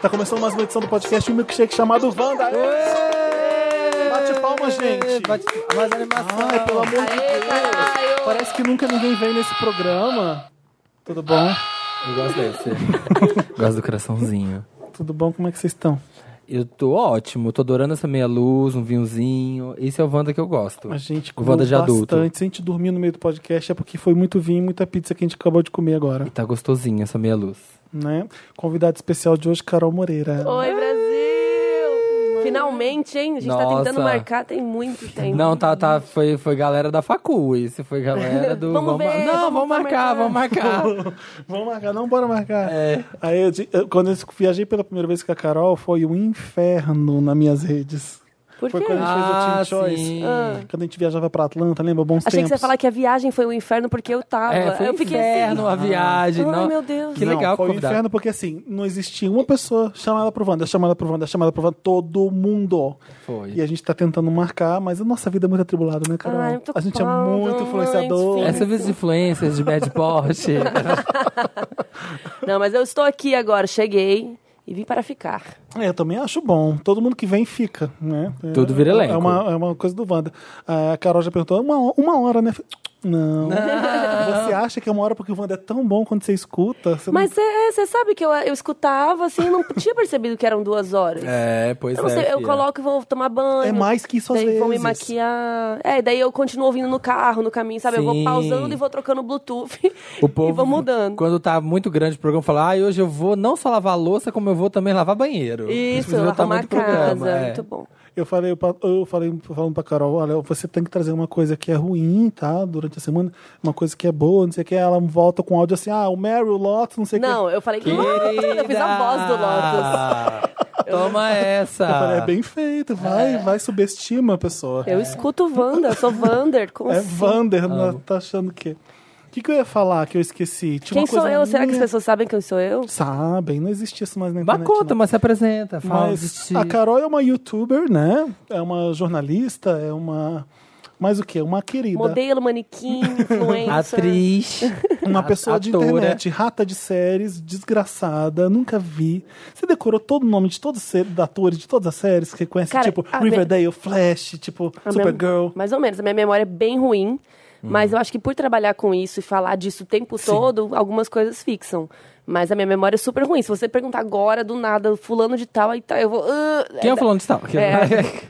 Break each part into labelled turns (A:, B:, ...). A: Tá começando mais uma edição do podcast Um Milkshake chamado Wanda. Bate palma, gente.
B: Bate, mais animação.
A: Ai, pelo amor de
C: Aê, caralho!
A: Deus. Parece que nunca ninguém veio nesse programa. Tudo bom?
B: Eu gosto desse. gosto do coraçãozinho.
A: Tudo bom? Como é que vocês estão?
B: Eu tô ótimo, tô adorando essa meia luz, um vinhozinho. Esse é o Wanda que eu gosto.
A: A gente
B: o
A: comeu
B: Wanda de adulto.
A: bastante. Se a gente dormiu no meio do podcast é porque foi muito vinho e muita pizza que a gente acabou de comer agora.
B: E tá gostosinha essa meia luz.
A: Né? Convidado especial de hoje, Carol Moreira.
C: Oi, Brasil! Finalmente, hein? A gente tá
B: Nossa.
C: tentando marcar tem muito tempo.
B: Não, tá, tá, foi, foi galera da facu, esse foi galera do...
C: Vamos
B: mar-
C: ver,
B: Não, vamos,
C: vamos
B: marcar, vamos marcar.
A: Vamos marcar, não, bora marcar.
B: É.
A: Aí eu di- eu- quando eu viajei pela primeira vez com a Carol, foi um inferno nas minhas redes.
C: Por
A: Foi
C: quê?
A: quando a gente
B: Ah,
A: fez o Team
B: sim.
A: Choice.
C: Ah.
A: Quando a gente viajava pra Atlanta, lembra? Bons
C: Achei que
A: tempos.
C: você ia falar que a viagem foi um inferno porque eu tava.
B: É, foi um
C: eu fiquei assim.
B: inferno a viagem.
C: Ai,
B: não.
C: meu Deus.
B: Que legal
A: foi um
B: convidado.
A: inferno porque assim, não existia uma pessoa chamada pro Wanda, chamada pro Wanda, chamada pro Wanda, todo mundo.
B: Foi.
A: E a gente tá tentando marcar, mas a nossa vida é muito atribulada, né, Carol?
C: Ai, eu tô
A: a gente é
C: falando,
A: muito influenciador. É,
C: mãe,
B: Essa vez É, de influências de bad Porsche.
C: Não, mas eu estou aqui agora, cheguei e vim para ficar.
A: É, eu também acho bom. Todo mundo que vem fica, né? É-
B: Tudo vira elenco.
A: É uma, é uma coisa do Wanda. Ah, A Carol já perguntou, uma, ho- uma hora, né? Não. Você acha que é uma hora porque o Wanda é tão bom quando você escuta? Você não-
C: Mas é, você sabe que eu, eu escutava assim, eu não tinha percebido que eram duas horas.
B: é, pois
C: Eu não
B: é.
C: sei, eu
B: fia.
C: coloco e vou tomar banho.
A: É mais que isso às
C: daí vou me
A: vezes.
C: maquiar. É, daí eu continuo ouvindo no carro, no caminho, sabe? Eu vou
B: Sim.
C: pausando e vou trocando o Bluetooth
B: O povo,
C: e vou mudando.
B: Quando tá muito grande o programa, fala: ah, hoje eu vou não só lavar a louça, como eu vou também lavar banheiro.
C: Isso,
B: já tá
C: arrumar a
B: muito programa,
C: casa.
B: é.
C: Muito bom.
A: Eu falei, pra- eu falei falando pra Carol, olha, você tem que trazer uma coisa que é ruim, tá? Durante a semana, uma coisa que é boa, não sei o que. Ela volta com áudio assim, ah, o Mary, o Lotus, não sei o que.
C: Não, eu falei que eu fiz a voz do Lotus.
B: Lotus. Toma essa.
A: Eu falei, é bem feito, vai, vai, subestima a pessoa.
C: É. Eu escuto Wanda, eu sou Wander. Como
A: É
C: assim?
A: Vander, né? tá achando que... O que, que eu ia falar que eu esqueci? Tinha
C: Quem
A: uma coisa
C: sou eu? Será que as
A: minha-
C: pessoas sabem quem sou eu?
A: Sabem, não existe isso mais na
B: Mas
A: internet.
B: conta,
A: não.
B: mas se apresenta. Fala
A: né?" Mas
B: de ti.
A: a Carol é uma youtuber, né? É uma jornalista, é uma... Mais o quê? Uma querida.
C: Modelo, manequim, influencer.
B: Atriz.
A: Uma
B: a-
A: pessoa de
B: atora.
A: internet, rata de séries, desgraçada, nunca vi. Você decorou todo o nome de todos os ser- atores de todas as séries que conhece,
C: Cara,
A: tipo
C: a
A: Riverdale, Flash, tipo
C: A minha-
A: Supergirl.
C: Mais ou menos. A minha memória é bem ruim. Mas eu acho que por trabalhar com isso e falar disso o tempo todo, algumas coisas fixam. Mas a minha memória é super ruim. Se você perguntar agora, do nada, fulano de tal, aí tá, eu vou... ah,
B: Quem é o
C: dá-
B: fulano de tal?
C: É,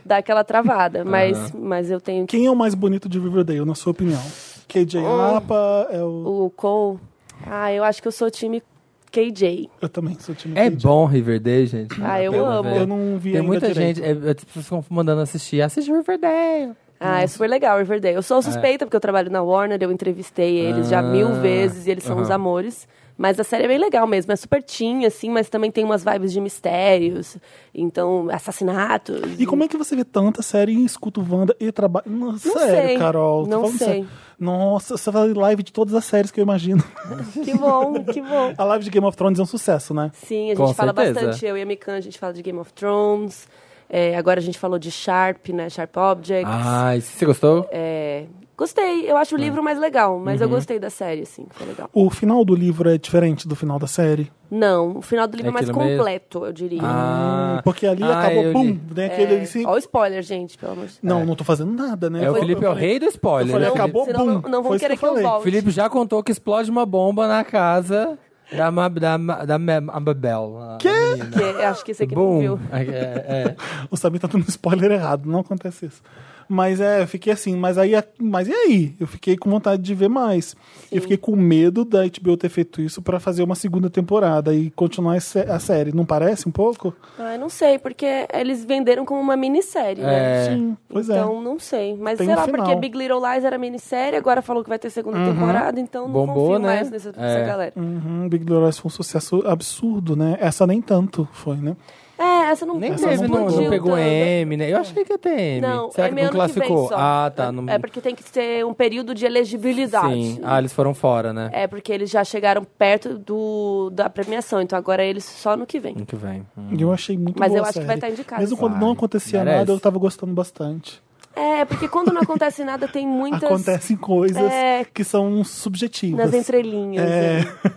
C: dá aquela travada. Mas, mas eu tenho que...
A: Quem é o mais bonito de Riverdale, na sua opinião? KJ Lapa, é o...
C: O Cole... Ah, eu acho que eu sou time KJ.
A: Eu também sou time
B: É
A: KJ.
B: bom Riverdale, gente.
C: Ah, eu
B: Pena,
C: amo.
B: velho.
A: Eu não vi
B: Tem
A: ainda
B: muita
A: direito.
B: gente. É, é, as pessoas ficam mandando assistir. Assiste Riverdale.
C: Ah, é super legal, Riverdale. Eu sou suspeita porque eu trabalho na Warner, eu entrevistei eles já
B: É. Ah,
C: mil vezes e eles são
B: aham.
C: os amores. Mas a série é bem legal mesmo, é super teen, assim, mas também tem umas vibes de mistérios, então, assassinatos.
A: E como é que você vê tanta série e escuta o Wanda e trabalha. Não, sério,
C: sei,
A: Carol. tô
C: não
A: falando
C: sei.
A: sério. Nossa, você faz live de todas as séries que eu imagino.
C: Que bom, que bom.
A: A live de Game of Thrones é um sucesso, né?
C: Sim, a gente
B: Com
C: fala
B: certeza.
C: bastante, eu e a Mikan, a gente fala de Game of Thrones, é, agora a gente falou de Sharp, né, Sharp Objects.
B: Ai, você gostou?
C: É, gostei, eu acho
B: É.
C: o livro mais legal, mas
B: Uhum.
C: eu gostei da série, assim, foi legal.
A: O final do livro é diferente do final da série.
C: Não, o final do livro é mais
B: aquilo mesmo?
C: completo, eu diria.
B: Ah,
A: Porque ali
B: ah,
A: acabou,
B: eu
A: pum,
B: li.
A: né? Aquele
C: É,
A: ali se-
C: Ó o spoiler, gente, pelo amor de Deus.
A: Não, não tô fazendo nada, né?
B: É, o
A: Eu-
B: Felipe é
A: eu
B: o
A: falei-
B: rei do spoiler.
A: Eu falei,
B: né, Felipe?
A: acabou,
C: senão
A: bum.
C: não- não vão
A: Foi isso
C: querer
A: que eu
C: que eu
A: falei.
C: volte.
B: Felipe já contou que explode uma bomba na casa da, Ma- da, Ma- da, Ma- Mabel. a menina.
C: Porque eu acho que esse aqui
B: Boom.
C: não viu.
B: É, é.
A: O Samir tá dando spoiler errado, não acontece isso. Mas é, eu fiquei assim, mas aí, mas e aí? Eu fiquei com vontade de ver mais. Eu fiquei com medo da HBO ter feito isso pra fazer uma segunda temporada e continuar a sé- a série. Não parece um pouco?
C: Ah, não sei, porque eles venderam como uma minissérie,
B: É.
C: né?
A: Sim, pois
C: então, não sei. Mas
A: Tem
C: sei
A: um
C: lá,
A: final.
C: porque Big Little Lies era minissérie, agora falou que vai ter segunda temporada, então não
B: Uhum. Bombou,
C: confio
B: né?
C: mais nessa, nessa
B: É.
C: galera.
A: é. Uhum, Big Little Lies foi um sucesso absurdo, né? Essa nem tanto foi, né?
C: É, essa não
B: Nem
C: não
B: teve, não, não
C: explodiu
B: pegou
C: tanto.
B: M, né? Eu achei que ia ter M.
C: Não,
B: Será
C: é
B: que
C: meio
B: não
C: ano que vem
B: classificou?
C: só.
B: ah, tá.
C: É-
B: Não...
C: É porque tem que ter um período de elegibilidade.
B: Sim. Ah, eles foram fora, né?
C: É porque eles já chegaram perto do, da premiação, então agora eles só no que vem.
B: Muito bem. Hum.
A: E eu achei muito
C: Mas
A: boa
C: eu
A: a
C: acho que
A: série.
C: vai estar indicado,
A: Mesmo
C: sim.
A: quando não
B: Vai.
A: acontecia
B: Merece.
A: nada, eu tava gostando bastante.
C: É, porque quando não acontece nada, tem muitas.
A: Acontecem coisas
C: É.
A: que são subjetivas.
C: Nas entrelinhas.
A: É,
C: né?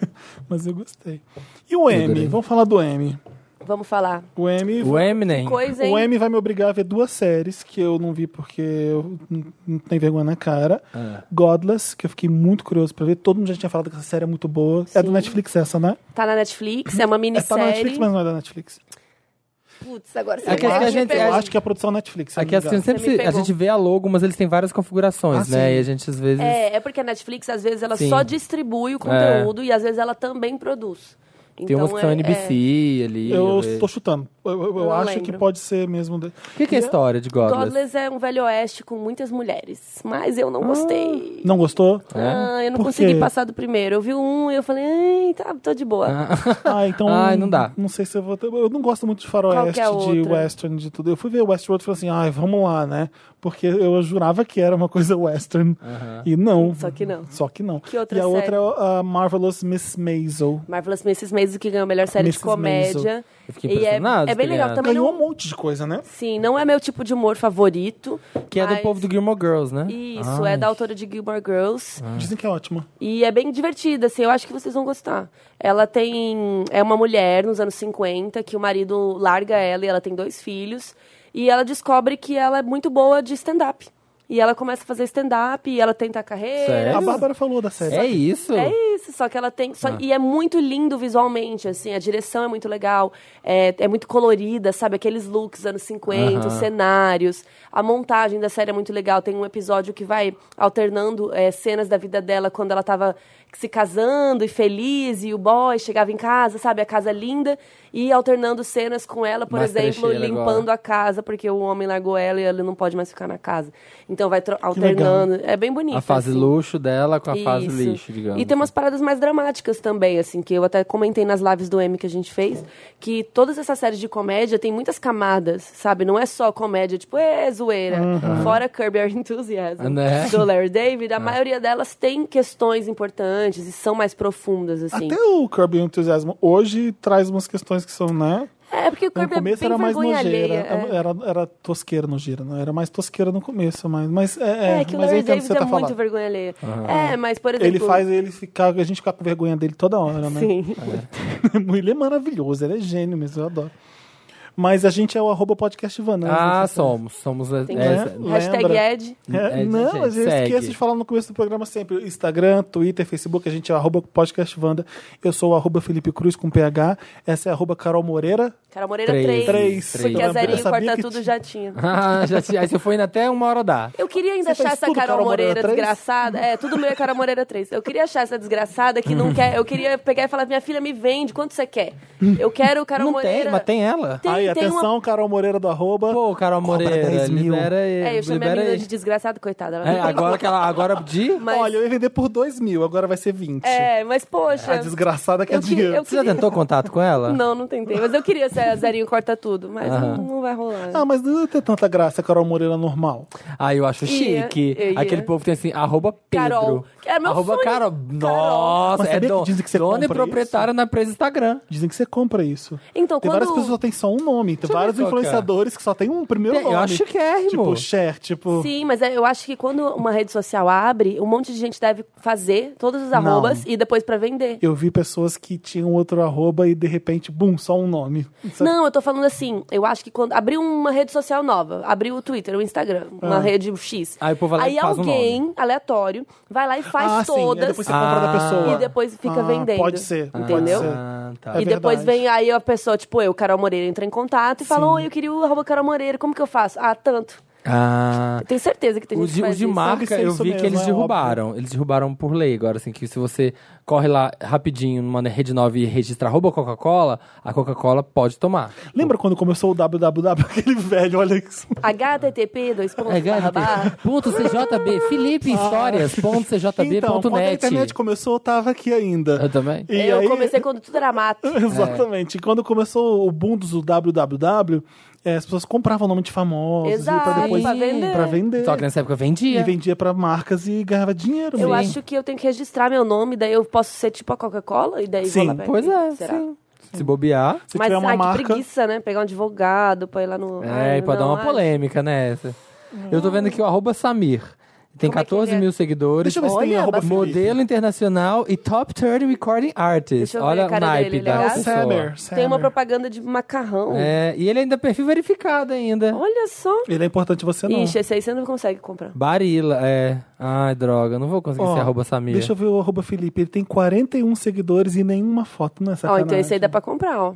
A: mas eu gostei. E o M?
B: adorei.
A: Vamos falar do M.
C: Vamos falar.
A: O M.
B: O Eminem.
C: Coisa, hein?
A: O M vai me obrigar a ver duas séries que eu não vi porque eu n- não tenho vergonha na cara.
B: Ah.
A: Godless, que eu fiquei muito curioso pra ver. Todo mundo já tinha falado que essa série é muito boa. É do Netflix essa, né?
C: Tá na Netflix, é uma
A: É, tá na
C: minissérie.
A: Netflix, mas não é da Netflix.
C: Putz, agora você
B: É que
C: me
B: a
C: pegou.
B: gente-
C: Me
A: Eu
C: pegou.
A: acho que é a produção Netflix. se eu não
B: Aqui
A: me
B: assim,
A: engano.
B: sempre
C: Você me
B: se- a
C: pegou.
B: gente vê a logo, mas eles têm várias configurações,
A: Ah,
B: né?
A: sim.
B: E a gente às vezes.
C: É, é porque a Netflix, às vezes, ela
B: Sim. É.
C: só distribui o conteúdo e às vezes ela também produz.
B: Tem umas
C: Então,
B: que são
C: é- é.
B: NBC ali.
A: Eu
B: às vezes.
A: tô chutando. Eu, eu- eu
C: não
A: acho
C: lembro.
A: que pode ser mesmo. de-
B: O que, que é a história de Godless?
C: Godless é um velho oeste com muitas mulheres, mas eu não gostei.
A: Ah, Não gostou?
B: É?
C: Ah, eu não
A: Por
C: consegui
A: quê?
C: passar do primeiro. Eu vi um e eu falei, ai, tá, tô de boa.
A: Ah, então.
B: Ai, não dá.
A: Não sei se eu vou. ter- Eu não gosto muito de
C: Qual
A: faroeste,
C: que é a
A: de
C: outra?
A: western, de tudo. Eu fui ver Westworld e falei assim, ai, vamos lá, né? Porque eu jurava que era uma coisa western. E não.
C: Só que não.
A: Só que não.
C: Que outra
A: e a
C: série?
A: outra é a Marvelous Miss Maisel.
C: Marvelous Mrs. Maisel que ganhou a melhor série
A: Mrs.
C: de comédia.
B: Eu fiquei
C: E é,
B: impressionado
C: é bem
B: que
C: legal
B: ganharam.
C: também.
A: Ganhou um
C: Não,
A: monte de coisa, né?
C: sim, não é meu tipo de humor favorito.
B: Que é do
C: mas-
B: povo do Ah. Gilmore Girls, né?
C: Isso,
B: Ai.
C: é da autora de Gilmore Girls.
A: Dizem que é ótima.
C: E é bem divertida, assim, eu acho que vocês vão gostar. Ela tem. É uma mulher nos anos 50 que o marido larga ela e ela tem dois filhos. E ela descobre que ela é muito boa de stand-up. E ela começa a fazer stand-up e ela tenta a
B: Sério?
C: carreira.
A: A Bárbara falou da série.
B: É isso? Ah.
C: É isso, só que ela tem. só- E é muito lindo visualmente, assim, a direção é muito legal, é, é muito colorida, sabe? Aqueles looks anos 50, os
B: Aham.
C: cenários. A montagem da série é muito legal. Tem um episódio que vai alternando é, cenas da vida dela quando ela tava se casando e feliz, e o boy chegava em casa, sabe? A casa linda, e alternando cenas com ela, por
B: Mais
C: exemplo,
B: trecheira
C: limpando a casa, porque o homem largou ela e ela não pode mais ficar na casa. Então vai tro-
A: legal.
C: alternando. É bem bonito.
B: A fase
C: assim.
B: luxo dela com a fase
C: Isso.
B: lixo, digamos. né?
C: E tem umas paradas mais dramáticas também, assim, que eu até comentei nas lives do M que a gente fez, que todas essas séries de comédia tem muitas camadas, sabe? Não é só comédia, tipo, é zoeira. Fora Curb Your Enthusiasm
B: Uhum. Né?
C: do Larry David, a maioria delas tem questões importantes e são mais profundas, assim.
A: Até o Kirby Enthusiasm hoje traz umas questões que são, né?
C: É, porque o
A: No
C: Curb é bem
A: começo era mais
C: vergonha
A: nojeira.
C: alheia. é.
A: Era, era tosqueira nojeira, não era mais tosqueira no começo, mas, mas é,
C: É,
A: é,
C: que o
A: mas eu entendo
C: Larry
A: o que
C: David
A: você
C: é
A: tá
C: muito
A: falando.
C: vergonha alheia. É, mas, por exemplo...
A: Ele faz ele ficar, a gente ficar com vergonha dele toda hora, né?
C: Sim.
A: ele é maravilhoso, ele é gênio mesmo, eu adoro. Mas a gente é o arroba podcast Van. né?
B: Ah,
A: Não sei se-
B: somos. Somos.
C: assim. Tem
B: é,
A: que-
B: essa-
A: Lembra?
C: Hashtag Ed.
A: É,
B: É,
A: não,
B: gente,
A: mas eu
B: segue.
A: esqueço de falar no começo do programa sempre. Instagram, Twitter, Facebook, a gente é o arroba podcast Wanda. Eu sou o arroba Felipe Cruz com PH. Essa é a arroba Carol Moreira.
C: Cara Moreira
B: Três.
C: 3.
A: Três.
C: Porque a
A: Eu
C: Zerinho
A: sabia
C: corta
A: que
C: tudo
A: tinha.
C: já tinha.
B: Ah, já tinha. Aí você foi indo até uma hora da.
C: Eu queria ainda
A: Você
C: achar
A: faz
C: essa
A: tudo
C: Carol,
A: Carol Moreira
C: Moreira,
A: três?
C: desgraçada. É, tudo meu é Carol Moreira 3. Eu queria achar essa desgraçada que não quer. Eu queria pegar e falar: minha filha, me vende, quanto você quer? Eu quero o Carol
B: Não
C: Moreira.
B: tem, mas tem ela.
C: Tem,
A: Aí,
C: tem
A: atenção, Carol Moreira do arroba.
B: Pô, Carol
A: Cobra
B: Moreira,
A: 10 mil.
B: libera ele.
C: É, eu chamei a
B: libera
C: menina
B: ele.
C: de desgraçada, coitada. Ela não
B: É,
C: tem
B: agora que ela. Agora de.
C: Mas,
A: Olha, eu ia vender por 2 mil, agora vai ser 20.
C: É, mas
A: A
C: poxa.
A: desgraçada que é
C: eu que-
A: dinheiro.
C: eu
B: Você já tentou contato com ela?
C: Não, não tentei. Mas eu queria ser a Zerinho corta tudo, mas
B: Aham.
C: não, não vai rolar.
A: Ah, mas não tem tanta graça Carol Moreira normal.
B: Ah, eu acho
C: Ia,
B: chique.
C: eu ia.
B: Aquele povo tem assim, arroba Pedro.
C: Carol. Era meu
B: arroba
C: sonho.
B: Carol. Nossa,
A: Mas
B: é
A: sabia que
B: don,
A: dizem que você
B: dona e
A: compra
B: proprietária na empresa Instagram.
A: Dizem que você compra isso.
C: Então,
A: tem
C: quando-
A: várias pessoas que só tem só um nome. Tem
B: eu ver
A: vários
B: qual que é.
A: influenciadores que só tem um primeiro
B: Tem, eu
A: nome.
B: acho que é, irmão.
A: Tipo, Cher, tipo...
C: Sim, mas é- eu acho que quando uma rede social abre, um monte de gente deve fazer todos os arrobas e depois pra vender.
A: Eu vi pessoas que tinham outro arroba e de repente, bum, só um nome. Sabe?
C: Não, eu tô falando assim, eu acho que quando abriu uma rede social nova, abriu o Twitter, o Instagram, uma
A: Ah.
C: rede X.
B: Aí o povo vai lá e faz um
C: alguém aleatório vai lá e faz
A: ah, sim, aí
C: todas
A: depois você compra da
B: Ah.
A: pessoa.
C: e depois fica
A: Ah,
C: vendendo.
A: Pode ser,
C: entendeu?
A: pode ser.
B: Ah, tá.
A: É
C: e depois
A: verdade.
C: vem aí a pessoa, tipo eu, Carol Moreira, entra em contato e fala: Oi, eu queria o arroba Carol Moreira, como que eu faço? Ah, tanto.
B: Ah.
C: Eu tenho certeza que tem
B: O de,
C: gente que
B: o
C: faz
B: de
C: isso.
A: Deve
B: marca,
A: ser
B: eu
A: isso
B: vi que
A: mesmo,
B: eles
A: é
B: derrubaram. Eles derrubaram por lei agora, assim, que se você corre lá rapidinho numa rede nova e registra arroba Coca-Cola, a Coca-Cola pode tomar.
A: Lembra quando começou o www, aquele velho, olha isso.
C: HTTP, dois
A: É
C: pontos, barra, barra.
B: É, Ponto CJB, Felipe Histórias, ponto CJB
A: Ah. então,
B: Tá, ponto
A: quando a
B: net.
A: internet começou, eu tava aqui ainda.
B: Eu também.
A: E
C: eu
A: aí-
C: comecei quando tudo era mato.
A: Exatamente. E Quando começou o boom do www, eh, as pessoas compravam nome de famosos e pra
C: Exato,
A: depois
C: pra vender.
A: pra vender.
B: Só que nessa época vendia.
A: E vendia pra marcas e ganhava dinheiro.
C: Eu
A: mesmo.
C: acho que eu tenho que registrar meu nome, daí eu posso ser tipo a Coca-Cola e daí
A: Sim.
C: vou lá pra
B: Pois é,
C: Será?
B: sim. Se bobear.
A: Se
C: Mas
A: tiver uma
C: ai,
A: marca.
C: que preguiça, né? Pegar um advogado pra ir lá no.
B: É,
C: Ai,
B: e pra
C: não,
B: dar uma
C: ai.
B: polêmica, né? essa. Eu tô vendo aqui o arroba Samir. Tem
C: Como é que
B: 14
C: ele é?
B: mil seguidores.
A: Deixa eu ver se tem
C: Olha,
A: arroba
C: bastante.
A: Felipe.
B: Modelo internacional e top 30 recording artist.
C: Deixa eu ver
B: Olha
C: a cara
B: o naipe
C: dele, ele é
B: da
C: gato?
B: pessoa.
A: Seller,
C: Tem uma
A: seller.
C: propaganda de macarrão.
B: É, e ele ainda é perfil verificado ainda.
C: Olha só.
A: Ele é importante você não.
C: Ixi, esse aí você não consegue comprar.
B: Barila, é. Ai, droga, não vou conseguir
A: Ó,
B: ser é arroba Samir.
A: Deixa eu ver o arroba Felipe. Ele tem 41 seguidores e nenhuma foto, não é
C: Ó,
A: sacanagem?
C: então esse aí dá pra comprar, ó.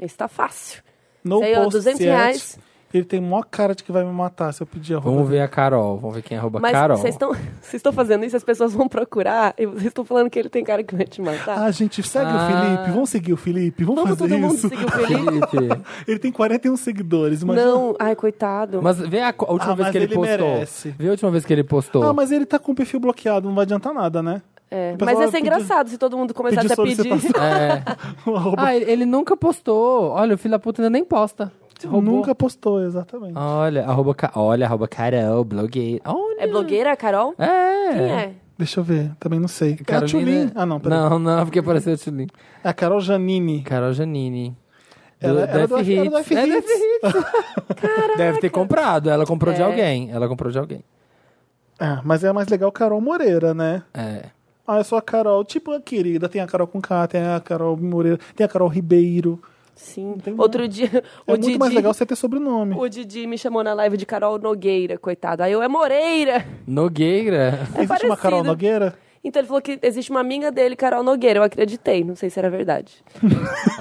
C: Esse tá fácil.
A: No
C: esse aí, ó,
A: post
C: 200
A: yet.
C: reais.
A: Ele tem maior cara de que vai me matar se eu pedir arroba.
B: Vamos ver a Carol, vamos ver quem é arroba
C: Mas
B: Carol.
C: vocês estão vocês estão fazendo isso, as pessoas vão procurar e vocês estão falando que ele tem cara que vai te matar.
A: Ah, gente, segue
B: Ah.
A: o Felipe. Vamos seguir o Felipe. Vamos,
C: Vamos
A: fazer
C: todo mundo
A: isso.
C: seguir o Felipe?
B: Felipe.
A: Ele tem 41 seguidores, imagina.
C: Não, ai, coitado.
B: Mas vê a, co- a última
A: Ah,
B: vez
A: mas
B: que ele,
A: ele
B: postou.
A: merece.
B: Vê a última vez que ele postou.
A: Ah, mas ele tá com o perfil bloqueado, não vai adiantar nada, né?
C: É,
A: O pessoal
C: mas ia
A: vai
C: ser
A: pedir-
C: engraçado se todo mundo começasse a
A: pedir
C: pedir.
A: solicitação.
B: É.
A: O arroba
B: Ah, ele ele nunca postou. Olha, o filho da puta ainda nem posta. Roubou.
A: nunca postou, exatamente.
B: Olha, arroba, Ca- olha, arroba Carol, blogueira. Olha.
C: É blogueira, a Carol?
B: É.
C: Quem é?
A: Deixa eu ver, também não sei. É a
B: Carolina-
A: Tulin. Ah, não, peraí.
B: Não, não, porque apareceu a Tulin.
A: É a Carol Janine.
B: Carol Janine. Do,
A: Ela- ela é do-
B: F-Hits.
A: ela é do F-Hits.
B: É do F-Hits. Deve ter comprado. Ela comprou de
C: É.
B: alguém. Ela comprou de alguém.
A: Ah, mas é mais legal Carol Moreira, né?
B: É.
A: Ah, eu sou a Carol, tipo a querida. Tem a Carol com K, tem a Carol Moreira, tem a Carol Ribeiro.
C: Sim.
A: tem
C: Outro dia,
A: É
C: o
A: muito
C: Didi,
A: mais legal você ter sobrenome.
C: o Didi me chamou na live de Carol Nogueira, coitado. Aí eu, é Moreira!
B: Nogueira.
A: Existe uma
C: parecido.
A: Carol Nogueira?
C: Então ele falou que existe uma amiga dele, Carol Nogueira. Eu acreditei, não sei se era verdade.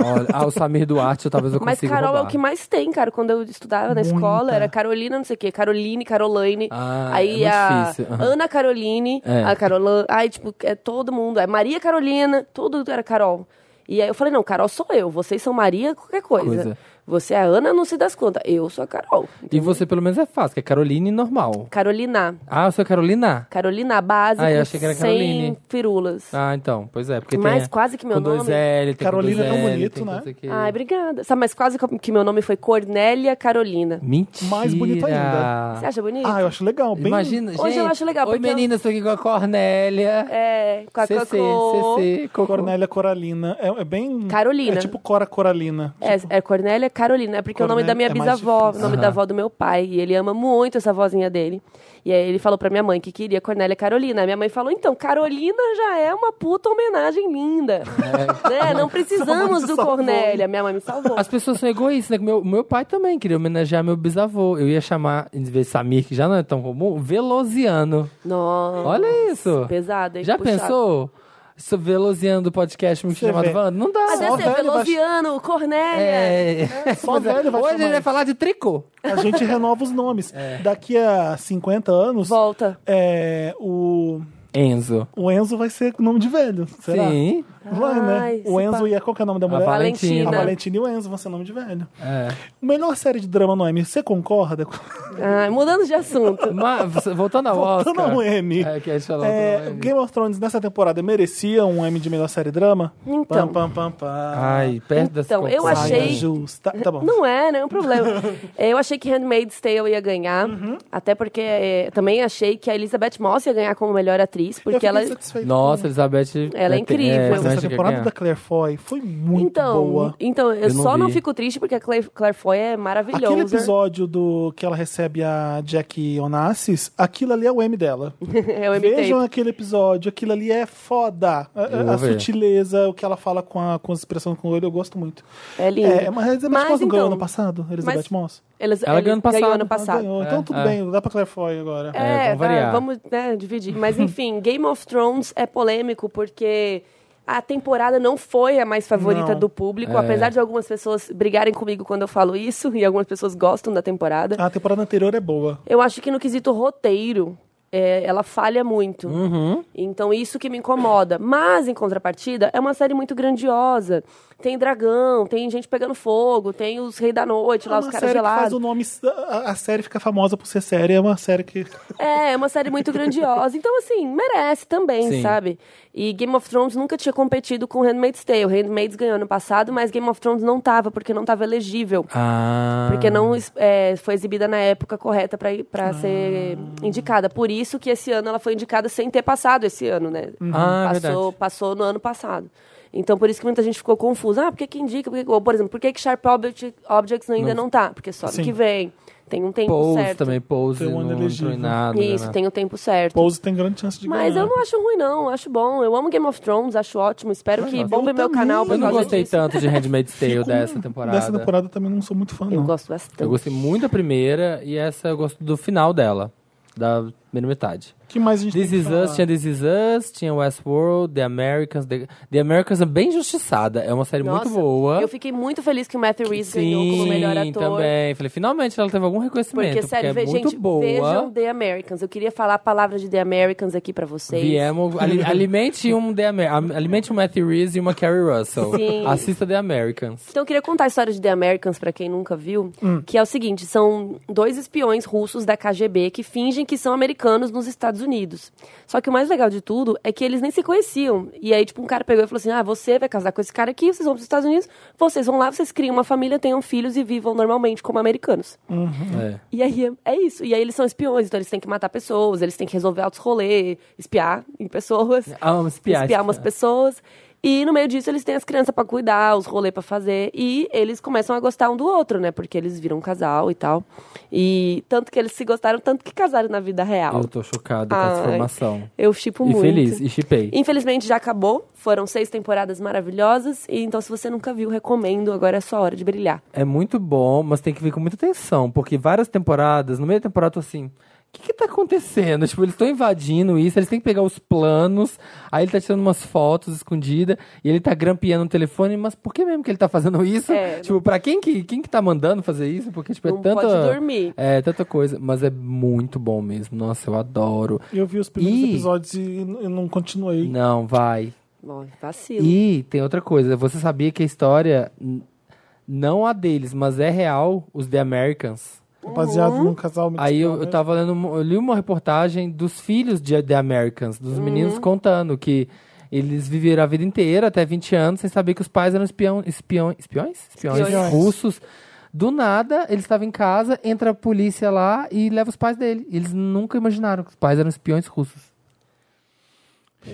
B: Olha, ah, o Samir Duarte, eu talvez eu
C: Mas
B: consiga
C: Carol é o
B: roubar.
C: que mais tem, cara. Quando eu estudava na
A: Muita.
C: escola, era Carolina, não sei o quê. Caroline, Caroline.
B: Ah, é
C: aí
B: muito
C: a
B: difícil. Aham.
C: Ana Caroline,
B: É.
C: a Carolina. Ai, tipo, é todo mundo. É Maria Carolina, tudo era Carol. E aí eu falei, não, Carol sou eu. Vocês são Maria qualquer coisa.
B: Coisa.
C: Você é a Ana, não se das contas. Eu sou a Carol.
B: E você, pelo menos, é fácil, que é Caroline normal.
C: Carolina.
B: Ah, eu sou Carolina?
C: Carolina, a base,
B: Ah, eu
C: com
B: achei que era
C: 100
B: Caroline.
C: firulas.
B: Ah, então, pois é. Porque
C: Mas
B: tem,
C: quase que meu
B: com dois
C: nome.
B: L, tem
A: Carolina
B: com
A: é
B: dois
A: tão
B: L,
A: bonito,
B: tem com
A: né?
B: não sei o quê.
C: Ai, obrigada. Sabe, mas quase que meu nome foi Cornélia Carolina.
B: Mentira.
A: Mais bonito ainda.
C: Você acha bonito?
A: Ah, eu acho legal. Bem...
B: Imagina,
C: Hoje
B: gente.
C: eu acho legal,
B: Oi,
C: porque eu-
B: meninas, estou aqui com a Cornélia.
C: É, com a
B: CC,
C: Cocô.
B: CC, Cocô.
A: Cornélia Coralina. É, é bem.
C: Carolina.
A: É tipo Cora Coralina.
C: É, é Cornélia Carolina, é porque é o nome
A: Cornélia
C: da minha
A: é mais
C: bisavó, o
A: difícil.
C: nome
B: Aham.
C: da avó do meu pai, e ele ama muito essa vozinha dele. E aí ele falou pra minha mãe que queria Cornélia Carolina. A minha mãe falou, então, Carolina já é uma puta homenagem linda. É, não precisamos
A: te
C: do
A: salvou,
C: Cornélia. Minha mãe me salvou.
B: As pessoas são egoístas, né? Meu, meu pai também queria homenagear meu bisavô. Eu ia chamar, em vez de Samir, que já não é tão comum, Velosiano.
C: Nossa.
B: Olha isso.
C: Pesado, hein?
B: Já
C: Puxado.
B: pensou? Sou Velosiano do podcast muito
A: Você
B: chamado
A: vê.
B: Wanda? Não dá.
C: Cadê
A: Só
C: você,
A: velho vai-
C: Velosiano, Cornélia?
B: É.
A: Só velho vai
B: Hoje
A: chamar
B: ele vai
A: isso.
B: falar de tricô.
A: A gente renova os nomes. Daqui a 50 anos,
C: Volta.
A: é, o,
B: Enzo.
A: o Enzo vai ser nome de velho. Será?
B: Sim.
A: Vai,
C: Ai,
A: né? O
C: se
A: Enzo
C: pá.
A: e a, qual que é o nome da mulher?
B: Valentina.
C: Valentina.
A: A Valentina e o Enzo vão ser nome de velho.
B: É.
A: Melhor série de drama Noemi, você concorda?
C: Ai, Ah, mudando de assunto.
B: Mas, voltando ao Oscar.
A: Voltando ao M.
B: É, que a gente falou
A: É,
B: voltando ao M.
A: Game of Thrones nessa temporada merecia um M de melhor série drama?
C: Então.
A: Pam, pam, pam, pam.
B: Ai, perto das
C: Então, eu
A: Saia
B: conclusões.
C: achei-
A: Justa. Tá bom.
C: Não é, não é um problema. eu achei que Handmaid's Tale ia ganhar,
A: Uhum.
C: até porque é, também achei que a Elizabeth Moss ia ganhar como melhor atriz,
A: Eu
C: porque
A: fiquei
C: ela...
A: satisfeito.
B: Nossa, Elizabeth.
C: Ela é incrível.
A: Mas
B: Elizabeth
A: essa temporada
B: Ganhar.
A: da Claire Foy foi muito
C: Então,
A: boa.
C: então eu,
B: Eu não
C: só não
B: vi.
C: fico triste porque a Claire, Claire Foy é maravilhosa.
A: Aquele episódio do que ela recebe a Jack Onassis, aquilo ali é o M dela.
C: eu imitei.
A: Vejam aquele episódio, aquilo ali é foda. A-
B: Eu
A: A,
B: vou
A: a
B: ver.
A: sutileza, o que ela fala com a, com a expressão com o olho, eu gosto muito.
C: É lindo.
A: É, mas a Elizabeth
C: Mas,
A: Moss não ganhou
C: então,
A: ano passado? Elizabeth
C: mas-
A: Moss?
C: Elas-
B: Ela ganhou ano passado.
A: Ela ganhou. Então
B: É,
A: tudo
B: é.
A: bem, dá pra Claire Foy agora.
B: É,
C: É,
B: vamos
C: tá,
B: variar.
C: vamos né, dividir. Mas enfim, Game of Thrones é polêmico porque a temporada não foi a mais favorita
A: Não.
C: do público,
B: É.
C: apesar de algumas pessoas brigarem comigo quando eu falo isso, e algumas pessoas gostam da temporada.
A: A temporada anterior é boa.
C: Eu acho que no quesito roteiro, é, ela falha muito.
A: Uhum.
C: Então, isso que me incomoda. Mas, em contrapartida, é uma série muito grandiosa. Tem dragão, tem gente pegando fogo, tem os Reis da Noite, lá,
A: é
C: os
A: uma
C: caras
A: série que faz
C: gelados.
A: o nome. A, a série fica famosa por ser série, é uma série que.
C: É, é uma série muito grandiosa. Então, assim, merece também,
B: Sim.
C: sabe? E Game of Thrones nunca tinha competido com Handmaid's Tale. Handmaid's ganhou ano passado, mas Game of Thrones não tava, porque não tava elegível.
B: Ah.
C: Porque não é, foi exibida na época correta pra pra ser
B: Ah.
C: indicada. Por isso que esse ano ela foi indicada sem ter passado esse ano, né?
B: Ah,
C: passou,
B: verdade.
C: passou no ano passado. Então, por isso que muita gente ficou confusa. Ah, por que que indica? Por que que- ou, por exemplo, por que, que Sharp Object- Objects ainda não, tá? Porque só ano
A: Sim.
C: que vem. Tem um tempo
B: Pose
C: certo.
B: também, Pose
A: Tem um ano
B: não entrou em
A: elegível.
B: nada.
C: Isso,
B: né?
C: tem o tempo certo.
A: Pose tem grande chance de
C: Mas
A: ganhar.
C: eu não acho ruim, não. Eu Acho bom. Eu amo Game of Thrones, acho ótimo. Espero que
A: eu
C: bombe meu
A: também.
C: canal por
B: Eu não
C: causa
B: gostei
C: disso.
B: tanto de Handmaid's Tale
A: Fico-
B: dessa temporada.
A: Dessa temporada também não sou muito fã,
C: Eu
A: não.
C: gosto bastante.
B: Eu gostei muito da primeira e essa eu gosto do final dela, da primeira metade.
A: O que mais a gente
B: This
A: tem
B: Is
A: que falar?
B: Us, tinha This Is Us, tinha Westworld, The Americans. The, The Americans é bem justiçada, é uma série
C: Nossa,
B: muito boa.
C: Eu fiquei muito feliz que o Matthew Reeves ganhou
B: Sim,
C: como melhor ator.
B: também. Falei, finalmente ela teve algum reconhecimento,
C: Porque,
B: porque,
C: sério,
B: é
C: ve-
B: muito
C: gente,
B: boa.
C: vejam The Americans. Eu queria falar a palavra de The Americans aqui pra vocês.
B: Viemos, ali- alimente um The Amer- am- alimente um Matthew Reeves e uma Carrie Russell.
C: Sim.
B: Assista The Americans.
C: Então eu queria contar a história de The Americans pra quem nunca viu, que é o seguinte, são dois espiões russos da KGB que fingem que são americanos nos Estados Unidos. Só que o mais legal de tudo é que eles nem se conheciam. E aí tipo um cara pegou e falou assim: "Ah, você vai casar com esse cara aqui, vocês vão pros Estados Unidos, vocês vão lá, vocês criam uma família, tenham filhos e vivam normalmente como americanos".
B: É.
C: E aí é- é isso. E aí eles são espiões, então eles têm que matar pessoas, eles têm que resolver altos rolês, espiar em pessoas
B: Ah, vamos espiar.
C: espiar umas pessoas. E no meio disso eles têm as crianças pra cuidar, os rolês pra fazer. E eles começam a gostar um do outro, né? Porque eles viram um casal e tal. E tanto que eles se gostaram, tanto que casaram na vida real.
B: Eu tô chocado com
C: Ai,
B: essa formação.
C: Eu chipo
B: E
C: muito.
B: feliz, e chipei.
C: Infelizmente já acabou. Foram seis temporadas maravilhosas. E então, se você nunca viu, recomendo. Agora é a sua hora de brilhar.
B: É muito bom, mas tem que vir com muita atenção, porque várias temporadas, no meio da temporada, eu tô assim. O que, que tá acontecendo? Tipo, eles estão invadindo isso, eles têm que pegar os planos, aí ele tá tirando umas fotos escondidas, e ele tá grampeando no telefone, mas por que mesmo que ele tá fazendo isso?
C: É,
B: tipo, pra quem que, quem que tá mandando fazer isso? Porque, tipo, é
C: Não
B: tanta.
C: pode dormir.
B: É, tanta coisa, mas é muito bom mesmo. Nossa, eu adoro.
A: Eu vi os primeiros
B: Ih.
A: episódios e eu não continuei.
B: Não, vai.
C: Bom, vacilo.
B: E tem outra coisa, você sabia que a história, n- não a deles, mas é real, os The Americans.
C: Uhum.
A: Baseado num casal mexicano,
B: Aí eu, eu
A: né?
B: tava lendo, um- eu li uma reportagem dos filhos de The Americans, dos meninos contando que eles viveram a vida inteira, até 20 anos, sem saber que os pais eram espião, espião, espiões? Espiões, né?
C: Espiões.
B: russos. Do nada, eles estavam em casa, entra a polícia lá e leva os pais dele. Eles nunca imaginaram que os pais eram espiões russos.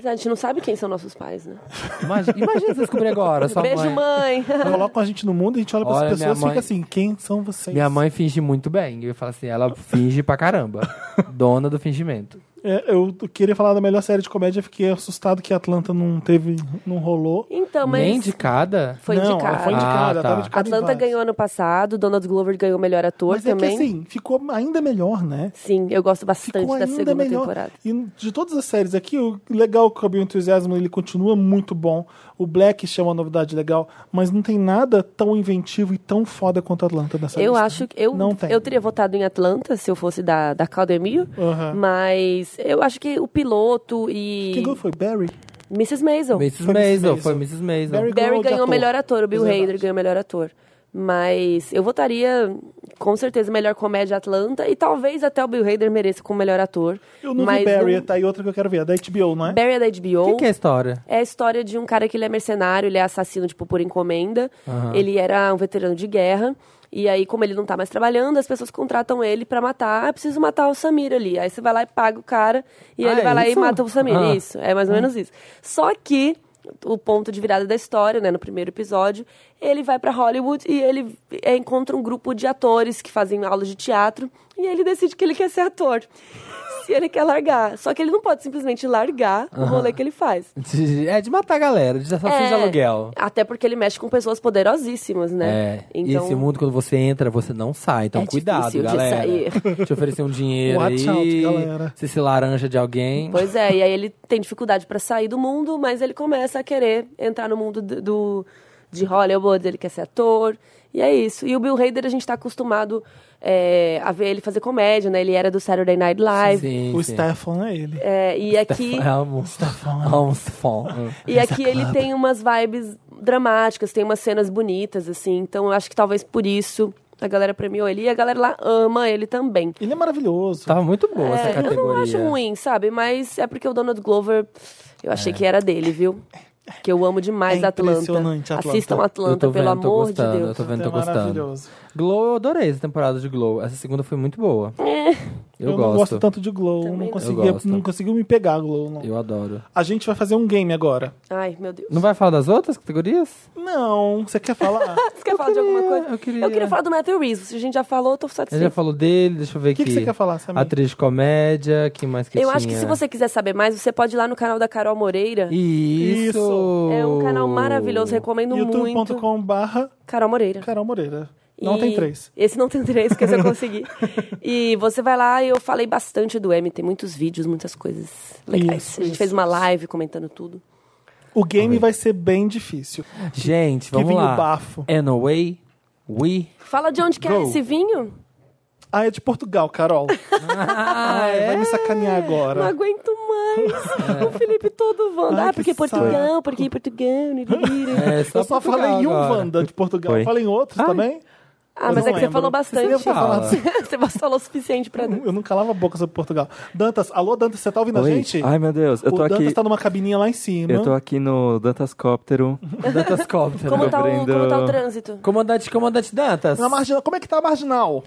C: A gente não sabe quem são nossos pais, né?
B: Imagina, imagina se descobrir agora, sua
C: Beijo,
B: mãe.
C: mãe!
A: Colocam a gente no mundo, a gente olha para
B: Olha,
A: as
B: minha
A: pessoas e
B: mãe-
A: fica assim, quem são vocês?
B: Minha mãe finge muito bem. Eu falo assim, ela finge pra caramba. Dona do fingimento.
A: É, eu queria falar da melhor série de comédia, fiquei assustado que Atlanta não teve, não rolou.
C: Então, mas.
B: Nem indicada.
C: Foi
A: não,
C: indicada.
A: Foi indicada,
B: Ah, tá.
A: tava indicada em
C: Atlanta
A: várias.
C: ganhou ano passado, Donald Glover ganhou o melhor ator
A: Mas
C: também.
A: é que assim, ficou ainda melhor, né?
C: Sim, eu gosto bastante
A: Ficou
C: da
A: ainda
C: segunda
A: melhor.
C: temporada.
A: E de todas as séries aqui, o legal é que o Cabelo Entusiasmo ele continua muito bom. O Black chama uma novidade legal, mas não tem nada tão inventivo e tão foda quanto Atlanta nessa
C: Eu
A: lista.
C: acho que eu,
A: Não tem.
C: eu teria votado em Atlanta se eu fosse da, da Academia,
A: Aham.
C: Uhum. mas eu acho que o piloto e
A: Quem ganhou foi Barry?
C: Mrs. Maisel.
B: Mrs.
A: Foi Mrs.
B: Maisel,
A: Maisel.
B: foi Mrs. Maisel.
A: Barry
C: Barry
A: Ganhou de
C: ganhou
A: ator.
C: melhor ator, o Bill
A: Verdade.
C: Hader ganhou melhor ator. Mas eu votaria, com certeza, melhor comédia Atlanta e talvez até o Bill Hader mereça como melhor ator.
A: Eu não
C: mas
A: vi Barry,
C: não-
A: tá aí outra que eu quero ver, é da HBO, não é?
C: Barry é da HBO.
B: O que, que é a história?
C: É a história de um cara que ele é mercenário, ele é assassino, tipo, por encomenda. Ele era um veterano de guerra. E aí, como ele não tá mais trabalhando, as pessoas contratam ele pra matar. Ah, preciso matar o Samir ali. Aí você vai lá e paga o cara. E
B: Ah,
C: ele
B: é
C: vai lá e
B: isso?
C: mata o Samir.
B: Ah.
C: Isso, é mais ou menos isso. Só que o ponto de virada da história, né, no primeiro episódio, ele vai pra Hollywood e ele é, encontra um grupo de atores que fazem aulas de teatro e ele decide que ele quer ser ator. Se ele quer largar. Só que ele não pode simplesmente largar o rolê que ele faz.
B: De- é de matar a galera, de assassino
C: É,
B: de aluguel.
C: Até porque ele mexe com pessoas poderosíssimas, né?
B: É. Esse mundo, quando você entra, você não sai. Então,
C: É
B: cuidado,
C: difícil de
B: galera.
C: sair.
B: Te oferecer um dinheiro
A: Watch
B: aí.
A: out, galera.
B: Se se laranja de alguém.
C: Pois é, e aí ele tem dificuldade pra sair do mundo, mas ele começa a querer entrar no mundo do, do- de Hollywood, ele quer ser ator, e é isso. E o Bill Hader, a gente tá acostumado é, a ver ele fazer comédia, né? Ele era do Saturday Night Live.
B: Sim,
A: O
B: sim.
A: Stefan é ele.
C: É, e aqui,
B: Amo. Amo Stefan.
C: e aqui ele tem umas vibes dramáticas, tem umas cenas bonitas, assim. Então eu acho que talvez por isso a galera premiou ele e a galera lá ama ele também.
A: Ele é maravilhoso.
B: Tava muito boa essa
C: É, eu
B: categoria.
C: não acho ruim, sabe? Mas é porque o Donald Glover, eu
B: É.
C: achei que era dele, viu? Que eu amo demais
A: É
C: Atlanta.
A: impressionante, Atlanta.
C: Assistam
B: Eu
C: Atlanta,
B: tô
C: pelo
B: vendo, tô
C: amor
B: gostando,
C: de
B: Eu
C: Deus.
B: tô vendo, tô
A: é
B: gostando.
A: maravilhoso.
C: É.
B: Glow, eu adorei essa temporada de Glow. Essa segunda foi muito boa. Eu,
A: não
B: gosto.
A: gosto tanto de Glow,
C: Também
A: não
C: não.
A: conseguia,
B: Eu gosto.
A: não conseguiu me pegar Glow. não.
B: Eu adoro.
A: A gente vai fazer um game agora.
C: Ai, meu Deus.
B: Não vai falar das outras categorias?
A: Não, você quer falar?
C: Você quer falar de alguma coisa?
B: eu queria.
C: falar do Matthew Reeves. Se a gente já falou, eu tô
B: Ele já
C: satisfeito.
B: falou dele, deixa eu ver
A: O que, que
B: aqui.
A: você quer falar, Samir?
B: Atriz de comédia, que mais que
C: Eu acho que
B: tinha?
C: se você quiser saber mais, você pode ir lá no canal da Carol Moreira.
B: Isso!
A: Isso.
C: É um canal maravilhoso, recomendo muito.
A: youtube.com barra
C: Carol Moreira.
A: Carol Moreira. Não
C: E
A: tem três.
C: Esse não tem três, que esse eu consegui. e você vai lá, eu falei bastante do M, tem muitos vídeos, muitas coisas legais.
A: Isso,
C: a gente
A: isso,
C: fez uma
A: isso.
C: live comentando tudo.
A: O game vai ser bem difícil.
B: Gente,
A: que
B: vamos
A: vinho
B: lá.
A: bafo.
B: Anyway, we.
C: Fala de onde que é
B: Go.
C: esse vinho?
A: Ah, é de Portugal, Carol.
B: Ah,
A: Ai,
B: é?
A: Vai me sacanear
C: Não
A: agora.
C: aguento mais. o Felipe todo Wanda.
A: É. Ai,
C: Ah, porque
A: que saco.
C: Portugal, porque Portugal. niriri.
B: É,
A: Eu só
B: Portugal
A: falei em um
B: agora.
A: Wanda de Portugal.
B: Foi.
A: Falei em outros
B: Ai.
A: também.
C: Ah,
A: Eu
C: mas
A: não
C: é que você
A: lembro.
C: falou bastante.
A: Você
B: fala.
C: você falou o suficiente pra.
A: Hum, Eu não calava a boca sobre Portugal. Dantas, alô, Dantas, você tá ouvindo a
D: Oi.
A: gente?
D: Ai, meu Deus. Eu tô
A: o Dantas
D: aqui.
A: tá numa cabininha lá em cima.
D: Eu tô aqui no Dantascóptero.
B: Dantascóptero.
C: Como tá, o,
D: Brenda.
C: como tá o trânsito?
B: né? Comandante, comandante Dantas.
A: Na marginal. Como é que tá a marginal?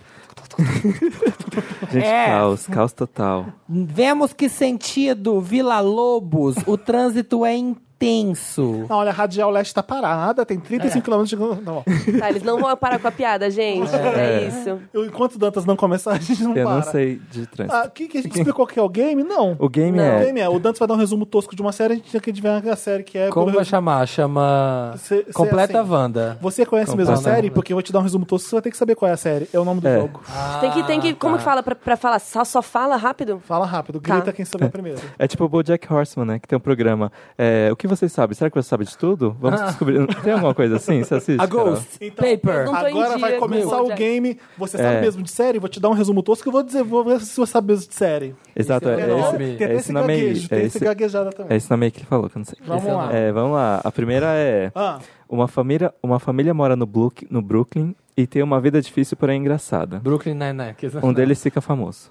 D: Gente,
B: É.
D: caos, caos total.
B: Vemos que sentido Vila Lobos, o trânsito é intenso.
A: Não, olha, a Radial Leste tá parada, tem 35 km de. Não, ó.
C: Tá, eles não vão parar com a piada, gente. É, isso.
A: Eu- enquanto o Dantas não começar, a gente não
D: Eu
A: para.
D: não sei de trânsito.
A: Ah, que, que a gente explicou que é o game? Não.
D: O game
C: Não.
A: O
D: é.
A: game é. O Dantas vai dar um resumo tosco de uma série, a gente tem que adivinhar a série que é.
B: Como
A: pelo resumo.
B: vai chamar? Chama
A: Cê- cê
B: Completa
A: é assim.
B: Wanda.
A: Você conhece mesmo a
B: Compara-
A: série? Porque eu vou te dar um resumo tosco, você vai ter que saber qual é a série. É o nome do
D: É.
A: jogo.
C: Tem que,
B: Ah,
C: tem que.
A: Ah,
C: Como
A: tá.
C: que fala pra, pra falar? Só, só fala rápido?
A: Fala rápido, grita
C: Tá.
A: quem souber primeiro.
D: É tipo o BoJack Horseman, né? Que tem um programa. É, o que você sabe? Será que você sabe de tudo? Vamos descobrir. Tem alguma coisa assim? Você assiste?
B: tá. A
D: Carol?
B: Ghost,
A: Então,
B: Paper.
C: eu não- tô em
A: Agora
C: dia
A: vai
C: com
A: começar
C: o
A: o
C: Jack.
A: game. Você sabe
D: É.
A: mesmo de série? Vou te dar um resumo tosco e vou dizer, vou ver se você sabe mesmo de série.
D: Exato, é,
B: Esse é o nome.
D: esse,
A: tem
D: é
A: até
D: esse nome aí.
A: gaguejo, tem
D: É
A: esse
D: esse,
A: gaguejada
D: é
A: também.
D: esse nome aí que ele falou, que eu não sei.
A: Vamos
B: é o
A: lá.
B: nome.
D: É, vamos lá. A primeira é.
A: Ah,
D: Uma família, uma família mora no, Brook- no Brooklyn e tem uma vida difícil, porém engraçada.
B: Brooklyn Nine-Nine. que-
D: Um deles fica famoso.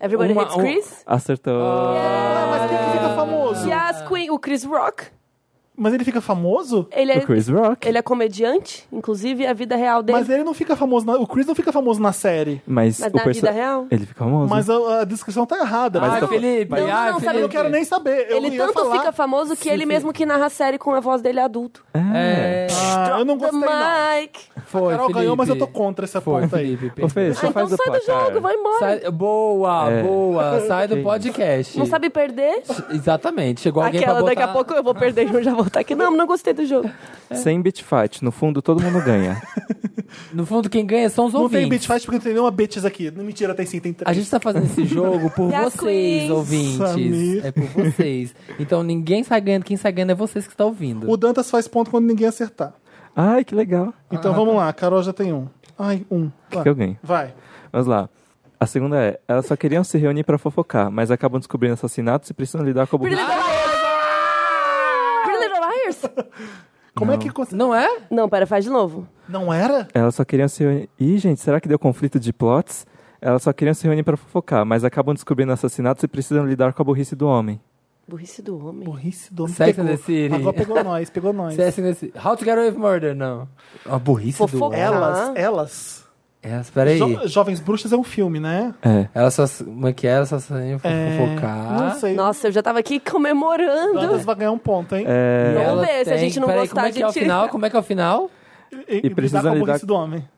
C: Everybody
B: Uma-
C: hates
B: um-
C: Chris?
D: Acertou.
A: ah, mas quem que fica famoso?
C: E as Queen, o Chris Rock.
A: Mas ele fica famoso?
C: Ele é,
D: O Chris Rock.
C: ele é comediante, inclusive a vida real dele.
A: Mas é ele não fica famoso. Na... O Chris não fica famoso na série.
D: Mas,
C: Mas
D: o
C: na
D: perso-
C: vida real?
D: Ele fica famoso.
A: Mas a, a descrição tá errada.
B: Ai,
A: Mas eu-
B: Felipe.
C: Não, não,
B: ai,
C: não, sabe,
A: eu
B: Felipe.
A: não quero nem saber. Eu
C: ele
A: ia
C: tanto
A: falar.
C: fica famoso que ele mesmo que narra a série com a voz dele adulto.
D: É.
B: É,
A: Ah, eu não gostei, não. A
C: The Mike.
B: foi,
A: Carol ganhou,
B: Felipe.
A: mas eu tô contra essa
B: Foi,
A: ponta aí.
B: Felipe.
D: Ô, Fê,
B: perdeu.
D: só
C: Ah, então
D: faz é. o
C: sai do
D: placar.
C: jogo, vai embora.
B: Sai- boa,
D: É.
B: boa. Sai do
D: Que
B: podcast.
C: Não sabe perder?
B: Exatamente. Chegou alguém
C: Aquela,
B: pra botar...
C: daqui a pouco eu vou perder e eu já vou estar aqui. Não, não gostei do jogo.
D: Sem beat fight, no fundo todo mundo ganha.
B: No fundo, quem ganha são os
A: Não
B: ouvintes.
A: tem beat fight porque não tem nenhuma bitches aqui. Não, mentira, tem sim, tem três.
B: A gente tá fazendo esse jogo por
C: Yes,
B: vocês,
C: queens.
B: ouvintes.
A: Samir.
B: É por vocês. Então ninguém sai ganhando, quem sai ganhando é vocês que estão ouvindo.
A: O Dantas faz ponto quando ninguém acertar.
D: Ai, que legal.
A: Então vamos lá, a Carol já tem um. Ai, um. Vai.
D: Que eu ganho.
A: Vai.
D: Vamos lá. A segunda é, elas só queriam se reunir pra fofocar, mas acabam descobrindo assassinatos e precisam lidar com a
C: Pretty Little Liars! Pretty Little Liars?
A: Como é que consegue?
B: Não é?
C: Não, pera, faz de novo.
A: Não era?
D: Elas só queriam se reunir. Ih, gente, será que deu conflito de plots? Elas só queriam se reunir pra fofocar, mas acabam descobrindo assassinatos e precisam lidar com a burrice do homem.
C: Burrice do homem.
A: Burrice do homem.
B: Sex and
A: Pegou.
B: the City.
A: Agora pegou nós, pegou nós.
B: Se é assim nesse... How to get away with murder, não. A burrice do...
C: Fofoca.
A: Elas,
C: Ah.
A: elas.
B: É, espera aí.
A: Jo- Jovens Bruxas é um filme, né?
D: É.
B: Ela só... Como é que é? Ela só sai pra
A: É,
B: fofocar.
A: Não sei.
C: Nossa, eu já tava aqui
A: O
C: comemorando.
A: Dantas vai ganhar um ponto, hein?
D: É,
B: E
C: Vamos
B: ela
C: ver, se a gente não
B: Peraí,
C: gostar,
B: como é que é o
C: a gente-
B: final? Como é que é o final?
A: E, e
D: precisa
A: lidar com a
D: lidar-
A: burrice do homem.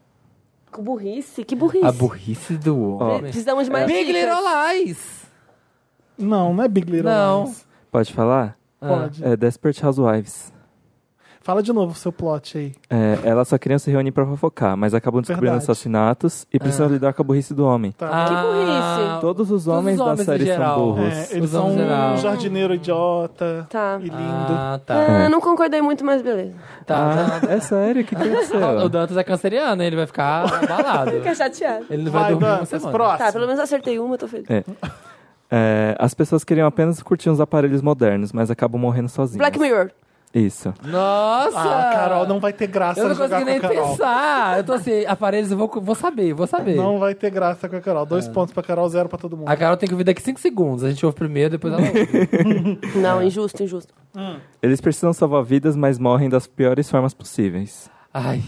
C: Com Burrice? Que burrice?
B: A burrice do
D: Ó.
B: homem.
C: Precisamos de mais
B: Big
C: dicas.
B: Little Lies!
A: Não, não é Big Little
B: Não.
A: Lies.
D: Pode falar?
B: Ah.
A: Pode.
D: É Desperate Housewives.
A: Fala de novo o seu plot aí.
D: É, elas só queriam se reunir pra fofocar, mas acabam descobrindo
A: Verdade.
D: assassinatos
B: É.
D: e precisam lidar com a burrice do homem.
B: Ah.
A: Tá.
C: burrice.
D: Todos os homens,
B: homens
D: da
B: em
D: série são
B: geral.
D: burros.
A: É, eles
B: Os
A: são
B: homens
A: um
B: geral.
A: jardineiro idiota
C: Tá.
A: e lindo.
B: Ah, tá.
C: Ah, não concordei muito, mas beleza.
B: Tá,
D: Ah, é sério? O que, que
B: O
D: aconteceu?
B: Dantas é canceriano, ele vai ficar abalado.
C: Fica chateado.
B: Ele não vai,
A: Vai,
B: dormir uma
A: Dantas,
B: semana.
A: próximo.
C: Tá, pelo menos acertei uma, tô feliz.
D: É. É, as pessoas queriam apenas curtir uns aparelhos modernos, mas acabam morrendo sozinhas.
C: Black Mirror.
D: Isso.
B: Nossa!
A: Ah, Carol, não vai ter graça
B: Eu não
A: jogar
B: consegui nem
A: com a Carol.
B: pensar. Eu tô assim, aparelhos, eu vou, vou saber, vou saber.
A: Não vai ter graça com a Carol. Dois pontos pra Carol, zero pra todo mundo.
B: É. A Carol tem que ouvir daqui 5 segundos. A gente ouve primeiro, depois ela ouve.
C: Não, injusto, injusto.
D: Eles precisam salvar vidas, mas morrem das piores formas possíveis.
B: Ai.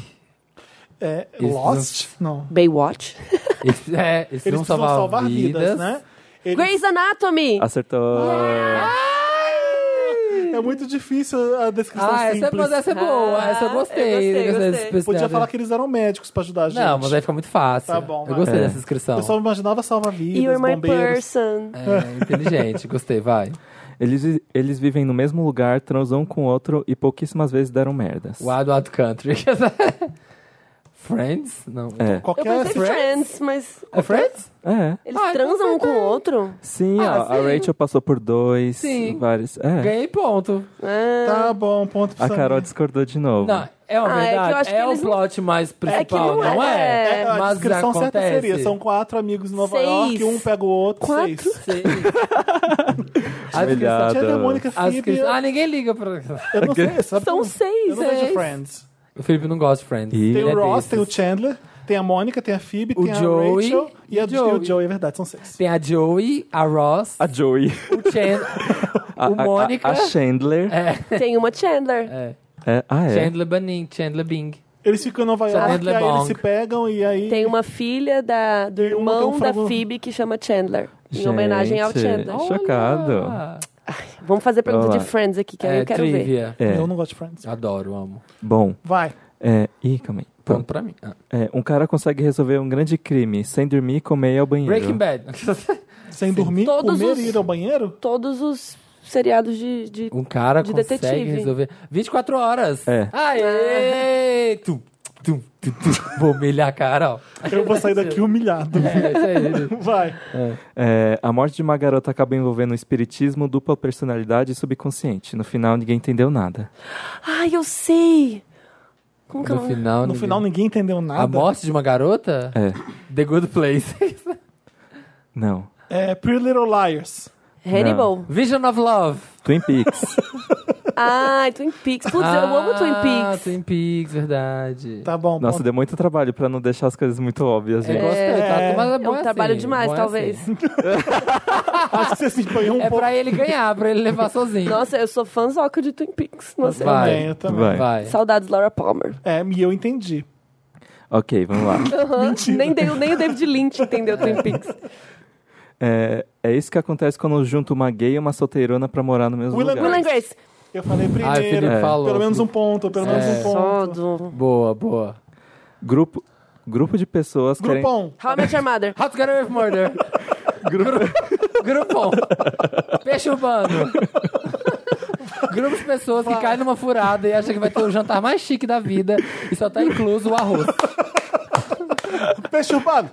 A: É
B: Isso,
A: Lost? Não.
C: Baywatch.
B: Eles, é, eles,
A: Eles
B: precisam salvar, vidas.
A: né? Eles-
C: Grey's Anatomy!
D: Acertou.
A: É muito difícil a descrição
B: Ah, essa,
A: simples.
B: mas essa é boa.
C: Ah,
B: essa eu gostei.
C: eu gostei,
B: dessas
C: gostei.
B: especialidades.
A: Podia falar que eles eram médicos pra ajudar a gente.
B: Não, mas é aí fica muito fácil.
A: Tá bom,
B: Eu
A: vai.
B: gostei
D: É.
B: dessa descrição.
A: Eu só imaginava salva-vidas,
C: You're my
A: bombeiros.
C: person.
B: É, inteligente, gostei, vai.
D: Eles, vi- eles vivem no mesmo lugar, transam um com o outro e pouquíssimas vezes deram merdas.
B: Wild Wild Country. Friends? Não.
D: É.
C: Eu
A: Qualquer
C: pensei Friends, mas
B: É Friends?
D: É.
C: eles
B: Ah, então
C: transam um com o outro?
D: Sim,
B: Ah,
D: a, a
B: sim.
D: Rachel passou por dois.
B: Sim.
D: Vários. É.
B: Ganhei ponto.
C: Ah.
A: Tá bom, ponto pra
D: A Carol
A: Samir.
D: discordou de novo.
B: Não, é uma
C: Ah, é que eu acho
B: verdade.
C: que
B: É, o
C: eles não-
B: plot mais principal,
C: não é.
B: não é?
A: É, a
B: Mas
A: descrição certa
B: acontece.
A: seria: são quatro amigos em Nova
C: Seis.
A: York, um pega o outro,
C: Quatro?
A: seis.
B: Sim. A descrição-
D: Melhor.
A: Tia da Mônica
B: a
A: Phoebe,
B: descrição- Ah, ninguém liga pra.
A: eu não sei, sabe
C: São
A: como-
C: seis, é.
A: Eu não
B: é
A: vejo
C: seis.
A: Friends.
B: O Felipe não gosta de Friends.
D: Ih.
A: Tem
B: Ele é
A: o Ross,
B: desses.
A: tem o Chandler, tem a Mônica, tem a Phoebe,
B: O
A: tem a
B: Joey
A: Rachel e, a,
B: e
A: e
B: Joey.
A: o Joey, é verdade, são seis.
B: Tem a Joey, a Ross,
D: A Joey.
B: o Chan,
D: A,
B: o
D: a- a-
B: Mônica.
D: A, Chandler.
C: Tem uma Chandler.
B: é,
D: É, Ah, é.
B: Chandler Bunning, Chandler Bing.
A: Eles ficam em Nova York, e
B: Chandler
A: aí eles
B: Bong.
A: se pegam e aí.
C: Tem uma filha da, do
A: E uma
C: irmão
A: É. tem um
C: da
A: frango-
C: Phoebe que chama Chandler. Em
D: Gente.
C: homenagem ao Chandler.
D: Olha. Chocado.
B: Olha.
C: Vamos fazer pergunta de
D: Olha lá.
C: Friends aqui, que aí
B: Ah, É,
C: eu quero ver.
B: trivia.
D: É.
A: Eu não gosto de Friends.
B: Adoro, amo.
D: Bom.
A: Vai.
D: É. Ih, calma aí.
B: Pronto
D: Pronto.
B: pra mim. Ah.
D: É, um cara consegue resolver um grande crime sem dormir, comer e ir ao banheiro.
B: Breaking Bad.
A: Sem dormir,
C: Todos
A: comer
C: os-
A: e ir ao banheiro?
C: Todos os seriados de. de-
B: Um cara
C: De
B: consegue
C: detetive.
B: resolver. 24 horas.
D: É.
B: Aê!
A: É.
B: Tum, tum, tum, tum. Vou humilhar a cara, ó.
A: Eu vou sair daqui humilhado.
B: É isso aí.
A: Vai.
D: É, a morte de uma garota acaba envolvendo um espiritismo, dupla personalidade e subconsciente. No final, ninguém entendeu nada.
C: Ai, eu sei! Como que é o
B: No
C: nome?
B: final,
A: No
B: ninguém-
A: final ninguém entendeu
B: A
A: nada.
B: morte de uma garota?
D: É.
B: The Good Place.
D: Não.
A: É Pretty Little Liars.
C: Hannibal.
B: Vision of Love.
D: Twin Peaks.
B: Tá
C: Ai, Ah, Twin Peaks. Putz, eu amo Twin
B: Ah,
C: Peaks.
B: Twin Peaks, verdade.
A: Tá bom.
D: Nossa,
A: bom.
D: deu muito trabalho pra não deixar as coisas muito óbvias. né?
B: Eu
D: gente.
B: gostei, tá? Mas é
C: É
B: bom
C: um trabalho
B: assim,
C: demais,
B: bom é
C: talvez.
B: assim.
A: Acho que você se empanhou um
B: É
A: pouco.
B: pra ele ganhar, pra ele levar sozinho.
C: Nossa, eu sou fãzoca de Twin Peaks. Nossa,
B: Vai.
A: Também, eu também.
D: Vai.
B: Vai.
C: saudades Laura Palmer.
A: É, e eu entendi.
D: Ok, vamos lá.
C: Aham, Nem, dei- nem o David Lynch entendeu Twin Peaks.
D: É, é isso que acontece quando eu junto uma gay e uma solteirona pra morar no mesmo
A: Will and
D: lugar.
C: Will and Grace.
A: Eu falei primeiro.
B: Ah, Felipe falou,
A: Pelo menos um
B: Felipe.
A: ponto, pelo menos
B: É.
A: um
C: Só
A: ponto.
C: do...
B: Boa, boa.
D: Grupo, grupo de pessoas querem...
A: Grupão.
C: How I Met Your Mother.
B: How to Get Away with Murder. né? Grupo. Grupão. Peixe urbano. Grupo de pessoas que caem numa furada e acham que vai ter o jantar mais chique da vida e só tá incluso o arroz.
A: Peixe urbano.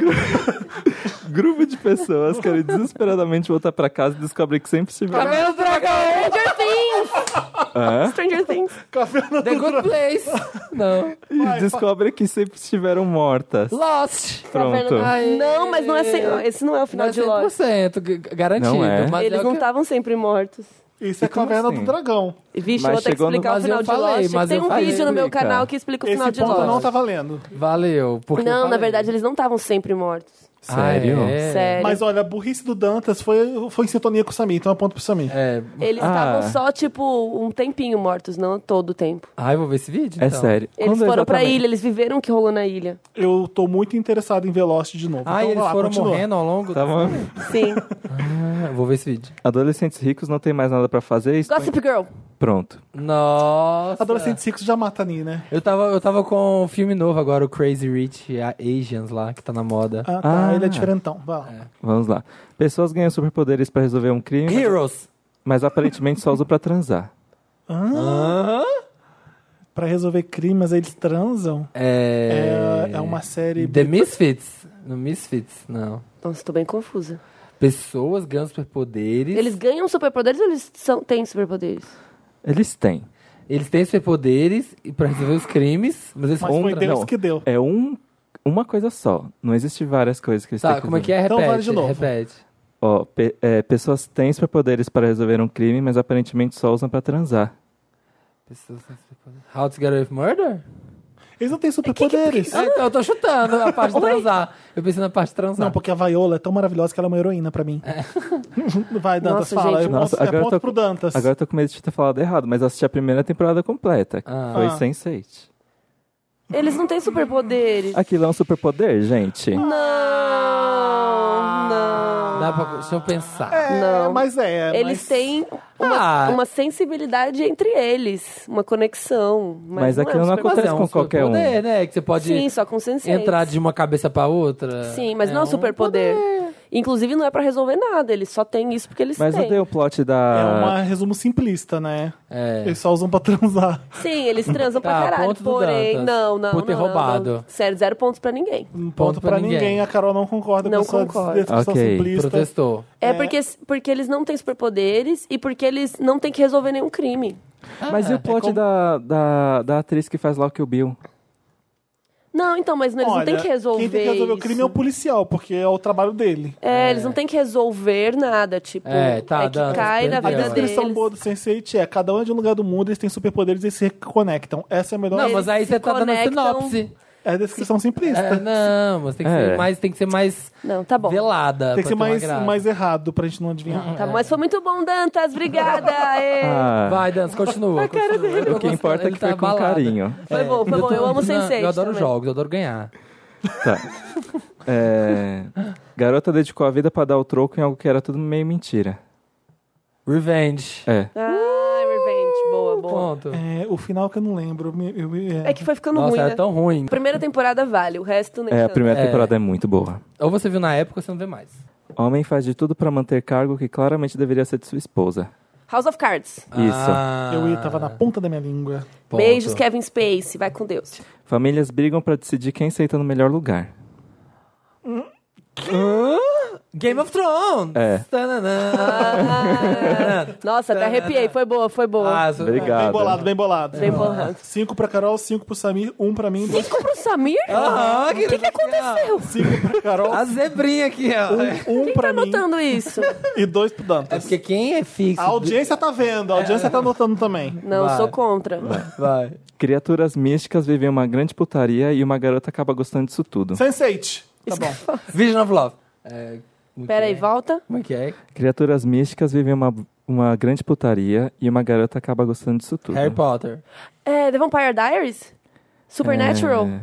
D: Grupo de pessoas querem desesperadamente voltar pra casa e descobre que sempre estiveram...
B: Cabelo Tá dragão!
C: Stranger Things!
D: Hã?
C: Stranger Things.
A: Café na
B: The Good Place. Não.
D: E descobre que sempre estiveram mortas.
B: Lost.
D: Pronto.
B: Ai,
C: Não, mas não é cem- esse não é o final
B: Não,
C: de Lost.
B: 100%, g- garantido.
D: Não é.
B: Mas
C: Eles
B: é o
C: não
B: que-
C: estavam sempre mortos.
A: Isso é
D: E como
A: Caverna
D: assim?
A: do Dragão.
C: Vixe,
D: Mas
C: eu vou ter que
D: chegou no-
C: explicar o
B: Mas eu
C: final
B: falei,
C: de Lost.
B: mas
C: Tem
B: eu
C: um
B: falei,
C: vídeo no meu
D: cara.
C: canal que explica o
A: Esse
C: final de
A: ponto
C: Lost.
A: não tá valendo.
B: Valeu. porque eu
C: Não, na
B: falei.
C: verdade, eles não estavam sempre mortos.
B: Ah,
D: Sério?
B: é?
C: Sério.
A: Mas olha, a burrice do Dantas foi, foi em sintonia com o Samir, então é ponto pro Samir.
B: É.
C: Eles
D: Ah.
C: estavam só, tipo, um tempinho mortos, não todo o tempo.
B: Ai, vou ver esse vídeo.
D: É
B: então.
D: sério.
C: Eles
D: Quando
C: foram pra
D: exatamente?
C: ilha, eles viveram o que rolou na ilha.
A: Eu tô muito interessado em Velocity de novo. então,
B: Ai, Ah, eles
A: vai lá,
B: foram
A: continua.
B: morrendo ao longo.
D: Tá bom.
C: Sim.
B: Ah, vou ver esse vídeo.
D: Adolescentes ricos não têm mais nada pra fazer e estão...
C: Gossip Girl.
D: Pronto.
B: Nossa.
A: Adolescente Six já mata a Ni, né?
B: Eu tava, eu tava com um filme novo agora, o Crazy Rich a Asians lá, que tá na moda.
A: Ah, tá,
D: Ah.
A: ele é diferentão. Vai lá.
D: Vamos lá. Pessoas ganham superpoderes pra resolver um crime, mas-
B: Heroes.
D: mas aparentemente só usam pra transar.
B: Hã?
A: Pra resolver crimes, eles transam.
B: É...
A: É, é uma série.
B: The Misfits. No Misfits, não.
C: Nossa, tô bem confusa.
B: Pessoas ganham superpoderes.
C: Eles ganham superpoderes ou eles são, têm superpoderes?
D: Eles têm.
B: Eles têm superpoderes e pra resolver os crimes, mas eles
A: Mas
B: vão
A: foi
B: pra-
A: Deus
D: não.
A: que deu.
D: É um, uma coisa só. Não existe várias coisas que eles têm
B: Tá, como é que é? Repete,
A: Então vale de novo.
B: repete.
D: Ó, pe- é, pessoas têm superpoderes para resolver um crime, mas aparentemente só usam pra transar.
B: Pessoas têm superpoderes. How to get away with murder?
A: Eles não têm superpoderes.
B: Ah, então eu tô chutando a parte de transar. Eu pensei na parte de transar.
A: Não, porque a Viola é tão maravilhosa que ela é uma heroína pra mim. Vai, Dantas,
C: Nossa,
A: fala.
C: gente,
A: eu
D: Nossa,
A: posso, é
D: agora
A: ponto
D: eu tô-
A: pro Dantas.
D: Agora eu tô com medo de ter falado errado, mas eu assisti a primeira temporada completa.
B: Ah.
D: Foi
A: Ah.
D: Sense8.
C: Eles não têm superpoderes.
D: Aquilo é um superpoder, gente.
C: Não, não.
B: Dá pra, deixa eu pensar.
A: É,
C: Não.
A: Mas é.
C: Eles
A: mas-
C: têm uma,
B: Ah.
C: uma sensibilidade entre eles, uma conexão. Mas,
D: Mas aquilo
C: é um
D: não
C: super-
B: Mas
D: acontece
B: é um
D: com qualquer um.
B: superpoder, né? Que você pode
C: Sim, só com sensei.
B: entrar de uma cabeça pra outra.
C: Sim, mas
B: É
C: não é um
B: um
C: superpoder. Inclusive, não é pra resolver nada. Eles só têm isso porque eles
D: Mas
C: têm.
D: eu dei o plot
A: É
D: da.
A: um resumo simplista, né?
B: É.
A: Eles só usam pra transar.
C: Sim, eles transam
B: Tá,
C: pra caralho.
B: ponto do
C: porém,
B: Dantas.
C: não, não.
B: Por ter
C: não, não,
B: roubado.
C: não. Sério, zero pontos pra ninguém.
A: Um ponto pra ninguém. A Carol não concorda
C: Não
A: com essa
C: concordo.
A: descrição
D: Ok.
A: simplista.
B: Protestou.
C: É,
A: É.
C: Porque, porque eles não têm superpoderes e porque eles não têm que resolver nenhum crime.
D: Mas e o plot
B: como-
D: da, da, da atriz que faz lá o Kill Bill?
C: Não, então, mas eles não
A: Olha,
C: têm que resolver.
A: Quem tem que resolver o
C: isso.
A: crime é o policial, porque é o trabalho dele.
C: É, eles não têm que resolver nada, tipo,
B: É,
C: é,
B: tá,
C: que
B: Dantas,
C: cai na
B: perdeu.
A: A
B: é.
C: vida
A: descrição
C: deles.
A: boa do Sense8 é cada um é de um lugar do mundo, eles têm superpoderes e se conectam. Essa é a melhor.
B: Não, mas aí
C: se
B: você tá
C: conectam-
B: dando sinopse.
A: É a descrição simplista.
B: É, não, mas tem que,
D: É.
B: ser mais, tem que ser mais
C: Não, tá bom.
B: velada.
A: Tem que ser
B: pra ter uma
A: mais,
B: graça.
A: mais errado pra gente não adivinhar.
C: Tá, bom, mas foi muito bom, Dantas. Obrigada. Ê.
D: Ah,
B: É, Vai, Dantas, continua. continua. Eu
D: o que
B: gosto-
D: importa é
B: ele
D: que
B: tá
D: foi com
B: abalado.
D: carinho.
C: Foi bom, foi
B: ainda
C: bom.
B: tô-
C: Eu amo
B: não,
C: Sense8
B: Eu adoro
C: também.
B: jogos, eu adoro ganhar.
D: Tá. É, garota dedicou a vida pra dar o troco em algo que era tudo meio mentira.
B: Revenge.
D: É.
C: Ai, Revenge. Boa, boa.
B: Ponto.
A: É, o final que eu não lembro. eu me- eu- é.
C: É que foi ficando
B: Nossa,
C: ruim,
B: era
C: né?
B: tão ruim.
C: Primeira temporada vale, o resto nem
D: É, a
C: tanto.
D: primeira
B: É.
D: temporada é muito boa.
B: Ou você viu na época ou você não vê mais.
D: Homem faz de tudo pra manter cargo que claramente deveria ser de sua esposa.
C: House of Cards.
D: Isso.
B: Ah,
A: Eu ia, tava na ponta da minha língua.
B: ponto.
C: Beijos, Kevin Space. Vai com Deus.
D: Famílias brigam pra decidir quem senta no melhor lugar.
B: Hã? Game of Thrones!
D: É.
B: Tananã.
C: Nossa, até arrepiei. Foi boa, foi boa.
B: Ah, isso-
A: Bem
D: Obrigado.
A: bolado, bem bolado.
C: Bem bolado.
A: Cinco pra Carol, cinco pro Samir, um pra mim, dois.
C: Cinco pro Samir?
B: Aham, Ah, que, que, aconteceu?
A: cinco pra Carol,
B: A zebrinha aqui, ó.
A: um
C: Quem tá
A: pra mim
C: anotando isso?
A: e dois pro
B: É
A: Dantas.
B: porque quem é fixo.
A: A audiência tá vendo, a audiência tá anotando também.
C: Não,
B: Vai.
C: sou contra.
B: Vai.
D: Criaturas místicas vivem uma grande putaria e uma garota acaba gostando disso tudo.
A: Sense8. Tá bom.
B: Vision of Love. É, como
C: Pera
B: que
C: aí,
B: é?
C: volta.
B: Como é que é?
D: Criaturas místicas vivem uma, uma grande putaria e uma garota acaba gostando disso tudo.
B: Harry Potter.
C: É, The Vampire Diaries? Supernatural?
D: É...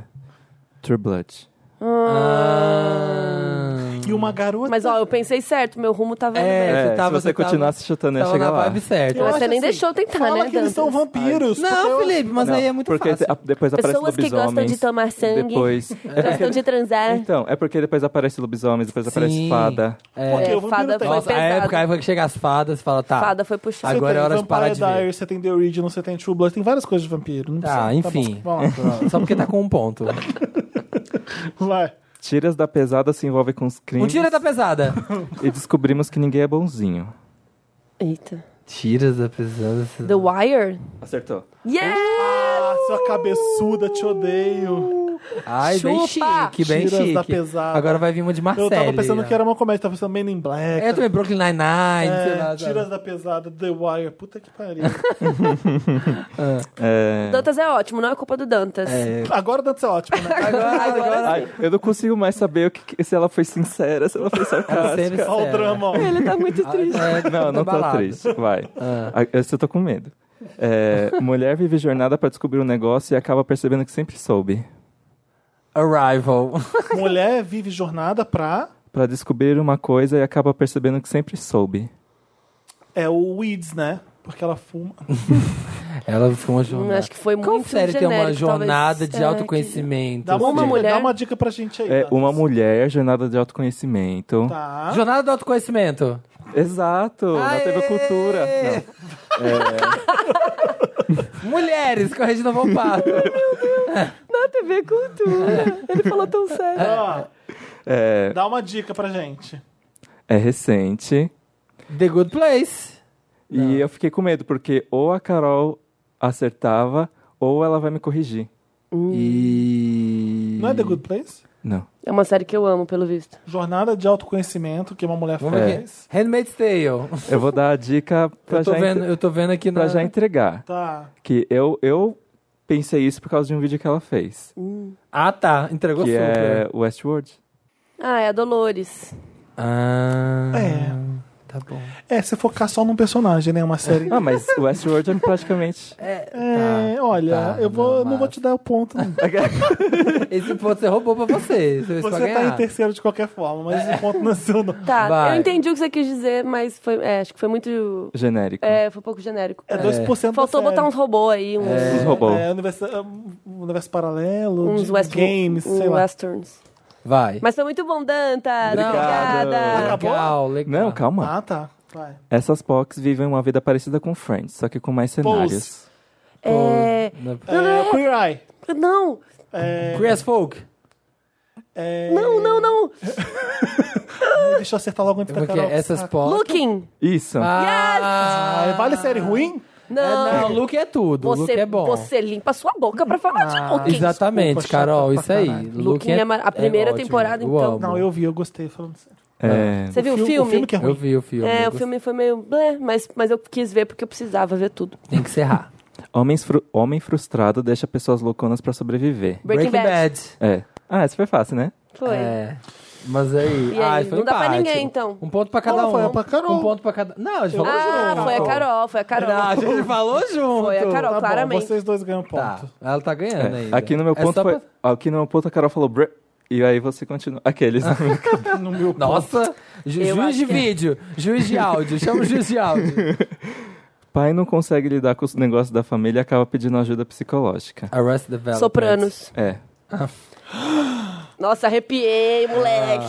D: True Blood.
B: Ah.
A: E uma garota.
C: Mas ó, eu pensei certo, meu rumo tá tava indo
B: É,
C: bem.
B: você
D: É,
B: tava-
D: se você
B: você tava-
D: continuasse chutando, ia
B: Tava na
D: chegar lá.
B: vibe certa.
A: Eu
C: Mas
A: acho
C: você nem
A: assim,
C: deixou eu tentar,
A: Fala
C: né,
A: que um- eles são
C: Dantas?
A: vampiros. porque eu-
B: Não, Felipe, mas
D: Não,
B: aí é muito
D: porque
B: fácil.
D: a- depois aparece
C: Pessoas que gostam
D: lobisomens,
C: de tomar sangue.
D: Depois... É
C: Gostam
D: porque...
C: de transar.
D: Então, é porque depois aparece lobisomens, depois
B: Sim.
D: aparece fada.
B: Então,
A: Porque
C: É,
A: o vampiro
C: fada
A: tem-
C: foi
B: Nossa, a
C: pesado.
B: época, a época que chega as fadas, fala, tá.
C: Fada foi puxada.
A: Você
B: Agora
A: tem
B: é hora de
A: Vampire
B: parar de ver.
A: Diaries, você tem The Original, você tem True Blood, tem várias coisas de vampiro. Não
B: Tá,
A: precisa-
B: enfim.
A: bom, vamos lá.
B: Só porque tá com um ponto.
A: Vai.
D: Tiras da pesada se envolvem com os
B: O
D: crimes
B: Um Tira da Pesada.
D: e descobrimos que ninguém é bonzinho.
C: Eita.
B: Tiras da Pesada.
C: The Wire?
D: Acertou.
C: Yeah!
B: É.
A: Ah, sua cabeçuda, te odeio.
B: Ai, bem
C: Chupa!
B: chique, bem
A: Tiras
B: chique.
A: da Pesada.
B: Agora vai vir uma de Marcelo.
A: Eu tava pensando que era uma comédia, tava pensando Men in Black.
B: É, eu também, Brooklyn Nine-Nine,
A: É,
B: sei lá. tá. sabe?
A: tiras da pesada, The Wire, puta que pariu.
D: É...
C: Dantas é ótimo, não é culpa do Dantas.
B: É.
A: Agora o Dantas é ótimo, né?
B: Agora, agora.
D: Ai, eu não consigo mais saber o que que- se ela foi sincera, se ela foi sarcástica.
B: Sério,
A: Olha o drama, ó.
C: Ele tá muito triste.
B: É,
D: Não, não tô
B: balada.
D: triste, vai.
B: Ah.
D: Ah, Eu só tô com medo. É, mulher vive jornada pra descobrir um negócio e acaba percebendo que sempre soube.
B: Arrival.
A: Mulher vive jornada pra.
D: Pra descobrir uma coisa e acaba percebendo que sempre soube.
A: É o Weeds, né? Porque ela fuma.
B: Ela ficou uma
C: Hum,
B: jornada.
C: Acho que foi muito
B: né? Qual série tem uma
C: genérico, talvez.
B: jornada
C: É,
B: de
C: que-
B: autoconhecimento?
A: Dá uma,
C: Uma
A: dica,
C: mulher-
A: Dá uma dica pra gente aí.
D: É
A: Dantas.
D: uma mulher, jornada de autoconhecimento.
A: Tá.
B: Jornada do autoconhecimento.
D: Exato, na
B: Aê!
D: TV Cultura. Não.
B: Mulheres com a Regina Volpato.
C: Na TV Cultura. Ele falou tão sério.
A: Ah,
D: É,
A: dá uma dica pra gente.
D: é recente.
B: The Good Place.
D: E eu fiquei com medo, porque ou a Carol acertava, ou ela vai me corrigir.
B: E.
A: Uh. Não é The Good Place?
D: Não.
C: É uma série que eu amo, pelo visto.
A: Jornada de autoconhecimento que uma mulher
B: Vamos ver
D: É.
B: aqui.
A: faz.
B: Handmaid's Tale.
D: Eu vou dar a dica pra,
B: Eu tô,
D: já,
B: vendo,
D: entre-
B: eu tô vendo aqui na.
D: pra já entregar.
A: Tá.
D: Que eu, eu pensei isso por causa de um vídeo que ela fez.
B: Ah, tá. Entregou
D: que
B: super.
D: é Westworld.
C: Ah, é a Dolores.
B: Ah.
A: É.
B: Tá bom.
A: É, se focar só num personagem, né? Uma série.
D: Ah, mas o Westworld é praticamente.
A: É,
B: Tá,
A: olha,
B: tá,
A: eu vou, não
B: não,
A: vou
B: mas-
A: te dar o ponto. Não.
B: Esse ponto você roubou pra você. Você, fez pra
A: Você tá
B: ganhar.
A: em terceiro de qualquer forma, mas o ponto não é seu, não.
C: Tá,
B: Vai.
C: eu entendi o que você quis dizer, mas foi, é, acho que foi muito.
D: genérico.
C: É, foi um pouco genérico.
A: É 2% da
C: Faltou
A: série.
C: botar um uns robôs aí, uns,
D: Os robôs.
A: É, universo, um universo paralelo,
C: uns um
A: de
C: West-
A: games,
C: uns
A: sei lá.
C: westerns.
B: Vai.
C: Mas foi muito bom, Danta.
D: Não.
C: Obrigada.
D: Obrigado.
B: Legal, legal.
D: Não, calma.
A: Ah, tá. Vai.
D: Essas POCs vivem uma vida parecida com Friends, só que com mais cenários.
A: Pose.
C: É...
B: Na-
A: É, Queer Eye.
C: Não,
A: É,
B: Chris Folk.
A: é,
C: não, não, não.
A: Deixa eu acertar logo antes
D: tá
A: da
B: Porque
A: Carol.
B: essas fotos.
C: Looking.
A: Então.
D: Isso.
B: Ah,
A: Ah, vale série ruim?
C: Não.
B: É, não, look é tudo.
C: Você,
B: look é bom. Ah,
C: você limpa sua boca pra falar de Looking.
B: Exatamente,
A: desculpa, chata
B: Carol, isso
A: pra
B: aí.
A: caralho.
B: Look
C: Looking é mar- a primeira
B: ótimo,
C: temporada,
B: eu
C: então.
B: amo.
A: tá Não, eu vi, eu gostei. Falando sério.
D: É,
C: Você viu o
A: O
C: filme?
A: O filme que é ruim.
B: Eu vi o filme.
C: É,
B: eu
C: o filme foi meio. blé, mas, mas eu quis ver porque eu precisava ver tudo.
B: gostei. Tem que encerrar.
D: homens fru- Homem frustrado deixa pessoas louconas pra sobreviver.
C: Breaking, Bad.
D: É. Ah, essa foi fácil, né?
C: Foi.
B: É. Mas aí.
C: E aí,
B: ai, foi um
C: não dá pra
B: empate.
C: ninguém, então.
B: Um ponto pra cada
A: Não,
B: um.
A: foi a pra Carol.
B: Um ponto pra cada. Não, a gente falou
C: Ah,
B: junto.
C: foi a Carol, foi a Carol.
B: Não, a gente falou junto.
C: Foi a Carol,
A: Tá bom,
C: claramente.
A: vocês dois ganham ponto.
B: Tá, ela tá ganhando
D: É.
B: aí.
D: Aqui no meu ponto foi. Aqui no meu ponto a Carol falou. "Bre-" E aí você continua. Aqueles.
A: No meu ponto.
B: Nossa, ju-
C: Eu
B: juiz
C: acho
B: de
C: que- é.
B: vídeo, juiz de áudio, chama o juiz de áudio.
D: Pai não consegue lidar com os negócios da família e acaba pedindo ajuda psicológica.
B: Arrest Development.
C: Sopranos.
D: É.
C: Nossa, arrepiei, moleque.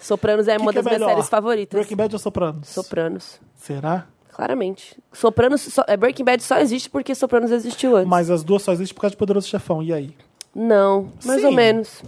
C: Sopranos é
A: Ah. Que
C: uma
A: que é
C: das minhas
A: melhor?
C: séries favoritas.
A: Breaking Bad ou Sopranos?
C: Sopranos.
A: Será?
C: Claramente. Sopranos. só- é, Breaking Bad só existe porque Sopranos existiu antes.
A: Mas as duas só existem por causa de Poderoso Chefão. E aí?
C: Não, mais
A: Sim.
C: ou menos.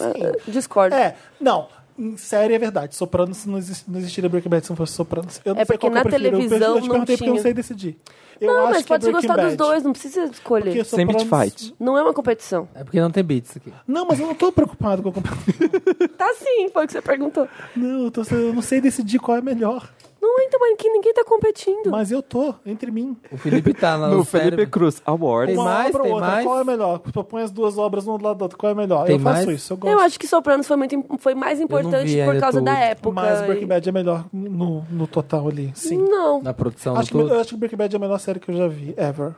C: Eh, Discordo.
A: É, não. Em série é verdade. Sopranos não, existe, não existiria Breaking Bad se não fosse Sopranos. Eu não
C: É
A: sei
C: porque
A: qual
C: na
A: que eu prefiro.
C: televisão
A: eu, eu te
C: não
A: perguntei porque eu não
C: tinha.
A: sei decidir. Eu
C: não,
A: acho
C: mas
A: que
C: pode
A: é Breaking
C: gostar dos
A: Bad,
C: dois, não precisa escolher.
A: Porque
D: Sem beat
A: Sopranos-
D: fight.
C: Não é uma competição.
B: É porque não tem beats aqui.
A: Não, mas eu não tô preocupado com a competição.
C: Tá sim, foi o que você perguntou.
A: Não, eu, tô- eu não sei decidir qual é melhor.
C: Não, então, mas que ninguém tá competindo.
A: Mas eu tô, entre mim.
B: O Felipe tá lá no,
D: No Felipe
B: cérebro.
D: Cruz Award.
B: Tem
A: Uma
B: mais,
A: obra
B: tem
A: ou outra,
B: mais?
A: qual é melhor? Propõe as duas obras uma do lado da outra, qual é melhor?
B: Tem
A: eu faço
B: mais?
A: isso, eu gosto.
C: Eu acho que Sopranos foi, muito, im- foi mais importante
B: vi
C: por
B: ainda
C: causa
B: tudo.
C: da época.
A: Mas Breaking
C: e-
A: Bad é melhor no, no total ali, sim.
C: Não,
B: Na produção do
A: Acho que, eu
B: tudo.
A: acho que Breaking Bad é a melhor série que eu já vi, ever.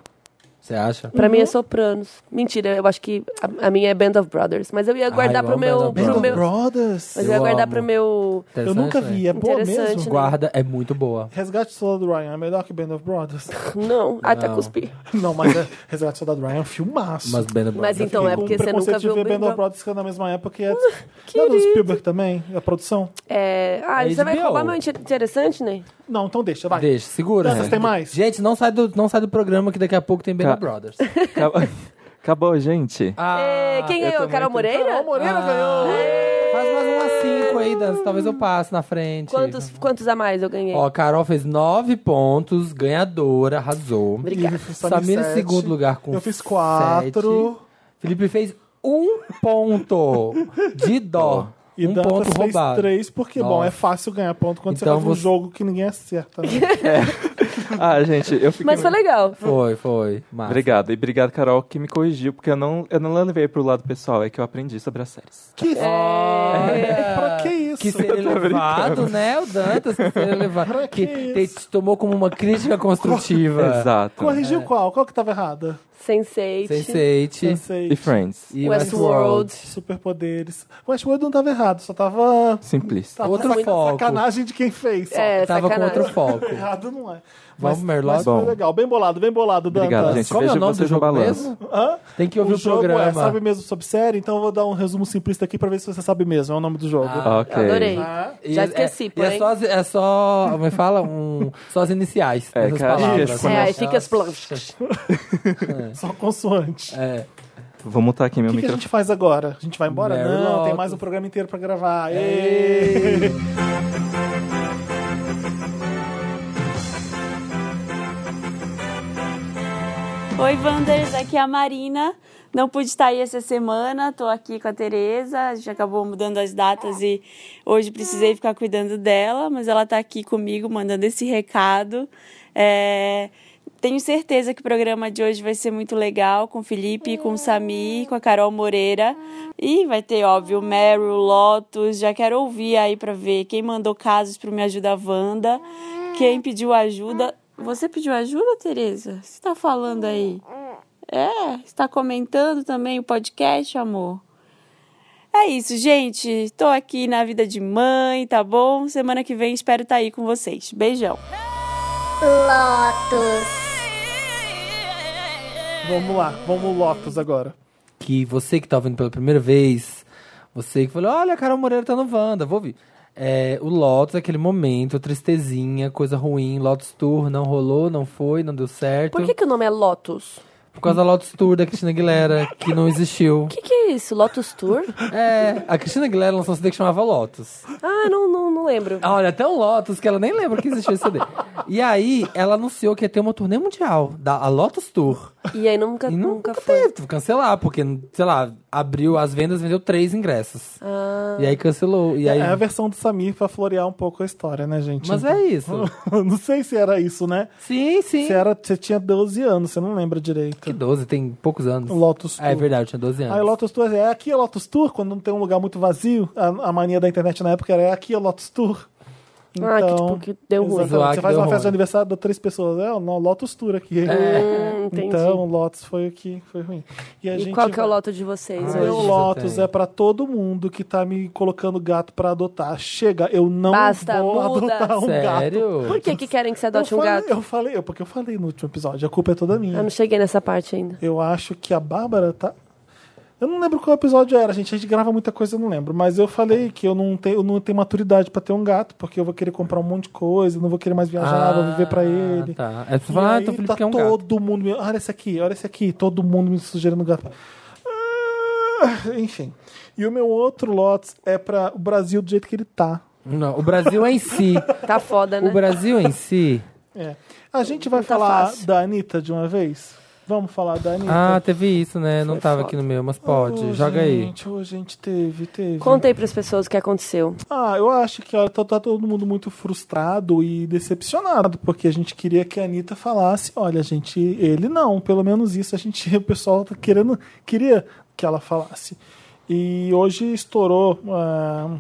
B: Você acha?
C: pra mim é Sopranos. Mentira, eu acho que a, a minha é Band of Brothers. Mas eu ia
B: Ah,
C: guardar
B: eu
C: pro
B: amo Band
C: meu.
B: of
A: Band
C: Pro
A: of
C: meu
A: Brothers.
C: mas eu ia
B: Eu
C: guardar
B: amo.
C: pro meu.
A: Eu nunca
B: é Interessante,
A: vi,
B: né?
A: é boa
C: Interessante,
A: mesmo.
C: né?
B: Guarda é muito boa.
A: Resgate do Soldado Ryan é melhor que Band of Brothers?
C: Não, até
B: Não.
C: cuspi.
A: não, mas é, Resgate do Soldado Ryan é um filmaço.
B: Mas Band of
C: Mas
B: Brothers.
C: então é
A: Com
C: porque você
A: preconceito
C: nunca
A: de
C: viu
A: ver Band of
C: Brothers.
A: Brothers, que é na mesma época e é... Não é do Spielberg também? A produção?
C: É... Ah,
B: É
C: você vai
B: HBO.
C: roubar meu inter- interessante, né?
A: Não, então deixa, vai.
B: Deixa, segura.
A: Vocês têm mais?
B: Gente, não sai, do, não sai do programa que daqui a pouco tem Band of
D: Tá.
B: Brothers.
D: Acabou, acabou, gente.
B: Ah,
C: É, quem ganhou?
D: também
C: Carol
D: tô-
C: Moreira? É,
A: Carol Moreira ganhou!
B: Faz mais uma cinco aí, Dan. Talvez eu passe na frente.
C: Quantos, quantos a mais eu ganhei?
B: Ó, Carol fez nove pontos, ganhadora, arrasou.
C: Obrigada.
B: Samir em
A: sete.
B: segundo lugar com
A: Eu fiz quatro.
B: sete. Felipe fez um ponto de dó.
A: E
B: um
A: Dantas
B: ponto
A: fez
B: roubado.
A: três, porque, bom,
B: Nossa.
A: é fácil ganhar ponto quando
B: Então
A: você faz um
B: você-
A: jogo que ninguém acerta. né?
D: Ah, gente, eu fiquei.
C: Mas foi legal.
B: Foi, foi. Massa.
D: Obrigado. E obrigado, Carol, que me corrigiu, porque eu não, eu não levei pro lado pessoal, é que eu aprendi sobre as séries.
A: que
B: Olha,
A: É, Pra que isso?
B: É. Que ser
D: Eu tô
B: elevado, né? O Dantas que ser elevado.
A: Pra
B: Que,
A: que
B: te, te tomou como uma crítica construtiva.
D: Exato.
A: Corrigiu
B: É.
A: qual? Qual que tava errada?
C: Sense8.
B: Sense8
A: Sensei.
D: E Friends.
B: e
C: Westworld.
B: Westworld.
A: Superpoderes. Westworld não tava errado, só tava...
D: Simplista.
A: tava
B: Outro
A: saca-
B: foco.
A: Sacanagem de quem fez. só.
C: É,
B: Tava com
C: sacanagem.
B: outro foco.
A: Errado não é.
B: Vamos, Merlot?
A: mas foi
D: Bom.
A: legal. Bem bolado, bem bolado, Dantas.
D: Obrigado, gente.
B: Qual é o
D: Vejo
B: nome do
D: vocês no
B: jogo
D: balanço.
B: mesmo? Tem que ouvir o,
A: jogo
B: programa.
A: é Sabe Mesmo Sobre Série, então eu vou dar um resumo simplista aqui pra ver se você sabe mesmo. É o nome do jogo.
B: Ah.
D: Ok.
C: Adorei.
A: Ah.
B: E
C: Já
B: é-
C: esqueci,
B: é, e É
C: porém.
B: só, as- é só, como é que fala? Um, só as iniciais
D: É,
B: dessas
D: cara,
B: palavras.
D: isso.
C: É, aí
B: Elas-
C: fica as plantas.
A: Só consoante.
B: É,
D: Vou mutar aqui meu
A: O que, que a
D: microfone.
A: gente faz agora? A gente vai embora?
B: Mary
A: Não,
B: Lotus. É
A: tem mais um programa inteiro pra gravar. Ê!
E: Oi, Wanders, aqui é a Marina. Não pude estar aí essa semana, tô aqui com a Tereza. A gente acabou mudando as datas e hoje precisei ficar cuidando dela, mas ela tá aqui comigo mandando esse recado. É, Tenho certeza que o programa de hoje vai ser muito legal com o Felipe, com o Sami, com a Carol Moreira. E vai ter, óbvio, o Meryl, Lotus. Já quero ouvir aí pra ver quem mandou casos pro Me Ajuda Wanda, quem pediu ajuda. Você pediu ajuda, Tereza? Você tá falando aí? É, está comentando também o podcast, amor. É isso, gente. Tô aqui na vida de mãe, tá bom? Semana que vem espero estar aí com vocês. Beijão.
F: Lotus,
A: Vamos lá, vamos Lotus agora.
B: que você que tá ouvindo pela primeira vez, você que falou, olha, a Carol Moreira tá no Wanda, vou ouvir. É, o Lotus, aquele momento, tristezinha, coisa ruim, Lotus Tour, não rolou, não foi, não deu certo.
C: Por que, que o nome é Lotus?
B: Por causa da Lotus Tour da Cristina Aguilera, que não existiu.
C: O que, que é isso? Lotus Tour?
B: É, a Cristina Aguilera lançou um CD que chamava Lotus.
C: Ah, não, não, não lembro.
B: Olha, até um Lotus, que ela nem lembra que existia esse CD. E aí, ela anunciou que ia ter uma turnê mundial, da, a Lotus Tour.
C: E aí nunca,
B: E
C: nunca,
B: nunca
C: foi.
B: teve, cancelar, porque, sei lá, abriu as vendas, vendeu três ingressos.
C: Ah.
B: E aí cancelou. E aí...
A: É a versão do Samir pra florear um pouco a história, né, gente?
B: Mas é isso.
A: não sei se era isso, né?
B: Sim, sim.
A: Você, era, você tinha 12 anos, você não lembra direito.
B: Que 12, tem poucos anos.
A: Lotus Tour.
B: Ah, é verdade, eu tinha 12 anos.
A: Aí Lotus Tour, é aqui é Lotus Tour, quando não tem um lugar muito vazio. A, a mania da internet na época era é aqui é Lotus Tour. Então,
C: Ah, que tipo, que deu ruim.
A: exatamente.
B: Zoar
A: Você
B: que
A: faz
B: deu
A: uma festa de
B: ruim. É.
A: aniversário de três pessoas. É, não, Lotus Tour aqui.
C: Hum, entendi.
A: então, Lotus foi o que foi ruim. E, a
C: e
A: gente
C: qual que é o
A: vai-
C: Lotus de vocês
B: Ah,
A: Meu
B: hoje?
C: hoje?
A: Lotus
B: tem.
A: é pra todo mundo que tá me colocando gato pra adotar. Chega, eu não
C: Basta,
A: vou
C: muda.
A: adotar um gato.
B: Sério?
C: Por que, que querem que você
A: Eu
C: adote um
A: falei,
C: gato?
A: eu falei, eu- porque eu falei no último episódio, a culpa é toda minha.
C: Eu não cheguei nessa parte ainda.
A: Eu acho que a Bárbara tá. Eu não lembro qual episódio era, gente. A gente grava muita coisa, eu não lembro. Mas eu falei que eu não tenho, eu não tenho maturidade pra ter um gato, porque eu vou querer comprar um monte de coisa, não vou querer mais viajar, vou viver pra ele.
B: Ah, Tá. Aí você
A: E
B: fala, ah,
A: aí
B: então o Felipe
A: tá
B: quer um gato.
A: todo mundo. me- Olha esse aqui, olha esse aqui. Todo mundo me sugerindo gato. Ah, Enfim. E o meu outro Lotus é pra o Brasil do jeito que ele tá.
B: Não, o Brasil em si.
C: Tá foda, né?
B: O Brasil em si.
A: É. A gente vai
C: Não tá
A: falar
C: fácil.
A: da Anitta de uma vez? Vamos falar da Anitta?
B: Ah, teve isso, né? Não
C: Foi
B: tava
C: foda.
B: aqui no meu, mas pode.
A: Ô,
B: Joga aí.
A: gente, ô, gente, teve, teve.
C: Conta aí pras pessoas o que aconteceu.
A: Ah, eu acho que ó, tá, tá todo mundo muito frustrado e decepcionado, porque a gente queria que a Anitta falasse, olha, gente, ele não, pelo menos isso a gente, o pessoal tá querendo, queria que ela falasse. E hoje estourou ah,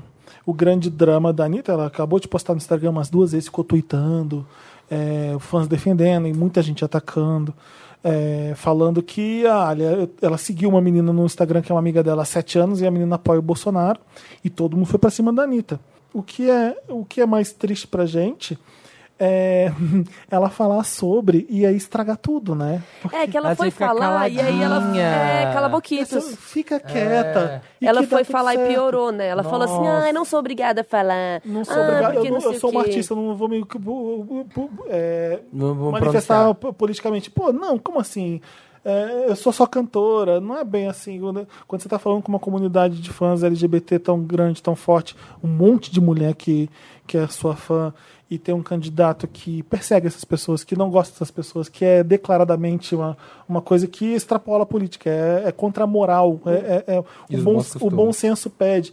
A: o grande drama da Anitta, ela acabou de postar no Instagram umas duas vezes, ficou tweetando, é, fãs defendendo e muita gente atacando. é, falando que ah, olha, eu- ela seguiu uma menina no Instagram que é uma amiga dela há sete anos e a menina apoia o Bolsonaro e todo mundo foi pra cima da Anitta. O que é, o que é mais triste pra gente é ela falar sobre e aí estragar tudo, né?
C: É, que ela,
B: Ela tinha
C: foi
B: que ficar
C: falar e aí ela.
B: caladinha.
C: É, cala
A: Essa-
C: boquitos.
A: Fica quieta. e
C: É. Ela
A: que dá
C: foi
A: tudo
C: falar
A: certo.
C: e piorou, né? Ela falou assim:
B: Nossa.
C: ah, não sou obrigada a falar.
A: Não sou
C: ah,
A: obrigado,
C: porque
A: eu, não-
C: sei
A: eu
C: o
A: sou uma
C: quê."
A: artista, eu não vou me bu- bu- bu- é,
B: Não vou
A: manifestar
B: pronunciar.
A: p- politicamente. Pô, não, como assim? É, eu sou só cantora, não é bem assim. Quando quando você está falando com uma comunidade de fãs LGBT tão grande, tão forte, um monte de mulher que, que é sua fã, e tem um candidato que persegue essas pessoas, que não gosta dessas pessoas, que é declaradamente uma, uma coisa que extrapola a política, é, é contra a moral, é, é- é
B: E
A: o,
B: os
A: bom,
B: bons
A: o
B: costumes.
A: bom senso pede.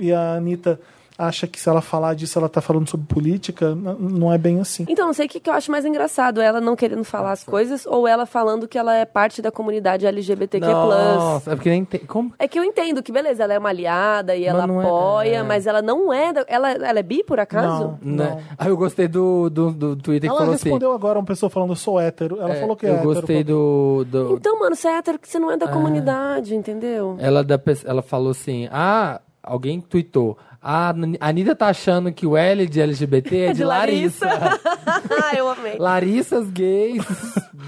A: E a Anitta acha que se ela falar disso, ela está falando sobre política, n- não é bem assim.
C: Então, não sei o que, que eu acho mais engraçado, ela não querendo falar as coisas ou ela falando que ela é parte da comunidade LGBTQ+.
B: Nossa, é porque nem tem. Como?
C: É que eu entendo que, beleza, ela é uma aliada e
B: Mas
C: ela
B: não é-
C: apoia,
B: é.
C: mas ela não é... da- Ela, ela é bi, por acaso?
A: Não.
B: Né? Ah, eu gostei do, do, do Twitter que
A: Ela
B: falou assim.
A: respondeu agora uma pessoa falando, eu sou hétero. Ela
B: é,
A: falou que é
B: eu
A: hétero.
B: gostei do, do,
C: Então, mano, você é hétero que você não é da comunidade, entendeu?
B: Ela, da, pe- ela falou assim: Ah, alguém tweetou. Ah, a Anitta tá achando que o L de LGBT é, de, Larissa.
C: ah, eu amei.
B: Larissas gays,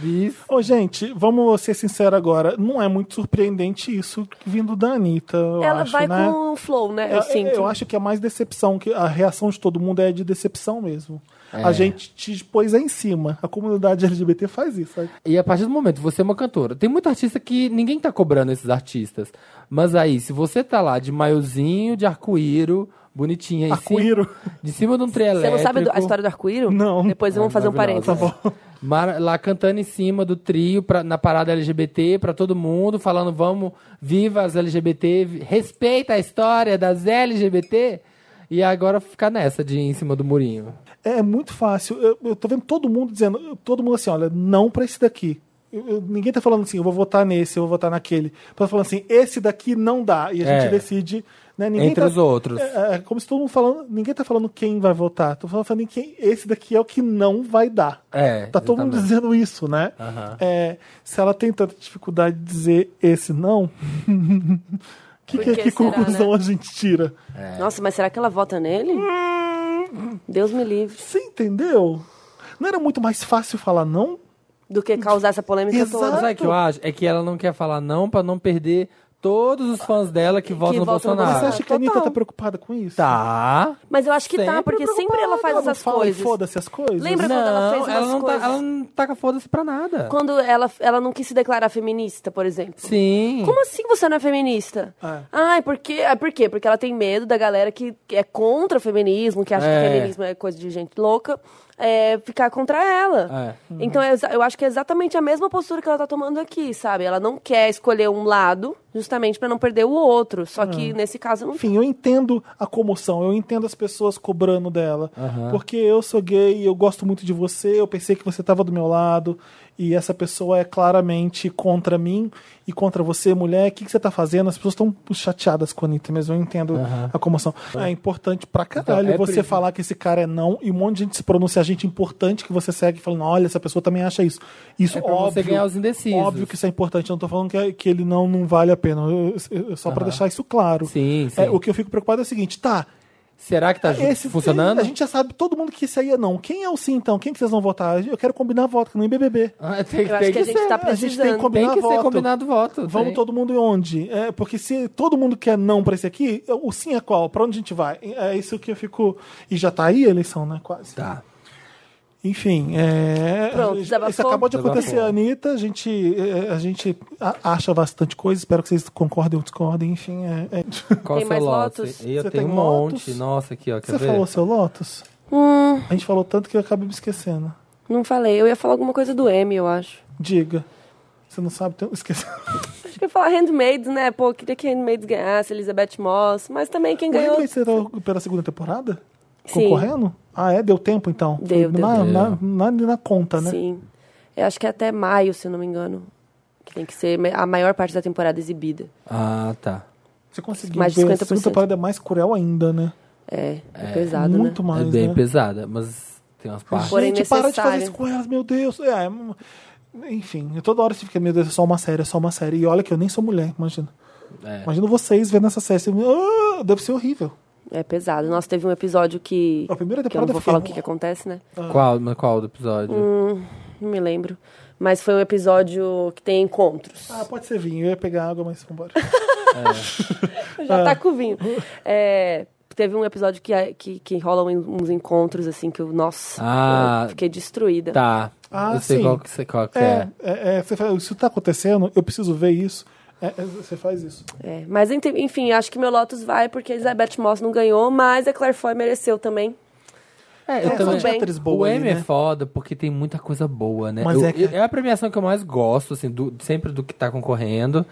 B: bis.
A: Ô, gente, vamos ser sinceros agora. Não é muito surpreendente isso vindo da Anitta, eu
C: ela
A: acho,
C: vai
A: né?
C: com o flow, né? Eu,
A: Eu,
C: sinto.
A: eu acho que é mais decepção, que a reação de todo mundo é de decepção mesmo.
B: É.
A: A gente te pôs aí em cima. A comunidade LGBT faz isso. sabe?
B: E a partir do momento que você é uma cantora, tem muita artista que ninguém tá cobrando esses artistas. Mas aí, se você tá lá de maiozinho, de arco-íro, bonitinha, em
A: Arco-íro.
B: cima- de cima de um trem
C: Você
B: elétrico. É
C: não sabe do- a história do arco-íro?
A: Não.
C: Depois vamos fazer um parênteses.
B: Maravilhosa. Tá Mara- lá cantando em cima do trio, pra- na parada LGBT, pra todo mundo, falando vamos, viva as LGBT, vi- respeita a história das LGBT. E agora ficar nessa de ir em cima do murinho.
A: É muito fácil. Eu, eu tô vendo todo mundo dizendo, todo mundo assim, olha, não pra esse daqui. Eu- eu- ninguém tá falando assim, eu vou votar nesse, eu vou votar naquele. Tá falando assim, esse daqui não dá. E a
B: É.
A: gente decide, né? Ninguém
B: Entre
A: tá-
B: os outros.
A: É, é como se todo mundo falando, ninguém tá falando quem vai votar. Tô falando, falando em quem, esse daqui é o que não vai dar.
B: É,
A: Tá todo mundo
B: exatamente.
A: dizendo isso, né?
B: Aham.
A: É, se ela tem tanta dificuldade de dizer esse não, que,
C: Por
A: que,
C: que
A: que
C: será, né?
A: conclusão a gente tira?
C: É. Nossa, mas será que ela vota nele? Deus me livre.
A: Você entendeu? Não era muito mais fácil falar não?
C: Do que causar essa polêmica
A: Exato.
C: toda.
B: Sabe o que eu acho? É que ela não quer falar não pra não perder todos os fãs dela que, votam no
C: votam no
A: Mas
B: Bolsonaro.
A: você
C: Ah,
A: acha que a Anitta
C: total.
A: tá preocupada com isso?
B: Tá.
C: Mas eu acho que tá,
B: Sempre
C: porque sempre ela faz
A: Ela não
C: essas
A: fala e
C: coisas.
A: foda-se as coisas?
C: Lembra quando ela fez umas
B: ela não, tá,
C: coisas?
B: ela não taca foda-se pra nada.
C: Quando ela, ela não quis se declarar feminista, por exemplo.
B: Sim.
C: Como assim você não é feminista?
A: É.
C: Ai, por quê? Ah, por quê? Porque ela tem medo da galera que que é contra o feminismo, que acha
B: É.
C: que o feminismo é coisa de gente louca, é, ficar contra ela.
A: Uhum.
C: Então é exa- eu acho que é exatamente a mesma postura que ela tá tomando aqui, sabe? Ela não quer escolher um lado justamente pra não perder o outro. Só
A: Uhum.
C: que nesse caso não
A: Enfim, eu entendo a comoção, eu entendo as pessoas cobrando dela. Porque eu sou gay, eu gosto muito de você, eu pensei que você estava do meu lado, e essa pessoa é claramente contra mim e contra você, mulher. O que, que você tá fazendo? As pessoas estão chateadas com a Anitta mesmo, eu entendo a comoção. É importante pra caralho
B: Então, é
A: você
B: preciso.
A: falar que esse cara é não, e um monte de gente se pronuncia, gente importante que você segue, falando, olha, essa pessoa também acha isso. Isso,
B: É pra
A: óbvio.
B: você ganhar os indecisos.
A: Óbvio que isso é importante, eu não tô falando que, é- que ele não, não vale a pena. Eu- eu- eu- só pra deixar isso claro.
B: Sim, sim.
A: É, o que eu fico preocupado é o seguinte, tá.
B: Será que tá ju-
A: Ah, Esse,
B: funcionando?
A: A gente já sabe todo mundo que isso aí é não. Quem é o sim, então? Quem que vocês vão votar? Eu quero combinar voto, que nem BBB.
B: Ah, tem,
C: Eu acho
B: tem
C: que a gente tá
A: A gente tem que
C: precisando.
A: combinar
B: né? tem que
A: voto.
B: ser combinado o voto.
A: Vamos
B: tem.
A: todo mundo e onde? É, porque se todo mundo quer não pra esse aqui, o sim é qual? Pra onde a gente vai? É isso que eu fico. E já tá aí a eleição, né? Quase.
B: Tá.
A: Enfim, é,
C: Pronto,
A: isso
C: desabafou?
A: acabou de
B: Desabafou.
A: acontecer, Anitta. A gente, é, a gente a- acha bastante coisa. Espero que vocês concordem ou discordem. Enfim, é- é.
B: Qual
C: Tem
B: o seu
C: mais
B: lote?
C: lotos?
B: Eu
A: Você tem
B: tenho um monte.
A: lotos?
B: Nossa, aqui, ó. Quer
A: você
B: ver?
A: falou assim. seu Lotus?
C: Hum,
A: A gente falou tanto que eu acabei me esquecendo.
C: não falei. Eu ia falar alguma coisa do M, eu acho.
A: Diga. Você não sabe, tem... um- esqueci.
C: Acho que eu ia falar Handmaids, né? Pô, eu queria que Handmaids ganhasse, Elizabeth Moss. Mas também quem
A: O
C: ganhou.
A: Handmaid's Tale pela segunda temporada?
C: Sim.
A: Concorrendo? Ah, é? Deu tempo então?
C: Deu, deu
A: na,
B: tempo.
A: Na, na, na conta, né?
C: Sim. Eu acho que é até maio, se eu não me engano. Que tem que ser me- a maior parte da temporada exibida.
B: Ah, tá.
A: Você conseguiu
C: Mais de
A: ver. A
C: 50%.
A: segunda temporada é mais cruel ainda, né?
C: É, é, pesado,
A: Muito
C: né?
A: mais,
B: é bem
A: né?
B: pesada, mas tem umas partes.
C: Porém
A: Gente, para de
C: necessário.
A: fazer isso com elas, meu Deus. É, enfim, eu toda hora você fica, meu Deus, é só uma série, é só uma série. E olha que eu nem sou mulher, imagina.
B: É.
A: Imagina vocês vendo essa série. você- Ah, deve ser horrível.
C: É pesado. Nossa, teve um episódio que.
A: A primeira
C: que eu não
A: temporada
C: vou
A: eu
C: falar o
A: fiquei,
C: que, que acontece, né?
A: é.
B: Qual, mas qual do episódio?
C: Hum. Não me lembro. Mas foi um episódio que tem encontros.
A: Ah, pode ser vinho. Eu ia pegar água, mas vambora.
C: Eu já
A: Ah.
C: tá com vinho. É, teve um episódio que, que, que rolam uns encontros, assim, que eu. Nossa,
B: Ah.
C: eu fiquei destruída.
B: Tá.
A: Ah,
B: eu sei
A: sim.
B: qual que, você- qual que
A: É,
B: é.
A: é, é, você fala, isso tá acontecendo, eu preciso ver isso. É, é, você faz isso.
C: É, mas ente- enfim, acho que meu Lotus vai porque a Elizabeth Moss não ganhou, mas a Claire Foy mereceu também.
B: É, eu
C: tudo
B: também.
C: bem.
A: atriz
B: o
A: boa ali,
B: M é
A: né?
B: foda porque tem muita coisa boa, né?
A: Mas
B: Eu-
A: é que-
B: eu- a premiação que eu mais gosto, assim, do- sempre do que tá concorrendo.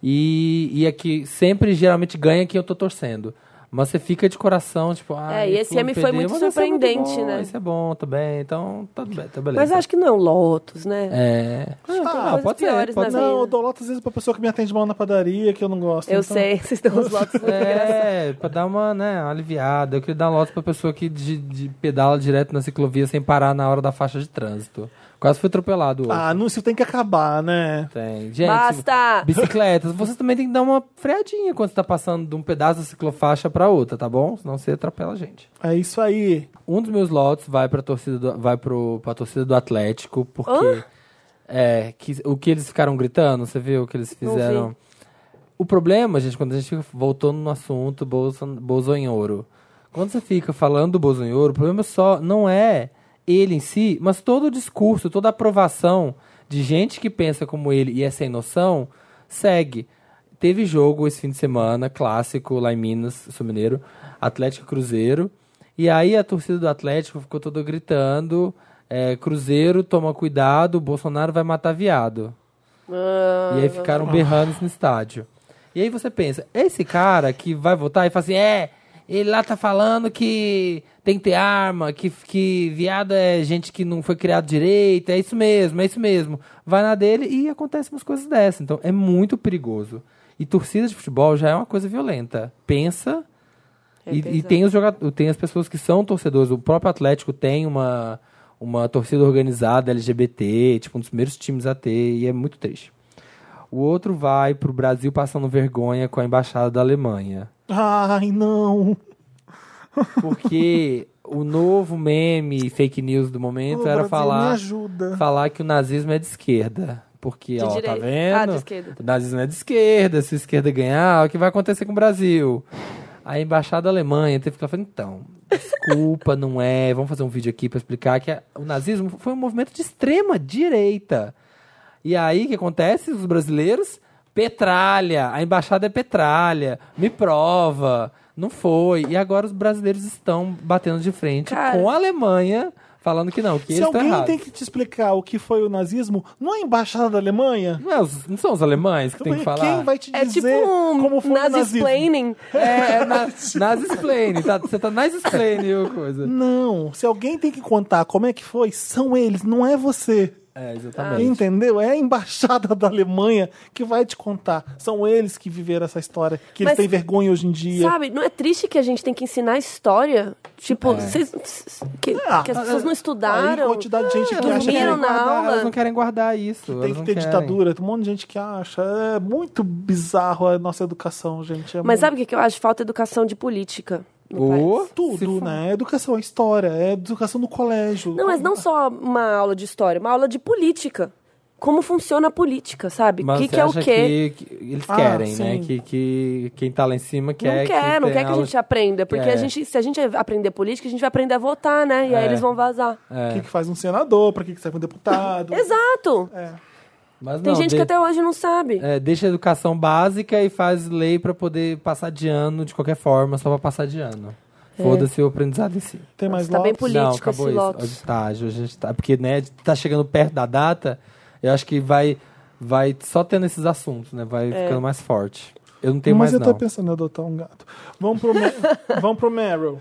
B: E, e é que sempre, geralmente, ganha quem eu tô torcendo. Mas você fica de coração, tipo, ah,
C: É, e esse M foi muito surpreendente, né?
B: Isso é bom também, então tá, be- tá beleza.
C: Mas acho que não é um Lotus, né?
B: É.
C: Ah,
B: Ah, pode ser,
C: piores
B: pode
C: na
B: ser.
C: vida.
A: Não, eu dou lotas às vezes pra pessoa que me atende mal na padaria, que eu não gosto.
C: Eu
A: então-
C: sei, vocês dão os Lotus muito engraçados.
B: É, pra dar uma, né, uma aliviada. Eu queria dar lote pra pessoa que de, de pedala direto na ciclovia sem parar na hora da faixa de trânsito. Quase fui atropelado hoje.
A: Ah, não, isso tem que acabar, né?
B: Tem. Gente,
C: Basta!
B: bicicletas, você também tem que dar uma freadinha quando você tá passando de um pedaço da ciclofaixa pra outra, tá bom? Senão você atropela a gente.
A: É isso aí.
B: Um dos meus lotes vai pra torcida do, vai pro, pra torcida do Atlético, porque é, que, o que eles ficaram gritando, você viu o que eles
C: Não
B: fizeram? O problema, gente, quando a gente voltou no assunto Bolson, Bolsonaro. Quando você fica falando do Bolsonaro, o problema só não é ele em si, mas todo o discurso, toda a aprovação de gente que pensa como ele e é sem noção, segue. Teve jogo esse fim de semana, clássico, lá em Minas, sou mineiro, Atlético e Cruzeiro. E aí a torcida do Atlético ficou toda gritando, é, Cruzeiro, toma cuidado, Bolsonaro vai matar viado. E aí ficaram berrando isso no estádio. E aí você pensa, esse cara que vai votar e fala assim, é, Ele lá tá falando que tem que ter arma, que, que viado é gente que não foi criado direito, é isso mesmo, é isso mesmo. Vai na dele e acontecem umas coisas dessas. Então é muito perigoso. E torcida de futebol já é uma coisa violenta. Pensa.
C: É
B: e, e
C: pesado.
B: tem, os jogadores, tem as pessoas que são torcedores. O próprio Atlético tem uma, uma torcida organizada LGBT, tipo um dos primeiros times a ter, e é muito triste. O outro vai pro Brasil passando vergonha com a embaixada da Alemanha.
A: Ai, não.
B: Porque o novo meme fake news do momento
A: Ô, Brasil,
B: era
A: Me
B: falar,
A: ajuda.
B: falar que o nazismo é de esquerda. Porque,
C: De
B: ó, tá
C: direita.
B: vendo?
C: Ah, de esquerda.
B: O nazismo é de esquerda, se a esquerda ganhar, o que vai acontecer com o Brasil? A embaixada alemã teve que falar, então, desculpa, não é, vamos fazer um vídeo aqui para explicar que a- o nazismo foi um movimento de extrema direita. E aí, o que acontece? Os brasileiros, petralha, a embaixada é petralha, me prova, não foi. E agora os brasileiros estão batendo de frente
C: Cara.
B: com a Alemanha, falando que não, que
A: Se
B: eles estão
A: alguém
B: errados.
A: tem que te explicar o que foi o nazismo, não é a embaixada da Alemanha?
B: Não, é os- não são os alemães que tem que
A: Quem
B: falar.
A: vai te
C: É
A: dizer
C: tipo um
A: como foi o nazismo?
C: nazisplaining.
B: É, é na, nas explain, tá? Você tá nas explain, viu, coisa.
A: Não, se alguém tem que contar como é que foi, são eles, não é você.
B: É, exatamente.
A: Entendeu? É a embaixada da Alemanha que vai te contar. São eles que viveram essa história, que eles
C: Mas-
A: têm vergonha hoje em dia.
C: Sabe, não é triste que a gente tem que ensinar a história? Tipo, vocês- que,
A: Ah,
C: que as pessoas não
A: Aí,
C: estudaram.
A: quantidade de gente que
B: Elas
A: acha
B: não
A: que
C: dormiram
B: querem
C: na
B: guardar-
C: aula.
B: Elas não querem guardar isso.
A: tem
B: elas
A: que
B: não
A: ter
B: querem.
A: ditadura. Tem um monte de gente que acha. É muito bizarro a nossa educação, gente. É muito...
C: Mas sabe o que que eu acho? Falta educação de política. no
B: Ô,
C: país.
B: se
A: tudo,
B: for-
A: né? É educação, é história, é educação no colégio.
C: Não, mas não só uma aula de história, uma aula de política. Como funciona a política, sabe? O
B: Mas
C: que,
B: você
C: que é o
B: acha
C: quê?
B: Que, que eles
A: Ah,
B: querem, né?
A: sim.
B: Que, que quem tá lá em cima quer.
C: Não quer, não
B: tenha
C: quer que a
B: aula-
C: gente aprenda. Porque
B: É.
C: a gente, se a gente aprender política, a gente vai aprender a votar, né? E
B: É.
C: aí eles vão vazar.
A: O que,
B: É,
A: que faz um senador, pra que, que serve um deputado.
C: Exato!
B: mas
C: Tem
B: É, não,
C: gente
B: de-
C: que até hoje não sabe.
B: é, deixa a educação básica e faz lei pra poder passar de ano de qualquer forma, só pra passar de ano.
C: É.
B: Foda-se o aprendizado em si.
A: Tem mais
C: Tá bem
A: Lopes?
C: político
B: não, acabou
C: esse
B: isso.
C: Lotus.
B: Tá, hoje a gente tá. Porque, né, tá chegando perto da data, eu acho que vai, vai só tendo esses assuntos, né? Vai
C: É.
B: ficando mais forte. Eu não tenho
A: Mas eu
B: mais,
A: tô
B: não.
A: pensando em adotar um gato. Vamos pro, Ma- Vamos pro Meryl.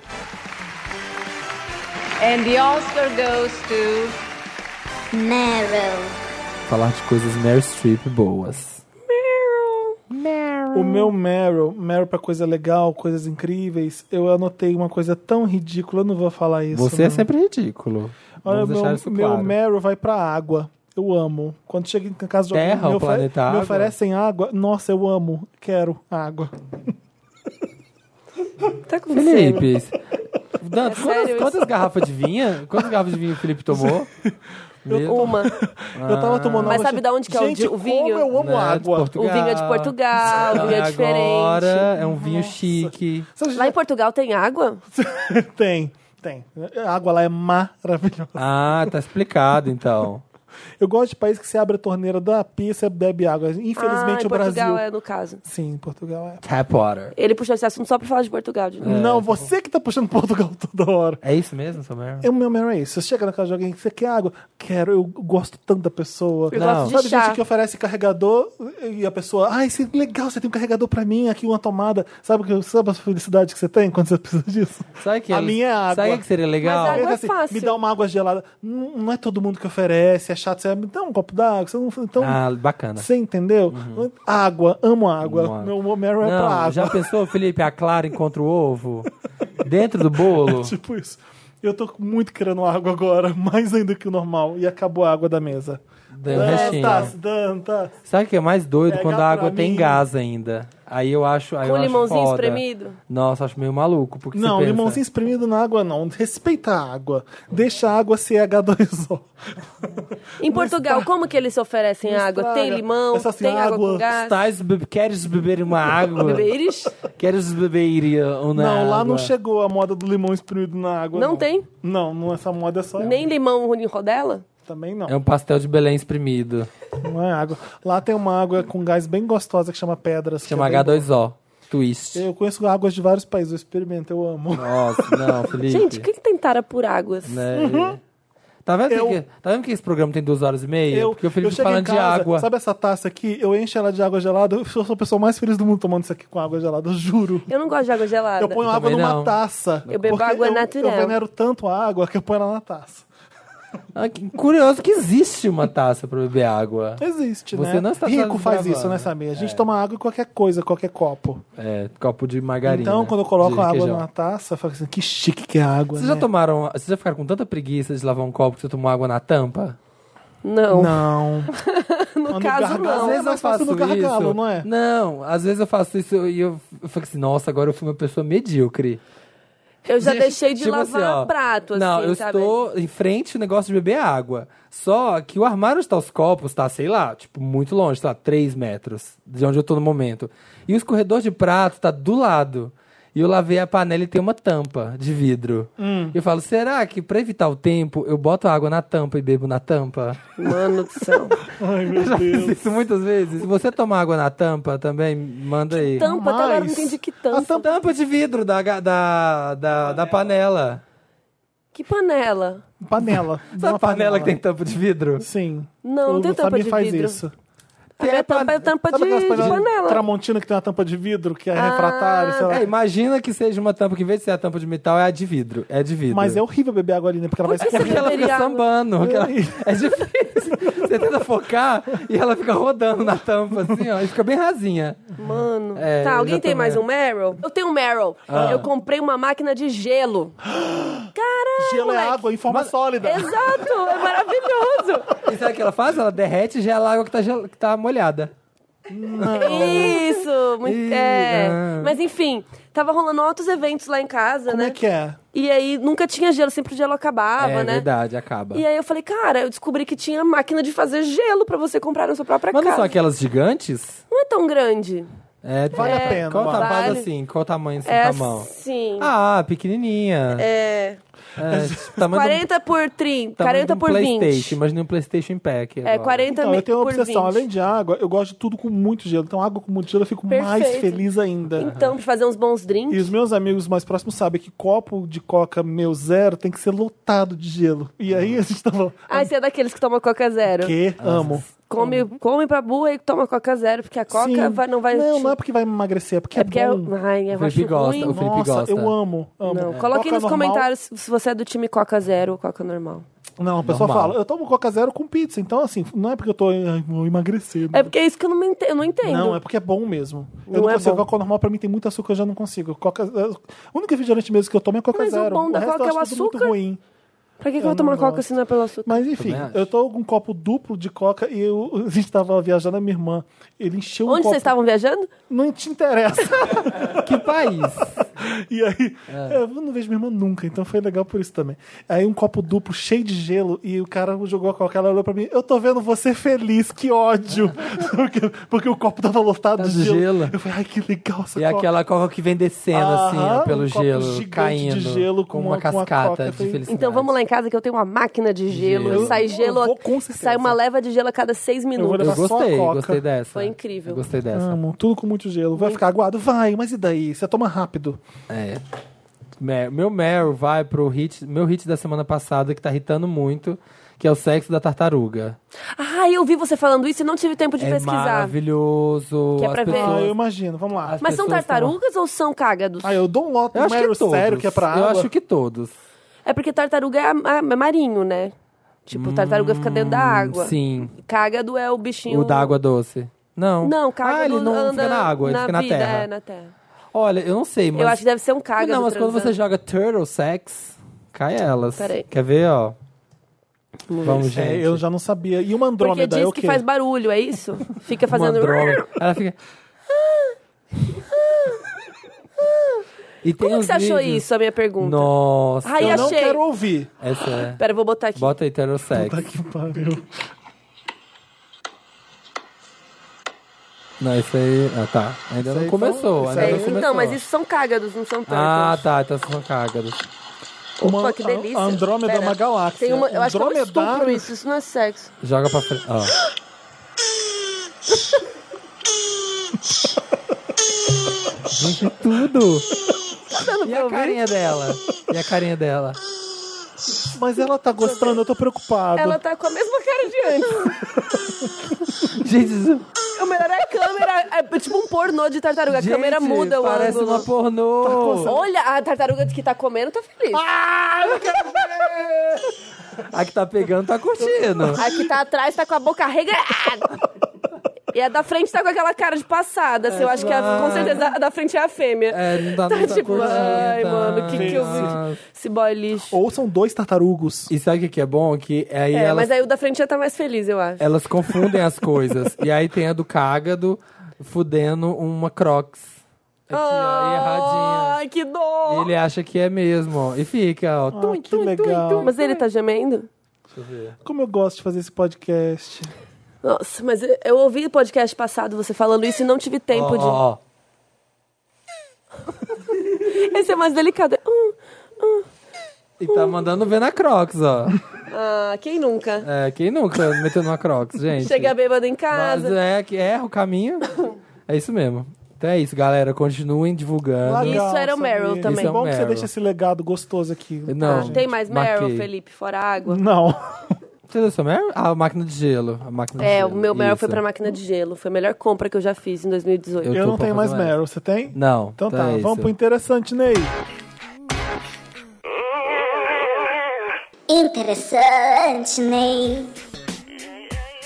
F: And the Oscar goes to
G: Meryl.
B: Falar de coisas Mary Streep boas.
A: O meu Meryl, Meryl pra coisa legal, coisas incríveis, eu anotei uma coisa tão ridícula, eu não vou falar isso.
B: Você
A: não.
B: é sempre ridículo.
A: Olha,
B: Vamos
A: meu,
B: deixar isso
A: meu
B: claro.
A: Meryl vai pra água. Eu amo. Quando chega em casa de alguém,
B: Terra,
A: me,
B: o planeta água?
A: me oferecem água. Nossa, eu amo. Quero água.
C: Tá com
B: É. Felipe. isso- Dantas,
C: É sério
B: quantas,
C: isso?
B: quantas garrafas de vinho? Quantas garrafas de vinho o Felipe tomou?
C: você. Uma.
A: Eu tava tomando
C: Mas
A: água. assim,
C: sabe da onde que é o
A: Gente,
C: di- o
A: Como
C: vinho?
A: eu amo
B: Ah. Né, de
A: água.
C: O vinho é de Portugal, o
B: Então,
C: vinho é
B: Agora
C: diferente.
B: é um vinho chique.
A: Você já-
C: Lá em Portugal tem água?
A: Tem, tem. A água lá é maravilhosa.
B: Ah, tá explicado então.
A: Eu gosto de país que você abre a torneira da pia e você bebe água. Infelizmente
C: ah, em
A: o Brasil.
C: Portugal é no caso.
A: Sim, Portugal é.
B: Tap water.
C: Ele puxou esse assunto só pra falar de Portugal. De novo.
A: Não, você que tá puxando Portugal toda hora.
B: É isso mesmo, Samara?
A: É o meu Mary. Você chega na casa de alguém que você quer água. Quero, eu gosto tanto da pessoa.
C: Eu
B: Não.
C: gosto de
A: Sabe
C: chá.
A: gente que oferece carregador e a pessoa, ai, isso é legal, você tem um carregador pra mim, aqui uma tomada. Sabe, o que- sabe a felicidade que você tem quando você precisa disso?
B: Sabe que
A: A minha é água.
B: Sabe o que seria legal?
C: Mas água-
A: Pensa
C: é
A: assim,
C: fácil.
A: Me dá uma água gelada. Não, não é todo mundo que oferece, é chato. Você me dá um copo d'água. Você não, então,
B: Ah, bacana.
A: você entendeu?
C: Uhum.
A: Água, amo água.
B: Amo água.
A: Meu Homero é pra
B: Não,
A: água.
B: já pensou, Felipe, a Clara encontra o ovo dentro do bolo?
A: Tipo isso. Eu tô muito querendo água agora, mais ainda que o normal. E acabou a água da mesa.
B: Deu
A: é,
B: um restinho.
A: Dantas, Dantas.
B: Sabe o que é mais doido?
A: Pega
B: Quando a água
A: tá. pra
B: tem
A: mim.
B: gás ainda. Aí eu acho. Aí
C: Com
B: eu
C: limãozinho
B: acho foda.
C: espremido?
B: Nossa, eu acho meio maluco. Porque você
A: Não,
B: pensa,
A: limãozinho espremido na água não. Respeita a água. Deixa a água ser H2O.
C: Em Portugal, como que eles se oferecem
A: Não
C: água?
A: estraga.
C: Tem limão,
A: tá. Essa assim,
C: tem água,
A: água
C: com gás.
B: Estás be- queres beber uma água?
C: Beberes?
B: queres beber uma
A: Não, lá não
B: é água?
A: chegou a moda do limão espremido na água.
C: Não
A: Não,
C: tem?
A: Não, não, essa moda é só.
C: Nem limão em rodela?
A: Também não.
B: É um pastel de Belém espremido.
A: Não é água. Lá tem uma água com gás bem gostosa que chama pedras. que
B: Chama
A: é bem boa.
B: H2O. Twist.
A: Eu conheço águas de vários países, eu experimento, eu amo.
B: Nossa, não, Felipe.
C: Gente, o que, que tem tara por águas?
B: né? Tá vendo,
A: Uhum. Eu-
B: que, tá vendo que esse programa tem duas horas e meia?
A: Eu,
B: É, Porque o Felipe
A: eu chego em
B: falando
A: casa,
B: de água.
A: sabe essa taça aqui? Eu encho ela de água gelada. Eu sou a pessoa mais feliz do mundo tomando isso aqui com água gelada, eu juro.
C: Eu não gosto de água gelada.
A: Eu ponho água
B: também
A: numa
B: não.
A: taça.
C: Eu bebo
A: porque
C: água
A: eu,
C: natural.
A: Eu venero tanto a água que eu ponho ela na taça.
B: Ah, que curioso que existe uma taça pra beber água.
A: Existe,
B: Você
A: né?
B: não está É.
A: Rico faz
B: gravando.
A: isso, né, Samir? A gente toma água em qualquer coisa, qualquer copo.
B: É, copo de margarina.
A: então, quando eu coloco
B: né? de
A: a água
B: requeijão.
A: numa taça, eu falo assim, que chique que é a água,
B: Vocês
A: né?
B: já tomaram. Vocês já ficaram com tanta preguiça de lavar um copo que você tomou água na tampa? um?
C: Não.
A: Não.
C: No
A: Mas
C: caso,
A: gargalo-
C: não.
A: Às vezes
B: eu
A: é mais fácil no gargalo, não é?
B: Não, às vezes eu faço isso e eu, eu fico assim, nossa, agora eu fui uma pessoa medíocre.
C: Eu já deixei de
B: Tipo assim,
C: lavar
B: ó,
C: prato, assim,
B: Não, eu
C: sabe?
B: estou em frente ao negócio de beber água. Só que o armário onde tá os copos tá, sei lá, tipo, muito longe, tá 3 metros de onde eu tô no momento. E o escorredor de prato tá do lado. E eu lavei a panela e tem uma tampa de vidro.
C: Hum.
B: Eu falo, será que pra evitar o tempo, eu boto a água na tampa e bebo na tampa?
C: Mano do céu.
A: Ai, meu Deus.
B: Isso muitas vezes. Se você tomar água na tampa também, manda aí.
C: Tampa, até agora eu não
A: Mas-
C: entendi que tampa.
B: Tampa, de vidro da, ga- da, da, da panela.
C: Que panela?
A: Panela. né?
B: Sabe a panela, que tem tampa de vidro?
A: Sim.
C: Não, não
A: O
C: tem tampa
A: Samir
C: de
A: faz
C: vidro.
A: isso.
C: A minha tampa é tampa de,
A: Sabe aquelas
C: de
A: panelas
C: panela.
A: Tramontina que tem uma tampa de vidro, que é refratária, sei lá.
B: Ah, É, imagina que seja uma tampa que, em vez de ser a tampa de metal, é a de vidro. É de vidro.
A: Mas é horrível beber água ali, né? Porque ela vai
C: Por que
A: escorrer.
B: Porque ela
C: Beberia
B: fica
C: água.
B: sambando. que ela- É difícil. Você tenta focar e ela fica rodando na tampa, assim, ó. E fica bem rasinha.
C: Mano.
B: É,
C: tá,
B: eu
C: alguém
B: já
C: tem
B: tomei.
C: mais um Meryl? Eu tenho um Meryl. Eu comprei uma máquina de gelo. Caralho!
A: Gelo é
C: moleque.
A: água em forma sólida.
C: Exato! É maravilhoso!
B: E sabe o que ela faz? Ela derrete e gela a água que tá, gel- que tá molhada.
C: Isso! Muito,
B: Ih,
C: é.
B: ah.
C: Mas enfim, tava rolando altos eventos lá em casa,
A: Como
C: né?
A: é que é?
C: E aí nunca tinha gelo, sempre o gelo acabava,
B: é
C: né?
B: verdade, acaba.
C: E aí eu falei, cara, eu descobri que tinha máquina de fazer gelo pra você comprar na sua própria
B: Mas não é-
C: casa.
B: são aquelas gigantes?
C: Não é tão grande.
B: É,
A: Vale a
B: é,
A: pena,
B: Qual o
A: vale.
B: tamanho assim? Qual o tamanho assim,
C: É
B: da mão?
C: sim.
B: Ah, pequenininha. É.
C: É.
B: tipo, tamanho do-
C: 40 por 30,
B: tamanho
C: 40
B: de um
C: por
B: PlayStation.
C: 20.
B: Imagina um PlayStation Pack.
C: É,
B: agora.
C: 40
A: Então, eu tenho uma
C: por 20.
A: obsessão. Além de água, eu gosto de tudo com muito gelo. Então, água com muito gelo, eu fico mais
C: Perfeito.
A: feliz ainda.
C: Então, pra fazer uns bons
A: E
C: drinks.
A: os meus amigos mais próximos sabem que copo de coca meu zero tem que ser lotado de gelo. E aí a gente tava.
C: Ah, você é daqueles que toma Coca Zero.
A: Que amo.
C: Come, come pra burra e toma Coca Zero, porque a Coca
A: Sim.
C: vai- não vai...
A: Não,
C: te-
A: não é porque vai emagrecer, é porque é,
C: É porque é-
A: bom.
B: O
C: Ai, eu
B: Felipe
C: acho
B: gosta,
C: ruim.
B: o Felipe
A: Nossa,
B: gosta.
A: eu É. amo, amo.
C: Não, coloque aí
A: Coca
C: nos
A: normal-
C: comentários se você é do time Coca Zero ou Coca normal.
A: Não, a pessoa
B: Normal.
A: fala, eu tomo Coca Zero com pizza. Então, assim, não é porque eu tô eh, emagrecendo.
C: É porque é isso que eu não, me ente- eu não entendo.
A: Não, é porque é bom mesmo.
C: Não
A: eu não
C: é
A: consigo.
C: bom.
A: Coca normal pra mim tem muito açúcar, eu já não consigo. Coca... eh, O único refrigerante mesmo que eu tomo é Coca
C: Mas o
A: Zero.
C: bom da
A: resto
C: Coca
A: eu
C: é
A: acho
C: o
A: tudo muito
C: açúcar.
A: ruim.
C: Pra que, que eu
A: Eu
C: vou tomar
A: não
C: Coca
A: gosto.
C: se não é pelo açúcar?
A: Mas enfim,
B: Também acho.
A: eu tô com um copo duplo de Coca e eu- a gente tava viajando, a minha irmã. Ele encheu um
C: Onde
A: copo.
C: vocês estavam viajando?
A: Não te interessa.
B: Que país?
A: E aí,
B: É.
A: eu não vejo minha irmã nunca, então foi legal por isso também. Aí um copo duplo cheio de gelo e o cara jogou a coca, ela olhou pra mim, eu tô vendo você feliz, que ódio. porque, porque o copo tava lotado
B: Tá
A: de gelo.
B: gelo.
A: Eu falei, ai, que legal essa
B: e é
A: coca.
B: aquela coca que vem descendo, assim,
A: Aham,
B: ó, pelo
A: um copo
B: gelo,
A: gigante
B: caindo.
A: de gelo com
B: uma,
A: uma- com uma
B: cascata
A: coca,
B: de
A: foi-
B: felicidade.
C: Então vamos lá em casa que eu tenho uma máquina de gelo.
B: Gelo.
C: Sai
A: Eu
C: gelo.
A: vou com certeza.
C: sai uma leva de gelo a cada seis
A: vou
C: minutos.
B: Eu
A: levar só a
B: gostei,
A: coca.
B: gostei dessa.
C: Foi incrível.
B: Eu gostei dessa.
A: Amo, tudo com muito gelo. Vai ficar aguado? Vai, mas e daí? Você toma rápido.
B: É. Mer- Meu Meryl vai pro hit, meu hit da semana passada, que tá irritando muito, que é o sexo da tartaruga.
C: Ah, eu vi você falando isso e não tive tempo de
B: é
C: pesquisar.
B: maravilhoso.
C: Que é
B: as
C: pra ver.
B: pessoas-
A: Ah, eu imagino, vamos lá.
B: As
C: Mas são
B: pessoas tão-
C: tartarugas ou são cágados?
A: Ah, eu dou um lote
B: Eu
A: do
B: acho que
A: Meryl
B: todos.
A: sério, que é pra
B: Eu
A: água.
B: acho que todos.
C: É porque tartaruga é, a- a- é marinho, né? Tipo, tartaruga fica dentro da água.
B: Sim.
C: Cágado é o bichinho.
B: O da água doce. Não.
C: Não,
B: Ah,
C: cágado
B: ele não
C: anda
B: fica na água, ele fica na
C: vida,
B: terra.
C: É, na terra.
B: Olha, eu não sei, mas...
C: Eu acho que deve ser um cágado.
B: Não, mas quando você é
C: transando.
B: joga turtle sex, cai elas.
C: Peraí.
B: Quer ver, ó? Vamos, gente.
A: É, eu já não sabia. E uma
C: Porque
A: Andrômeda
C: diz
A: é o
C: que
A: quê?
C: faz barulho, é isso? Fica
B: Uma
C: fazendo.
B: droga. Ela fica... e tem
C: Como que
B: uns
C: você achou
B: vídeos-
C: isso, a minha pergunta?
B: Nossa.
C: Ai,
A: Eu não
C: achei.
A: quero ouvir.
B: Essa é.
C: Pera, eu vou botar aqui.
B: Bota aí turtle sex.
A: Puta que pariu.
B: Não, isso aí... Ah, tá. Ainda
A: Isso
B: não
A: aí
B: começou.
A: foi- um isso
B: Ainda
A: aí-
B: não
C: É,
B: começou.
C: então, mas isso é são cágados, não são turtles.
B: Ah, tá. Então são cágados.
C: Opa, que
A: a-
C: delícia.
A: a Andrômeda é
C: Pera,
A: uma galáxia.
C: Tem uma, eu acho que é um
A: Andromedário-
C: estupro isso, isso não é sexo.
B: Joga pra frente. Ó. Gente, tudo! E a carinha dela? E a carinha dela?
A: Mas ela tá gostando, eu tô preocupado.
C: Ela tá com a mesma cara de antes.
B: Gente, isso-
C: O melhor é a câmera. É tipo um pornô de tartaruga. A
B: gente,
C: câmera muda o
B: parece
C: ângulo. Tá
B: uma pornô.
C: Olha, a tartaruga que tá comendo tá feliz.
B: a que tá pegando tá curtindo.
C: A que tá atrás tá com a boca arreganhada. E a da frente tá com aquela cara de passada, assim. eu acho que a- com certeza a da frente é a fêmea.
B: É, não dá
C: tá
B: não tá
C: tipo,
B: curtindo,
C: ai,
B: tá,
C: mano, que que eu vi?
B: tá.
C: Esse boy lixo.
A: Ou são dois tartarugos.
B: E sabe o que que é bom? Que aí
C: é,
B: elas,
C: mas aí o da frente já tá mais feliz, eu acho.
B: elas confundem as coisas. E aí tem a do cágado fudendo uma crocs. Aqui, ó, e erradinha.
C: Ai, que dó!
B: Ele acha que é mesmo, ó. E fica, ó. tum,
A: Ah, que
B: tum, tum,
A: legal.
B: tum.
C: Mas ele tá gemendo?
A: Como eu gosto de fazer esse podcast.
C: Nossa, mas eu, eu ouvi o podcast passado você falando isso e não tive
B: Ó,
C: tempo
B: ó, ó.
C: de. Esse é mais delicado. Hum.
B: E tá mandando ver na Crocs, ó.
C: Ah, quem nunca?
B: É, quem nunca meteu numa Crocs, gente?
C: Chega bêbado em
B: Mas
C: casa.
B: é que erra o caminho. É isso mesmo. Então é isso, galera. Continuem divulgando.
A: Legal,
C: Isso era o
A: sabia.
C: Meryl também.
A: Isso é bom que você
B: Meryl.
A: deixa esse legado gostoso aqui.
B: Não,
C: Ah, tem mais Meryl,
B: marquei.
C: Felipe, fora a água?
A: Não.
B: Você deu seu Meryl? Ah, a máquina de gelo. A máquina de
C: É, o
B: gelo.
C: meu Meryl foi
B: Isso.
C: pra máquina de gelo. Foi a melhor compra que eu já fiz em 2018.
B: Eu
A: Eu,
B: tô
A: não
B: pra
A: tenho mais
B: fazer mais.
A: Meryl. Você tem?
B: Não.
A: Então tá,
B: é
A: vamos
B: isso.
A: pro interessante, Ney.
G: Interessante, Ney.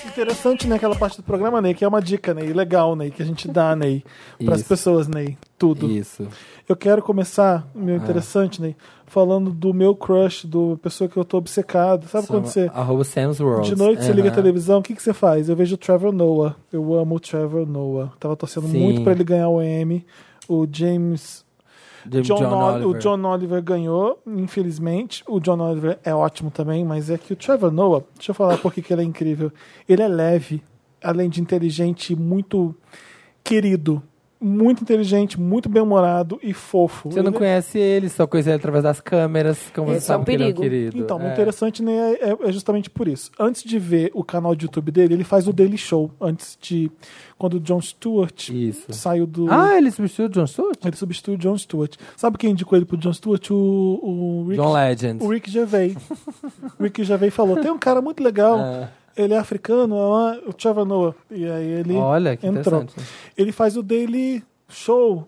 A: Interessante, né? Aquela parte do programa, Ney, que é uma dica, Ney. Legal, Ney, que a gente dá, Ney. Pras
B: Isso.
A: pessoas, Ney. Tudo.
B: Isso.
A: Eu quero começar,
B: Ah.
A: meu interessante, Ney, falando do meu crush, do pessoa que eu tô obcecado. Sabe quando
B: Chama-
A: você.
B: Arroba Sam's World.
A: De noite você liga a
B: Aham.
A: televisão, o que, que você faz? Eu vejo o Trevor Noah. Eu amo o Trevor Noah. Tava torcendo
B: Sim.
A: muito pra ele ganhar o Emmy. O James.
B: Jim-
A: John Oli- o
B: Oliver.
A: John Oliver ganhou, infelizmente. O John Oliver é ótimo também, mas é que o Trevor Noah, deixa eu falar por que que ele é incrível. Ele é leve, além de inteligente, muito querido. Muito inteligente, muito bem-humorado e fofo.
B: Você não
A: Ele- é-
B: conhece ele, só conhece ele através das câmeras, como
C: Esse
B: você
C: é
B: sabe
C: um
B: que ele é um
C: perigo.
B: querido.
A: Então, o
B: é.
A: interessante né, é, é justamente por isso. Antes de ver o canal de YouTube dele, ele faz o Daily Show. Antes de. Quando o Jon Stewart
B: Isso.
A: saiu do.
B: Ah, ele substituiu o John Stewart?
A: Ele substitui o Jon Stewart. Sabe quem indicou ele pro Jon Stewart? O, o Rick
B: John Legend.
A: o Rick Gervais. o Rick Gervais falou, tem um cara muito legal,
B: É.
A: ele é africano, ah, ah, o Trevor Noah. E aí ele
B: Olha, que
A: entrou.
B: interessante.
A: Ele faz o Daily Show.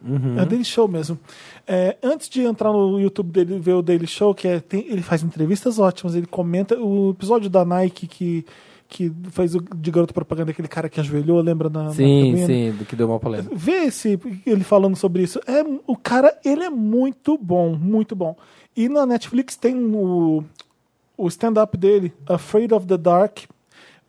B: Uhum.
A: É o Daily Show mesmo. É, antes de entrar no YouTube dele e ver o Daily Show, que é, tem- ele faz entrevistas ótimas, ele comenta o episódio da Nike que, que fez o de garoto propaganda, aquele cara que ajoelhou, lembra? Na, na
B: Sim,
A: cabine?
B: sim, do que deu uma polêmica.
A: Vê esse, ele falando sobre isso. É, o cara, ele é muito bom, muito bom. E na Netflix tem o, o stand-up dele, Afraid of the Dark.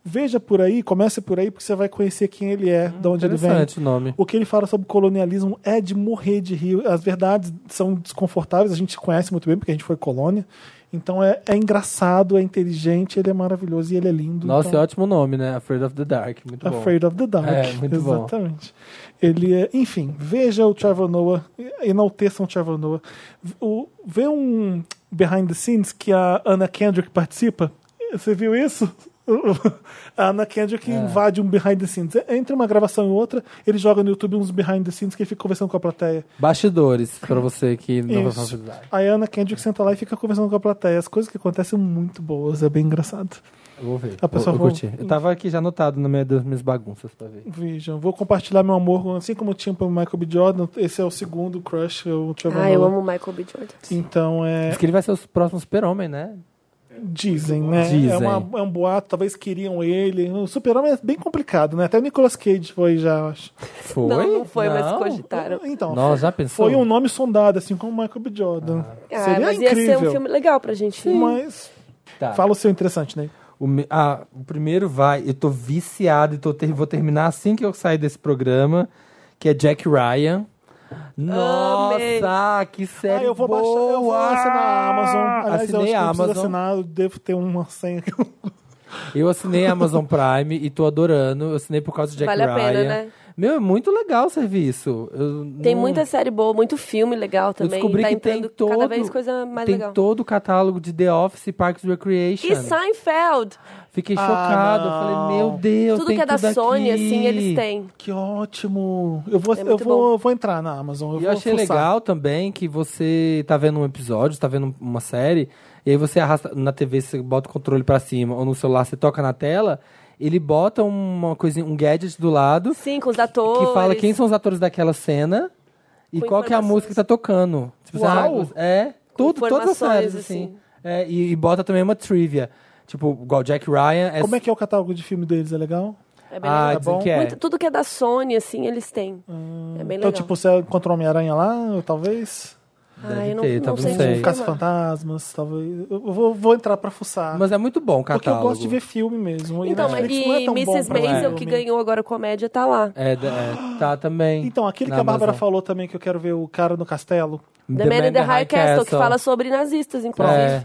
A: Veja por aí, comece por aí, porque você vai conhecer quem ele é, de onde ele vem.
B: Hum, Interessante o nome.
A: O que ele fala sobre colonialismo é de morrer de rir. As verdades são desconfortáveis, a gente conhece muito bem, porque a gente foi colônia. Então é, é engraçado, é inteligente, ele é maravilhoso e ele é lindo.
B: Nossa,
A: então...
B: é ótimo nome, né? Afraid of the Dark. Muito bom.
A: Afraid of the Dark.
B: É, muito bom.
A: Exatamente. Ele é, enfim, veja o Trevor Noah, enalteçam o Trevor Noah. O, vê um behind the scenes que a Anna Kendrick participa. Você viu isso? A Anna Kendrick
B: É.
A: invade um behind the scenes. Entre uma gravação e outra, ele joga no YouTube uns behind the scenes que ele fica conversando com a plateia.
B: Bastidores, pra você que não vai
A: Isso.
B: falar
A: Aí a Anna Kendrick senta lá e fica conversando com a plateia. As coisas que acontecem são muito boas, é bem engraçado.
B: Eu vou ver.
A: A pessoa
B: eu,
A: vou-
B: curti. Eu tava aqui já anotado no meio das minhas bagunças pra ver.
A: Vejam, vou compartilhar meu amor, assim como eu tinha pro Michael B. Jordan, esse é o segundo crush, é o Trevor
C: Ah, eu
A: Noah.
C: amo o Michael B. Jordan.
A: Então, é,
B: Diz que ele vai ser o próximo super-homem, né?
A: dizem, né?
B: Dizem.
A: É, uma- é um boato, talvez queriam ele. O super-homem é bem complicado, né? Até o Nicolas Cage foi já, eu acho.
B: Foi?
C: Não, não foi, mas
B: Não?
C: cogitaram.
A: Então,
B: Nossa, já pensou?
A: foi um nome sondado, assim como o Michael B. Jordan.
C: Ah,
A: Seria
C: mas ia
A: incrível.
C: ser um filme legal pra gente.
A: Mas,
B: Tá.
A: fala o seu interessante, né?
B: O, me- ah, o primeiro vai, eu tô viciado e tô ter- vou terminar assim que eu sair desse programa, que é Jack Ryan. Nossa, que série
A: Ah, eu vou
B: boa!
A: baixar, eu vou assinar a Amazon. Aliás, eu acho
B: assinei
A: que
B: a
A: eu preciso
B: Amazon.
A: assinar, eu devo ter uma senha que eu
B: Eu assinei a Amazon Prime e tô adorando. Eu assinei por causa de Jack
C: Vale a
B: Ryan.
C: pena, né?
B: Meu, é muito legal o serviço. Eu
C: Tem
B: não-
C: muita série boa, muito filme legal
B: Eu
C: também.
B: descobri
C: tá
B: que tem
C: entrando
B: todo,
C: cada vez coisa mais
B: tem
C: legal.
B: todo o catálogo de The Office e Parks and Recreation.
C: E Seinfeld!
B: Fiquei
A: Ah,
B: chocado. Eu
A: não.
B: falei, meu Deus,
C: tudo
B: tem
C: que é da
B: tudo
C: Sony,
B: aqui.
C: assim, eles têm.
A: Que ótimo. Eu vou,
C: É
A: eu
C: muito
A: vou, vou entrar na Amazon. Eu,
B: E
A: vou
B: eu achei
A: fuçar.
B: legal também que você tá vendo um episódio, tá vendo uma série, e aí você arrasta na TV, você bota o controle pra cima, ou no celular você toca na tela, ele bota uma coisinha, um gadget do lado
C: Sim, com os atores.
B: que fala quem são os atores daquela cena e
C: Com
B: qual que é a
C: informações.
B: música que tá tocando. Tipo, você, ah,
A: Uau!
B: é,
C: Com
B: tudo, todas as
C: informações,
B: séries, assim. É, e, e bota também uma trivia. Tipo, igual Jack Ryan.
A: Como é que é o catálogo de filme deles? É legal?
C: É bem
B: ah,
A: Tá
C: legal.
B: dizem
A: bom.
B: que é.
C: Muito- tudo que é da Sony, assim, eles têm.
B: Ah.
C: é bem legal.
A: Então, tipo, você encontrou Homem-Aranha lá, talvez?
C: ah, eu não,
B: ter,
C: não
B: talvez,
C: sei.
B: não sei.
C: te
A: Caça
C: informar.
A: Fantasmas, talvez. Eu vou, vou entrar pra fuçar.
B: Mas é muito bom o
A: porque eu
B: catálogo.
A: gosto de ver filme mesmo.
C: Então,
A: e
C: mas
A: Netflix não é
C: e
A: tão bom
C: Mrs.
A: pra ver
C: Maisel,
A: filme.
C: que ganhou agora comédia, tá lá.
B: É, da- é, tá também.
A: Então, aquele
B: na
A: que a Bárbara
B: Amazon.
A: falou também, que eu quero ver o cara no castelo.
C: The, Man in the High Castle, que fala sobre nazistas, inclusive.
B: É.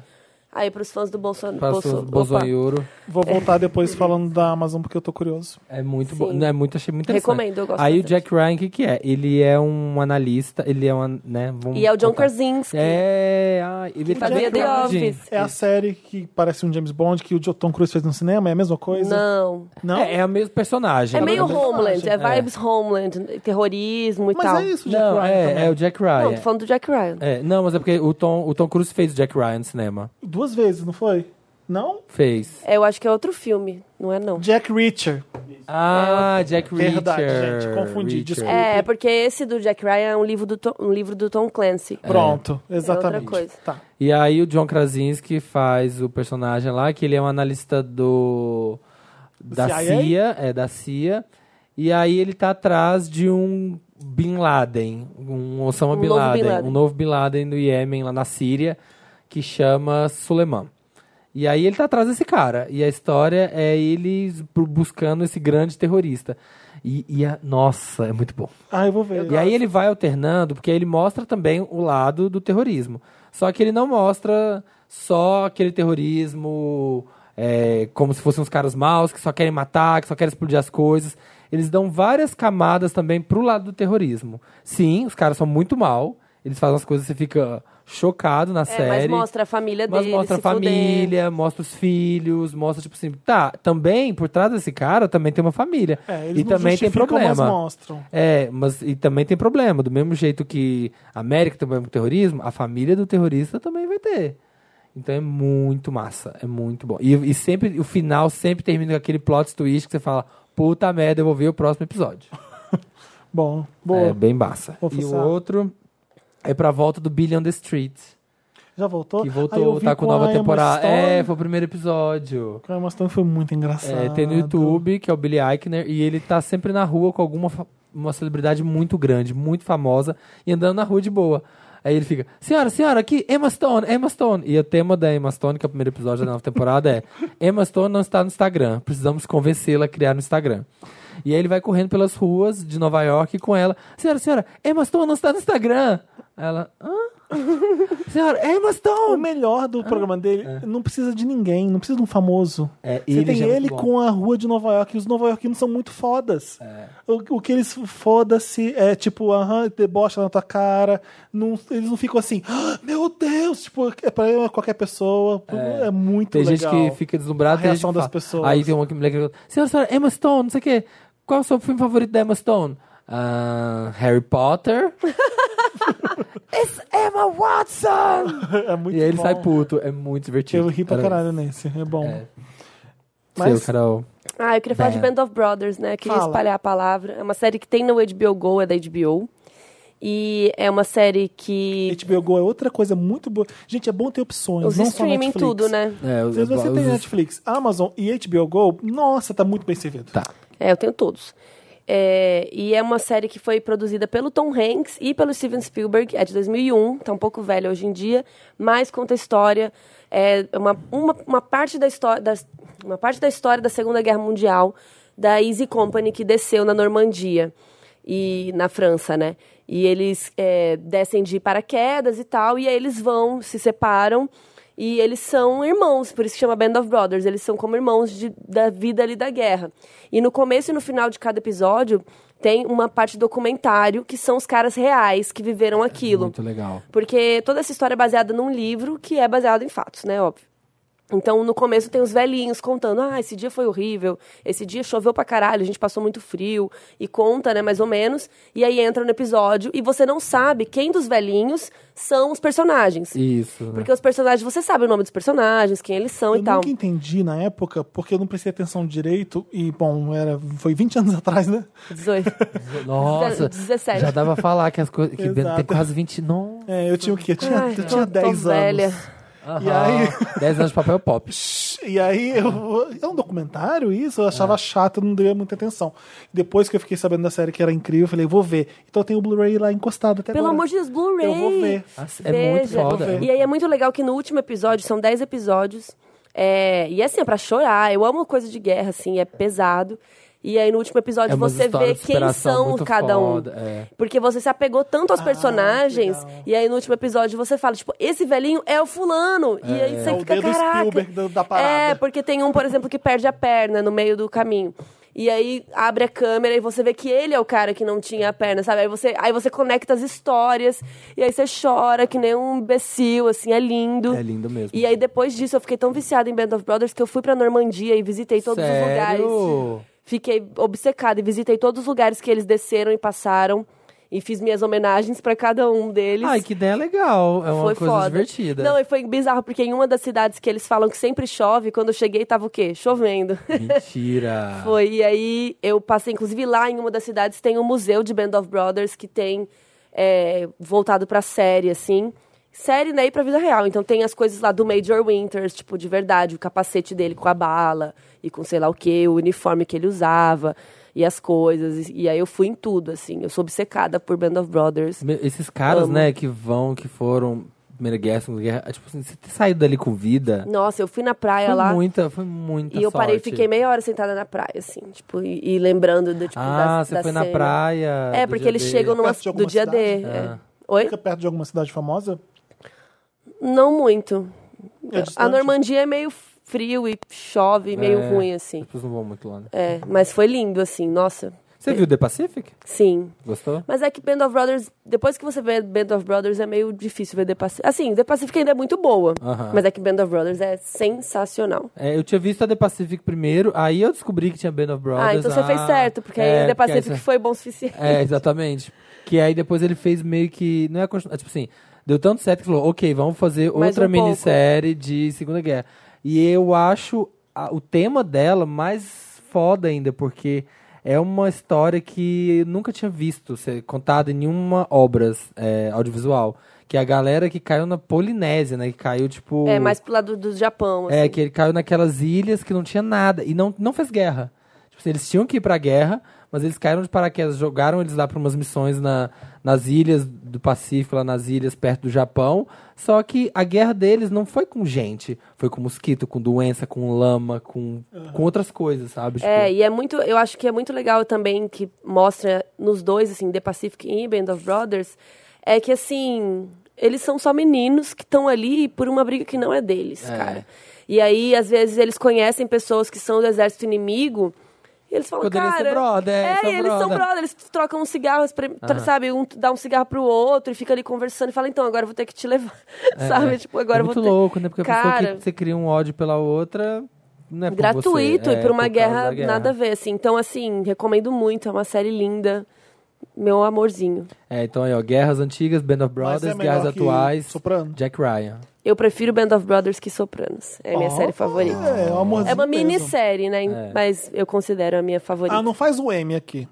C: Aí, pros fãs do Bolsonaro.
B: Fala sobre Bolsonaro.
A: Vou voltar depois falando da Amazon, porque eu tô curioso.
B: É muito bom.
C: Sim.
B: Não, é muito, achei muito interessante.
C: Recomendo, eu gosto
B: Aí o
C: bastante.
B: Jack Ryan, o que, que é? Ele é um analista, ele é um. Né, vamos
C: E é o John
B: contar.
C: Krasinski.
B: É, ah, ele tá
A: Jack
B: bem
A: The
B: atrás,
C: Office.
B: gente.
A: É a série que parece um James Bond que o Tom Cruise fez no cinema, é a mesma coisa?
C: Não.
A: Não?
B: É, é o mesmo personagem.
C: É meio
A: Não, não.
C: Homeland, é
B: É.
C: vibes Homeland, terrorismo e
A: Mas
C: tal.
A: é isso, Jack
B: Não,
A: Ryan também.
B: é, é o Jack Ryan.
C: Não, tô falando do Jack Ryan.
B: É, não, mas é porque o Tom, o Tom Cruise fez o Jack Ryan no cinema.
A: Duas vezes, não foi? Não?
B: Fez.
C: É, eu acho que é outro filme, não é não.
A: Jack Reacher.
B: Ah, Jack Reacher.
A: Verdade, gente, confundi, desculpa.
C: É, porque esse do Jack Ryan é um livro do Tom, um livro do Tom Clancy.
A: Pronto, exatamente.
C: É. coisa.
A: Tá.
B: E aí o John Krasinski faz o personagem lá, que ele é um analista do... Da
A: CIA?
B: CIA. É, da CIA. E aí ele tá atrás de um Bin Laden. Um Osama
C: Um
B: Bin,
C: novo Bin
B: Laden,
C: Laden.
B: Um novo Bin Laden do Iêmen, lá na Síria, que chama Suleiman. E aí ele tá atrás desse cara. E a história é ele bu- buscando esse grande terrorista. E, e a- nossa, é muito bom.
A: Ah, eu vou ver.
B: E aí ele vai alternando, porque ele mostra também o lado do terrorismo. Só que ele não mostra só aquele terrorismo é, como se fossem uns caras maus, que só querem matar, que só querem explodir as coisas. Eles dão várias camadas também pro lado do terrorismo. Sim, os caras são muito mal, eles fazem as coisas, você fica chocado na
C: É,
B: série.
C: mas mostra a família
B: Mas
C: dele,
B: mostra a
C: se fuder.
B: família, mostra os filhos, mostra, tipo assim, tá, também por trás desse cara também tem uma família.
A: É, eles
B: e
A: não
B: também tem
A: justificam,
B: problema.
A: mas mostram.
B: É, mas e também tem problema. Do mesmo jeito que a América tem problema com o terrorismo, a família do terrorista também vai ter. Então é muito massa, é muito bom. E, e sempre, o final sempre termina com aquele plot twist que você fala, puta merda, eu vou ver o próximo episódio.
A: Bom, boa.
B: É bem massa.
A: Vou
B: E o
A: fuçar.
B: outro é pra volta do Billion the Street.
A: Já voltou?
B: Que
A: Aí eu
B: voltou,
A: vi
B: tá com
A: a
B: nova
A: Emma
B: temporada.
A: Stone.
B: É, foi o primeiro episódio.
A: Com a Emma Stone foi muito engraçado.
B: É, tem no YouTube, que é o Billy Eichner, e ele tá sempre na rua com alguma fa- uma celebridade muito grande, muito famosa, e andando na rua de boa. Aí ele fica, senhora, senhora, aqui, Emma Stone, Emma Stone. E o tema da Emma Stone, que é o primeiro episódio da nova temporada, é Emma Stone não está no Instagram, precisamos convencê-la a criar no Instagram. E aí ele vai correndo pelas ruas de Nova York com ela, senhora, senhora, Emma Stone não está no Instagram. Ela, hã? senhora, Emma
A: O
B: Stone!
A: melhor
B: Ah.
A: do programa dele não precisa de ninguém, não precisa de um famoso.
B: É,
A: Você
B: ele
A: tem
B: já é muito
A: ele
B: bom. É.
A: com a rua de Nova York e os nova-iorquinos são muito fodas. O, o que eles foda-se é tipo, aham, debocha na tua cara. não- eles não ficam assim, "Ah, meu Deus! Tipo, é pra qualquer pessoa. É, muito
B: Tem
A: legal.
B: gente que fica deslumbrada,
A: A
B: tem gente
A: reação
B: que
A: das
B: fala-
A: pessoas.
B: Aí tem uma que mulher que pergunta, senhora, senhora, Emma Stone, não sei o quê. Qual é o seu filme favorito da Emma Stone? Ah, Harry Potter. It's Emma Watson!
A: é muito
B: e aí ele
A: bom.
B: sai puto, é muito divertido.
A: Eu ri pra
B: Era-
A: caralho nesse, é bom.
B: É.
A: Mas-
B: Seu, Carol.
C: Ah, eu queria falar de
B: Bam.
C: Band of Brothers, né? Queria
A: Fala.
C: espalhar a palavra. É uma série que tem no HBO Go, é da HBO. E é uma série que...
A: HBO Go é outra coisa muito boa. Gente, é bom ter opções,
C: Os
A: não
C: streaming,
A: só Netflix.
C: tudo, né?
B: É,
A: Se
B: os-
A: você
B: os-
A: tem Netflix, Amazon e HBO Go, nossa, tá muito bem servido.
B: Tá.
C: É, eu tenho todos. É, e é uma série que foi produzida pelo Tom Hanks e pelo Steven Spielberg. É de 2001, tá um pouco velha hoje em dia, mas conta a história. É uma, uma, uma parte da história, das- uma parte da história da Segunda Guerra Mundial da Easy Company que desceu na Normandia e na França, né? E eles é, descem de paraquedas e tal, e aí eles vão, se separam, e eles são irmãos, por isso que chama Band of Brothers. Eles são como irmãos de- da vida ali da guerra. E no começo e no final de cada episódio tem uma parte documentário que são os caras reais que viveram aquilo.
B: Muito legal.
C: Porque toda essa história é baseada num livro que é baseado em fatos, né? Óbvio. Então, no começo tem os velhinhos contando, ah, esse dia foi horrível, esse dia choveu pra caralho, a gente passou muito frio, e conta, né, mais ou menos, e aí entra no episódio, e você não sabe quem dos velhinhos são os personagens.
B: Isso. né?
C: Porque os personagens, você sabe o nome dos personagens, quem eles são
A: Eu
C: e tal.
A: nunca entendi na época, porque eu não prestei atenção direito, e bom, era, foi 20 anos atrás, né?
C: 18.
B: Nossa,
C: 17.
B: já dava pra falar que as coisas. Que Bento tem
A: Exato.
B: quase 20. Não.
A: É, eu tinha o quê? Eu tinha,
C: Ai,
A: eu
C: tô-
A: tinha
C: tô
A: 10
C: velha.
A: anos.
B: Aham.
A: E aí?
B: 10 anos de papel pop.
A: E aí, eu, é um documentário isso? Eu
B: É.
A: achava chato, não dei muita atenção. Depois que eu fiquei sabendo da série que era incrível, eu falei, vou ver. Então tem o Blu-ray lá encostado até
C: Pelo
A: agora.
C: amor de Deus, Blu-ray.
A: Eu vou ver.
B: Nossa, É muito
C: Veja.
B: foda.
C: E aí é muito legal que no último episódio, são 10 episódios, é, e assim, é pra chorar. Eu amo coisa de guerra, assim, é pesado. E aí no último episódio
B: É umas
C: você
B: histórias
C: vê
B: de
C: quem
B: superação
C: são
B: muito
C: cada
B: foda,
C: um.
B: é.
C: Porque você se apegou tanto aos personagens,
A: Ah, legal.
C: e aí no último episódio você fala, tipo, esse velhinho é o fulano. E aí você
A: É o
C: fica,
A: dedo
C: caraca.
A: Spielberg da- da parada.
C: É, porque tem um, por exemplo, que perde a perna no meio do caminho. E aí abre a câmera e você vê que ele é o cara que não tinha a perna, sabe? Aí você, aí você conecta as histórias e aí você chora que nem um imbecil, assim, é lindo.
B: É lindo mesmo.
C: E aí depois disso eu fiquei tão viciada em Band of Brothers que eu fui pra Normandia e visitei todos os
B: Sério?
C: lugares. Fiquei obcecada e visitei todos os lugares que eles desceram e passaram e fiz minhas homenagens pra cada um deles.
B: Ai, que ideia legal. É uma
C: Foi
B: coisa
C: foda.
B: divertida.
C: Não, e foi bizarro, porque em uma das cidades que eles falam que sempre chove, quando eu cheguei tava o quê? Chovendo.
B: Mentira.
C: Foi, e aí eu passei, inclusive lá em uma das cidades tem um museu de Band of Brothers que tem é, voltado pra série, assim. Série, né, e pra vida real. Então tem as coisas lá do Major Winters, tipo, de verdade, o capacete dele com a bala e com sei lá o que, o uniforme que ele usava e as coisas. E, e aí eu fui em tudo, assim. Eu sou obcecada por Band of Brothers.
B: Me- Esses caras,
C: Amo.
B: né, que vão, que foram. Primeira guerra, segunda guerra. ah, Tipo assim, você ter saído dali com vida.
C: Nossa, eu fui na praia
B: Foi
C: lá.
B: muita, foi muita
C: E eu parei,
B: sorte.
C: fiquei meia hora sentada na praia, assim, tipo, e, e lembrando do, tipo,
B: Ah,
C: da,
B: você
C: da
B: foi na
C: cena.
B: praia.
C: É,
B: do
C: porque
B: dia
C: eles
B: D.
C: chegam numa,
A: Perto de
C: do
A: alguma
C: dia D.
A: cidade?
C: é.
B: Ah.
C: Oi?
A: Fica perto de alguma cidade famosa?
C: Não muito.
A: É
C: a
A: distante?
C: Normandia é meio frio e chove, meio
B: É.
C: ruim,
B: As
C: assim.
B: pessoas não vão muito lá, né?
C: É, mas foi lindo, assim, nossa.
B: Você viu The Pacific?
C: Sim.
B: Gostou?
C: Mas é que Band of Brothers, depois que você vê Band of Brothers, é meio difícil ver The Pacific. Assim, The Pacific ainda é muito boa.
B: Aham.
C: Mas é que Band of Brothers é sensacional.
B: É, eu tinha visto a The Pacific primeiro, aí eu descobri que tinha Band of Brothers.
C: ah, então você fez certo, porque
B: é,
C: aí The
B: porque aí
C: Pacific
B: você-
C: foi bom o suficiente.
B: É, exatamente. Que aí depois ele fez meio que. Não é continu- Tipo assim, deu tanto certo que falou, ok, vamos fazer
C: Mais
B: outra
C: um pouco.
B: minissérie de Segunda Guerra. E eu acho a- o tema dela mais foda ainda, porque é uma história que eu nunca tinha visto ser contada em nenhuma obra é, audiovisual. Que é a galera que caiu na Polinésia, né? Que caiu, tipo.
C: É, mais pro lado do Japão, assim.
B: É, que ele caiu naquelas ilhas que não tinha nada. E não, não fez guerra. Tipo assim, eles tinham que ir pra guerra, mas eles caíram de paraquedas, jogaram eles lá pra umas missões na, nas ilhas do Pacífico, lá nas ilhas perto do Japão. Só que a guerra deles não foi com gente. Foi com mosquito, com doença, com lama, com, com outras coisas, sabe? Tipo,
C: É, e é muito, eu acho que é muito legal também que mostra nos dois, assim, The Pacific e Band of Brothers, é que assim, eles são só meninos que estão ali por uma briga que não é deles,
B: É.
C: cara. E aí, às vezes, eles conhecem pessoas que são do exército inimigo. E eles falam,
B: Poderia ser
C: cara.
B: brother,
C: é,
B: eles são
C: e eles são
B: brother."
C: brother, eles trocam um cigarro, espre- tra- sabe? Um dá um cigarro pro outro e fica ali conversando e fala, então, agora eu vou ter que te levar. sabe? Tipo, agora
B: é
C: eu vou
B: muito
C: ter.
B: louco, né? Porque a pessoa
C: Cara-
B: que você cria um ódio pela outra. Não é por
C: gratuito
B: você,
C: e
B: é
C: por uma
B: causa
C: guerra,
B: da guerra
C: nada a ver, assim. Então, assim, recomendo muito, é uma série linda. Meu amorzinho.
B: É, então aí, ó, guerras antigas, Band of
A: Mas
B: Brothers,
A: é melhor
B: guerras
A: que
B: atuais,
A: Soprano.
B: Jack Ryan.
C: Eu prefiro Band of Brothers que Sopranos. É a minha
A: Ó,
C: série favorita.
A: É, um amorzinho
C: É uma
A: mesmo.
C: minissérie, né?
B: É.
C: Mas eu considero a minha favorita.
A: Ah, não faz o M aqui.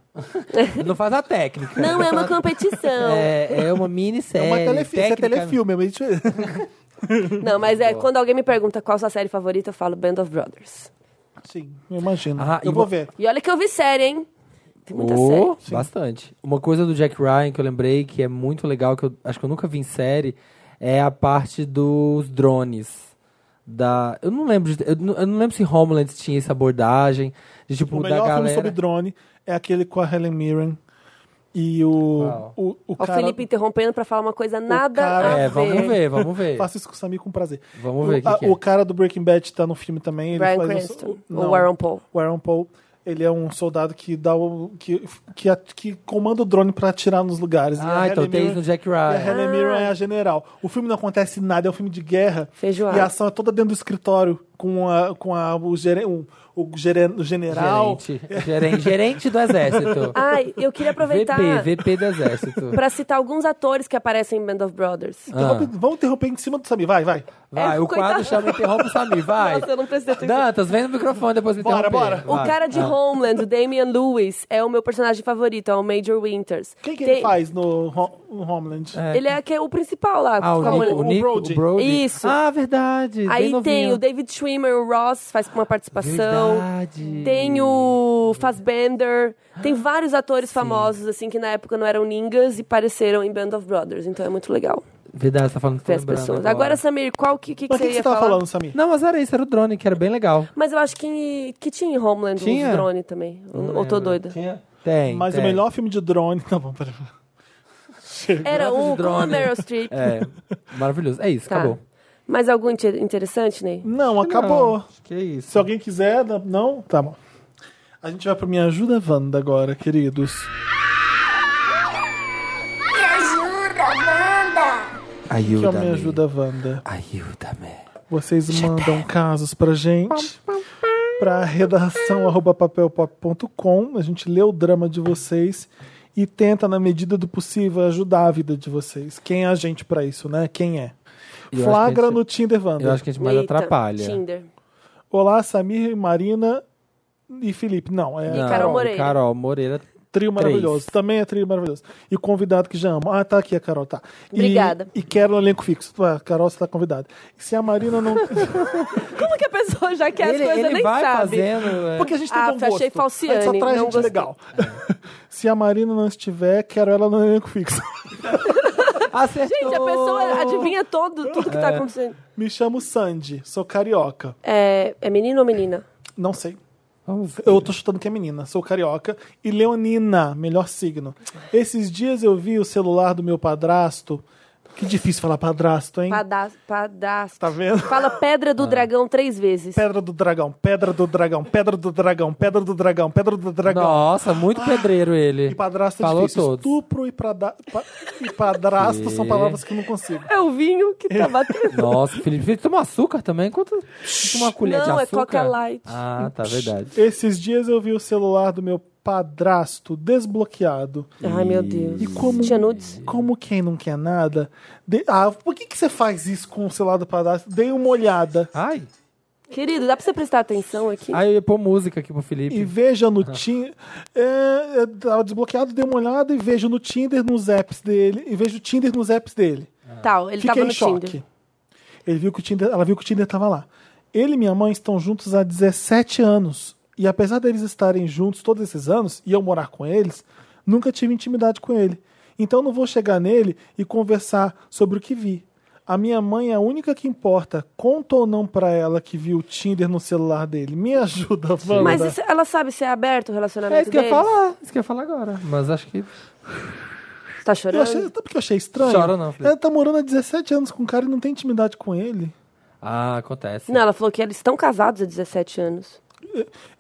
B: Ele não faz a técnica.
C: Não é uma competição.
B: É, é uma
A: É,
B: minissérie.
A: uma telefi isso é
B: técnica-
A: telefilme. é meio diferente.
C: Não, mas é quando alguém me pergunta qual sua série favorita, eu falo Band of Brothers.
A: Sim, eu imagino.
B: Ah, e
A: eu vou
B: vo-
A: ver.
C: E olha que eu vi série, hein? Tem muita
B: Oh,
C: série.
B: Sim. Bastante. Uma coisa do Jack Ryan que eu lembrei que é muito legal, que eu acho que eu nunca vi em série, é a parte dos drones. Da, eu não lembro, de- eu, não- eu não lembro se Homeland tinha essa abordagem de tipo
A: O
B: da
A: melhor filme
B: galera.
A: sobre drone é aquele com a Helen Mirren e o,
B: Qual?
A: o, o
C: Ó, o
A: cara...
C: Felipe interrompendo pra falar uma coisa nada
A: cara-
C: a
B: É,
C: ver.
B: vamos ver, vamos ver.
A: Faço isso com o Samir com prazer.
B: Vamos
A: O-
B: ver o que
A: a-
B: que é.
A: O cara do Breaking Bad tá no filme também. Ele
C: Bryan
A: faz
C: Cranston.
A: o,
C: Ou Aaron Paul.
A: O Aaron Paul. Ele é um soldado que dá o. que, que, a- que comanda o drone pra atirar nos lugares. E a
B: Ah, então
A: Helen
B: tem
A: Mirren-
B: isso no Jack
A: e a
B: Ryan.
A: Helen Mirren é a general. O filme não acontece nada, é um filme de guerra.
C: Feijoada.
A: E a ação é toda dentro do escritório com, a, com a, o, gere, o, o gere- o general.
B: Gerente, gerente, gerente do exército.
C: Ai, eu queria aproveitar
B: VP, VP do exército.
C: pra citar alguns atores que aparecem em Band of Brothers.
B: Ah.
A: Interrompe- um Vamos interromper em cima do Samir, vai, vai.
B: Vai,
C: É,
B: o
C: coitado.
B: quadro chama Interrompe o Samir, vai.
C: Nossa, eu não prestei atenção.
B: Dantas, vem no microfone depois me
A: Bora,
B: interromper.
A: bora.
C: O
B: Vai. Ah.
C: cara de Homeland, o Damian Lewis, é o meu personagem favorito, é o Major Winters.
A: Quem que
C: Tem-
A: ele faz no, Ho- no Homeland?
C: Ele é, que é o principal lá.
B: Ah, o,
C: com a mulher.
B: Nico, o, Nico, o
A: Brody.
B: Brody.
C: Isso.
B: Ah, verdade. bem
C: Aí tem
B: novinho.
C: o David Schwimmer, o Ross faz uma participação.
B: Verdade.
C: Tem o Fassbender. Tem vários atores famosos, assim, que na época não eram ningas e apareceram em Band of Brothers. Então é muito legal
B: Verdade, você tá falando tô
C: ver as
B: lembrando
C: pessoas.
B: agora.
C: Agora, Samir, qual que, que, que
A: Mas o
C: você
A: que, que você
C: ia
A: tava
C: falar?
A: falando, Samir?
B: Não, mas era isso, era o drone, que era bem legal.
C: Mas eu acho que, que tinha em Homeland
B: Tinha?
C: uns drone também. Ou-
B: Não
C: Ou tô
B: lembro.
C: doida?
B: Tinha? Tem,
A: Mas
B: tem.
A: o melhor filme de drone. tá Não, vamos pera-
C: Era
B: Drogas e
C: um com a
B: drone.
C: Meryl Streep.
B: É, maravilhoso. É isso,
C: Tá.
B: acabou.
C: Mas algum inte- interessante, Ney?
A: Não, acabou.
B: Não, acho que é isso.
A: Se alguém quiser, dá- não? Tá bom. A gente vai pro Minha Ajuda Wanda agora, queridos.
G: Me ajuda, Wanda!
A: O que é o
B: Ajuda-me.
A: Minha Ajuda Wanda?
B: Ajuda-me.
A: Vocês mandam casos pra gente. Pra redação arroba papelpop.com. A gente lê o drama de vocês e tenta, na medida do possível, ajudar a vida de vocês. Quem é a gente pra isso, né? Quem é?
B: Eu acho que
A: Flagra
B: a gente-
A: no Tinder
B: Eu
A: Wanda.
B: acho que a gente mais
C: Eita,
B: atrapalha.
C: Tinder.
A: Olá, Samir, Marina e Felipe. Não, é
B: Não,
C: Carol Moreira.
B: Carol Moreira.
A: Trio
B: Três.
A: maravilhoso. Também é trio maravilhoso. E convidado que já amo. Ah, tá aqui a Carol, tá. E-
C: Obrigada.
A: E, quero um elenco fixo. Ah, Carol, você tá convidada. Se a Marina não.
C: Como que a pessoa já quer as
B: ele
C: coisas
B: ele
C: nem
B: vai
C: sabe?
B: fazendo. é.
A: Porque a gente tem
C: Ah,
A: bom
C: achei
A: gosto. A gente só
C: Falciane,
A: traz
C: não
A: gente é
C: gostei.
A: legal. Se a Marina não estiver, quero ela no elenco fixo.
B: Acertou.
C: Gente, a pessoa adivinha todo, tudo que tá
B: É.
C: acontecendo.
A: Me chamo Sandy, sou carioca.
C: É, é menino ou menina?
A: Não sei.
B: Vamos ver.
A: Eu tô chutando que é menina, sou carioca. E Leonina, melhor signo. Esses dias eu vi o celular do meu padrasto. Que difícil falar padrasto, hein?
C: Padá- Padrasto.
A: Tá vendo?
C: Fala pedra
B: Ah.
C: do dragão três vezes.
A: Pedra do dragão, pedra do dragão, pedra do dragão, pedra do dragão, pedra do dragão.
B: Nossa, muito pedreiro ele.
A: E padrasto é
B: Falou
A: difícil.
B: todos.
A: Estupro e, prada- pa- e padrasto são
B: E-
A: palavras que eu não consigo.
C: É o vinho que tá batendo.
B: Nossa, Felipe, Felipe toma açúcar também? Quanto? Toma uma colher de
C: Não, é
B: açúcar?
C: Coca Light.
B: Ah, tá, verdade.
A: Esses dias eu vi o celular do meu padrasto desbloqueado.
C: Ai, meu Deus.
A: E como,
C: Tinha nudes?
A: como quem não quer nada. de- ah, por que, que você faz isso com o celular do padrasto? Dei uma olhada.
B: Ai,
C: Querido, dá pra você prestar atenção aqui?
B: ai, eu ia pôr música aqui pro Felipe.
A: E veja no Tinder. É, eu tava desbloqueado, dei uma olhada e vejo no Tinder nos apps dele. E vejo o Tinder nos apps dele.
B: Ah.
C: Tal, ele
A: Fiquei
C: tava
A: em
C: no
A: choque.
C: Tinder.
A: Ele viu que o Tinder, ela viu que o Tinder tava lá. Ele e minha mãe estão juntos há 17 anos. E apesar deles estarem juntos todos esses anos e eu morar com eles, nunca tive intimidade com ele. Então não vou chegar nele e conversar sobre o que vi. A minha mãe é a única que importa. Conta ou não pra ela que viu o Tinder no celular dele. Me ajuda, Wanda.
C: Mas isso- ela sabe se é aberto o relacionamento
B: É isso que eu ia
C: deles?
B: falar. Isso que eu ia falar agora. Mas acho que.
C: Tá
A: Eu
C: chorando?
A: achei,
B: assim.
A: sabe por que eu achei estranho?
B: Chora não, Felipe.
A: Ela tá morando há 17 anos com o cara e não tem intimidade com ele.
B: Ah, acontece.
C: Não, ela falou que eles estão casados há 17 anos.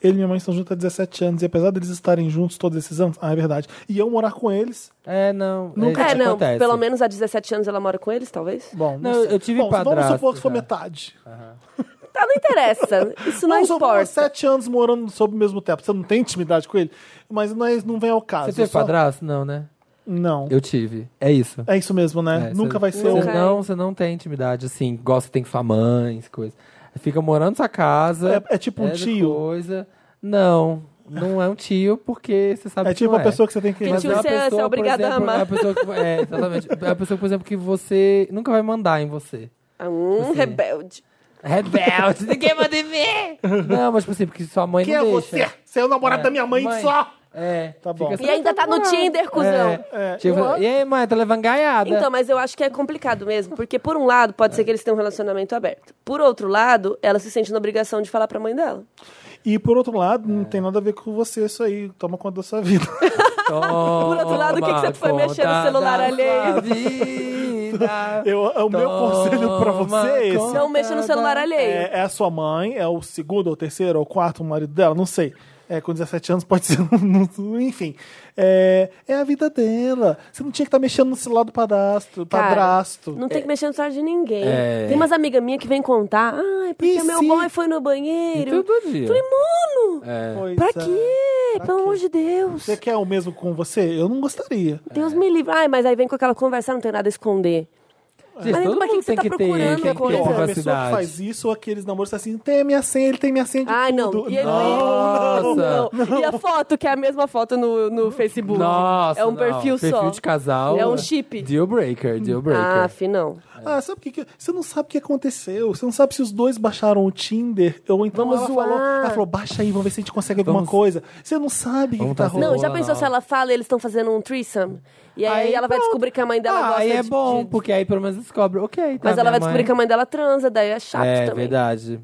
A: Ele e minha mãe estão juntos há 17 anos, e apesar deles estarem juntos todos esses anos, ah, é verdade. E eu morar com eles,
B: É, não.
A: Nunca-
B: é,
C: é, não,
B: acontece.
C: pelo menos há 17 anos ela mora com eles, talvez?
A: bom, não,
B: Não,
A: sei.
B: eu tive
A: bom, Vamos
B: padrasto,
A: supor que for
B: já.
A: metade.
C: Tá, não interessa. Isso não,
A: vamos supor
C: importa.
A: 7 anos morando sob o mesmo teto. Você não tem intimidade com ele, mas não, é, não vem ao caso.
B: Você teve
A: só-
B: padrasto? Não, né?
A: Não.
B: Eu tive. É isso.
A: É isso mesmo, né?
B: É,
A: Nunca
B: cê-
A: vai ser
C: Nunca.
A: um.
B: Você não, você não tem intimidade, assim, gosta tem com sua mãe, essa coisa. Fica morando na sua casa.
A: É- é tipo um
B: essa
A: tio?
B: Coisa. Não, não é um tio, porque você sabe
A: É
B: que
A: tipo
B: não
A: uma pessoa que você tem que.
C: Que
B: Mas
C: tio
B: é uma
C: você é- você é
B: pessoa, por
C: obrigado a
B: exemplo,
C: amar.
B: É uma pessoa que, é, exatamente. É uma pessoa, por exemplo, que você nunca vai mandar em você.
C: Ah, Um
B: Assim.
C: rebelde.
B: Rebelde, ninguém manda em mim! Não, mas, tipo assim, porque sua mãe
A: Quem é
B: não deixa.
A: você? Você é o namorado
B: É,
A: da minha mãe,
B: mãe.
A: só!
B: É.
A: Tá bom.
B: fica
C: E ainda tá no Tinder, cuzão.
B: É,
A: É,
B: tipo,
A: eu-
B: e aí, mãe, tá levando gaiada.
C: Então, mas eu acho que é complicado mesmo, porque por um lado pode ser que eles tenham um relacionamento aberto. Por outro lado, ela se sente na obrigação de falar pra mãe dela.
A: E por outro lado,
B: É.
A: não tem nada a ver com você isso aí. Toma conta da sua vida.
B: Por
C: outro lado, o que que você foi mexer no celular alheio?
B: Vida.
A: Eu, o meu
B: Toma
A: conselho pra você é esse.
B: conta.
C: Não mexa no celular alheio.
A: É, é a sua mãe, é o segundo, ou terceiro, ou quarto marido dela, não sei. É, com 17 anos pode ser. um- Enfim. É, é a vida dela. Você não tinha que estar mexendo no celular do padrasto.
C: Cara,
A: padrasto.
C: Não tem que mexer no celular de ninguém.
B: É.
C: Tem umas amigas minhas que vêm contar. Ah, é porque
A: E
C: meu
A: se-
C: boy foi no banheiro.
B: E todo dia.
C: Falei, mano,
B: É.
A: Pois
C: pra
A: é.
C: quê?
A: Pra
C: Pelo
A: quê?
C: amor de Deus.
A: Você quer o mesmo com você? Eu não gostaria.
C: Deus me livre. Ai, mas aí vem com aquela conversa, não tem nada a esconder.
B: Gente,
C: Mas
B: todo
C: pra que
B: mundo tem
C: que você
B: que
C: tá
B: ter,
C: procurando
B: tem que
C: coisa?
B: ter
A: Pior, a pessoa que
B: privacidade.
A: faz isso, aqueles namoros assim, tem a minha senha, ele tem minha senha de
C: Ai,
A: tudo.
C: Ah, não. E, aí-
B: Nossa.
C: não, não. E a foto, que é a mesma foto no, no Facebook.
B: Nossa,
C: é um
B: não.
C: perfil só.
B: Perfil de casal.
C: É um chip.
B: Deal breaker, deal breaker.
C: Ah, fi, não.
A: Ah, sabe o que, que- Você não sabe o que aconteceu. Você não sabe se os dois baixaram o Tinder. Ou então
C: Vamos
A: ela
C: zoar.
A: falou. Ela falou, baixa aí, vamos ver se a gente consegue alguma
B: Então Vamos-
A: coisa. Você não sabe o que,
B: Vamos
A: que tá
B: fazer-
A: rolando.
C: Não, já
B: Não,
C: pensou
B: não.
C: se ela fala e eles estão fazendo um threesome? E aí, ela vai
B: pronto.
C: descobrir que a mãe dela
B: ah,
C: gosta
B: aí é
C: de-
B: bom,
C: de-
B: porque aí pelo menos descobre. Ok, tá,
C: Mas ela
B: minha
C: vai
B: mãe-
C: descobrir que a mãe dela transa, daí é chato
B: É
C: também.
B: verdade.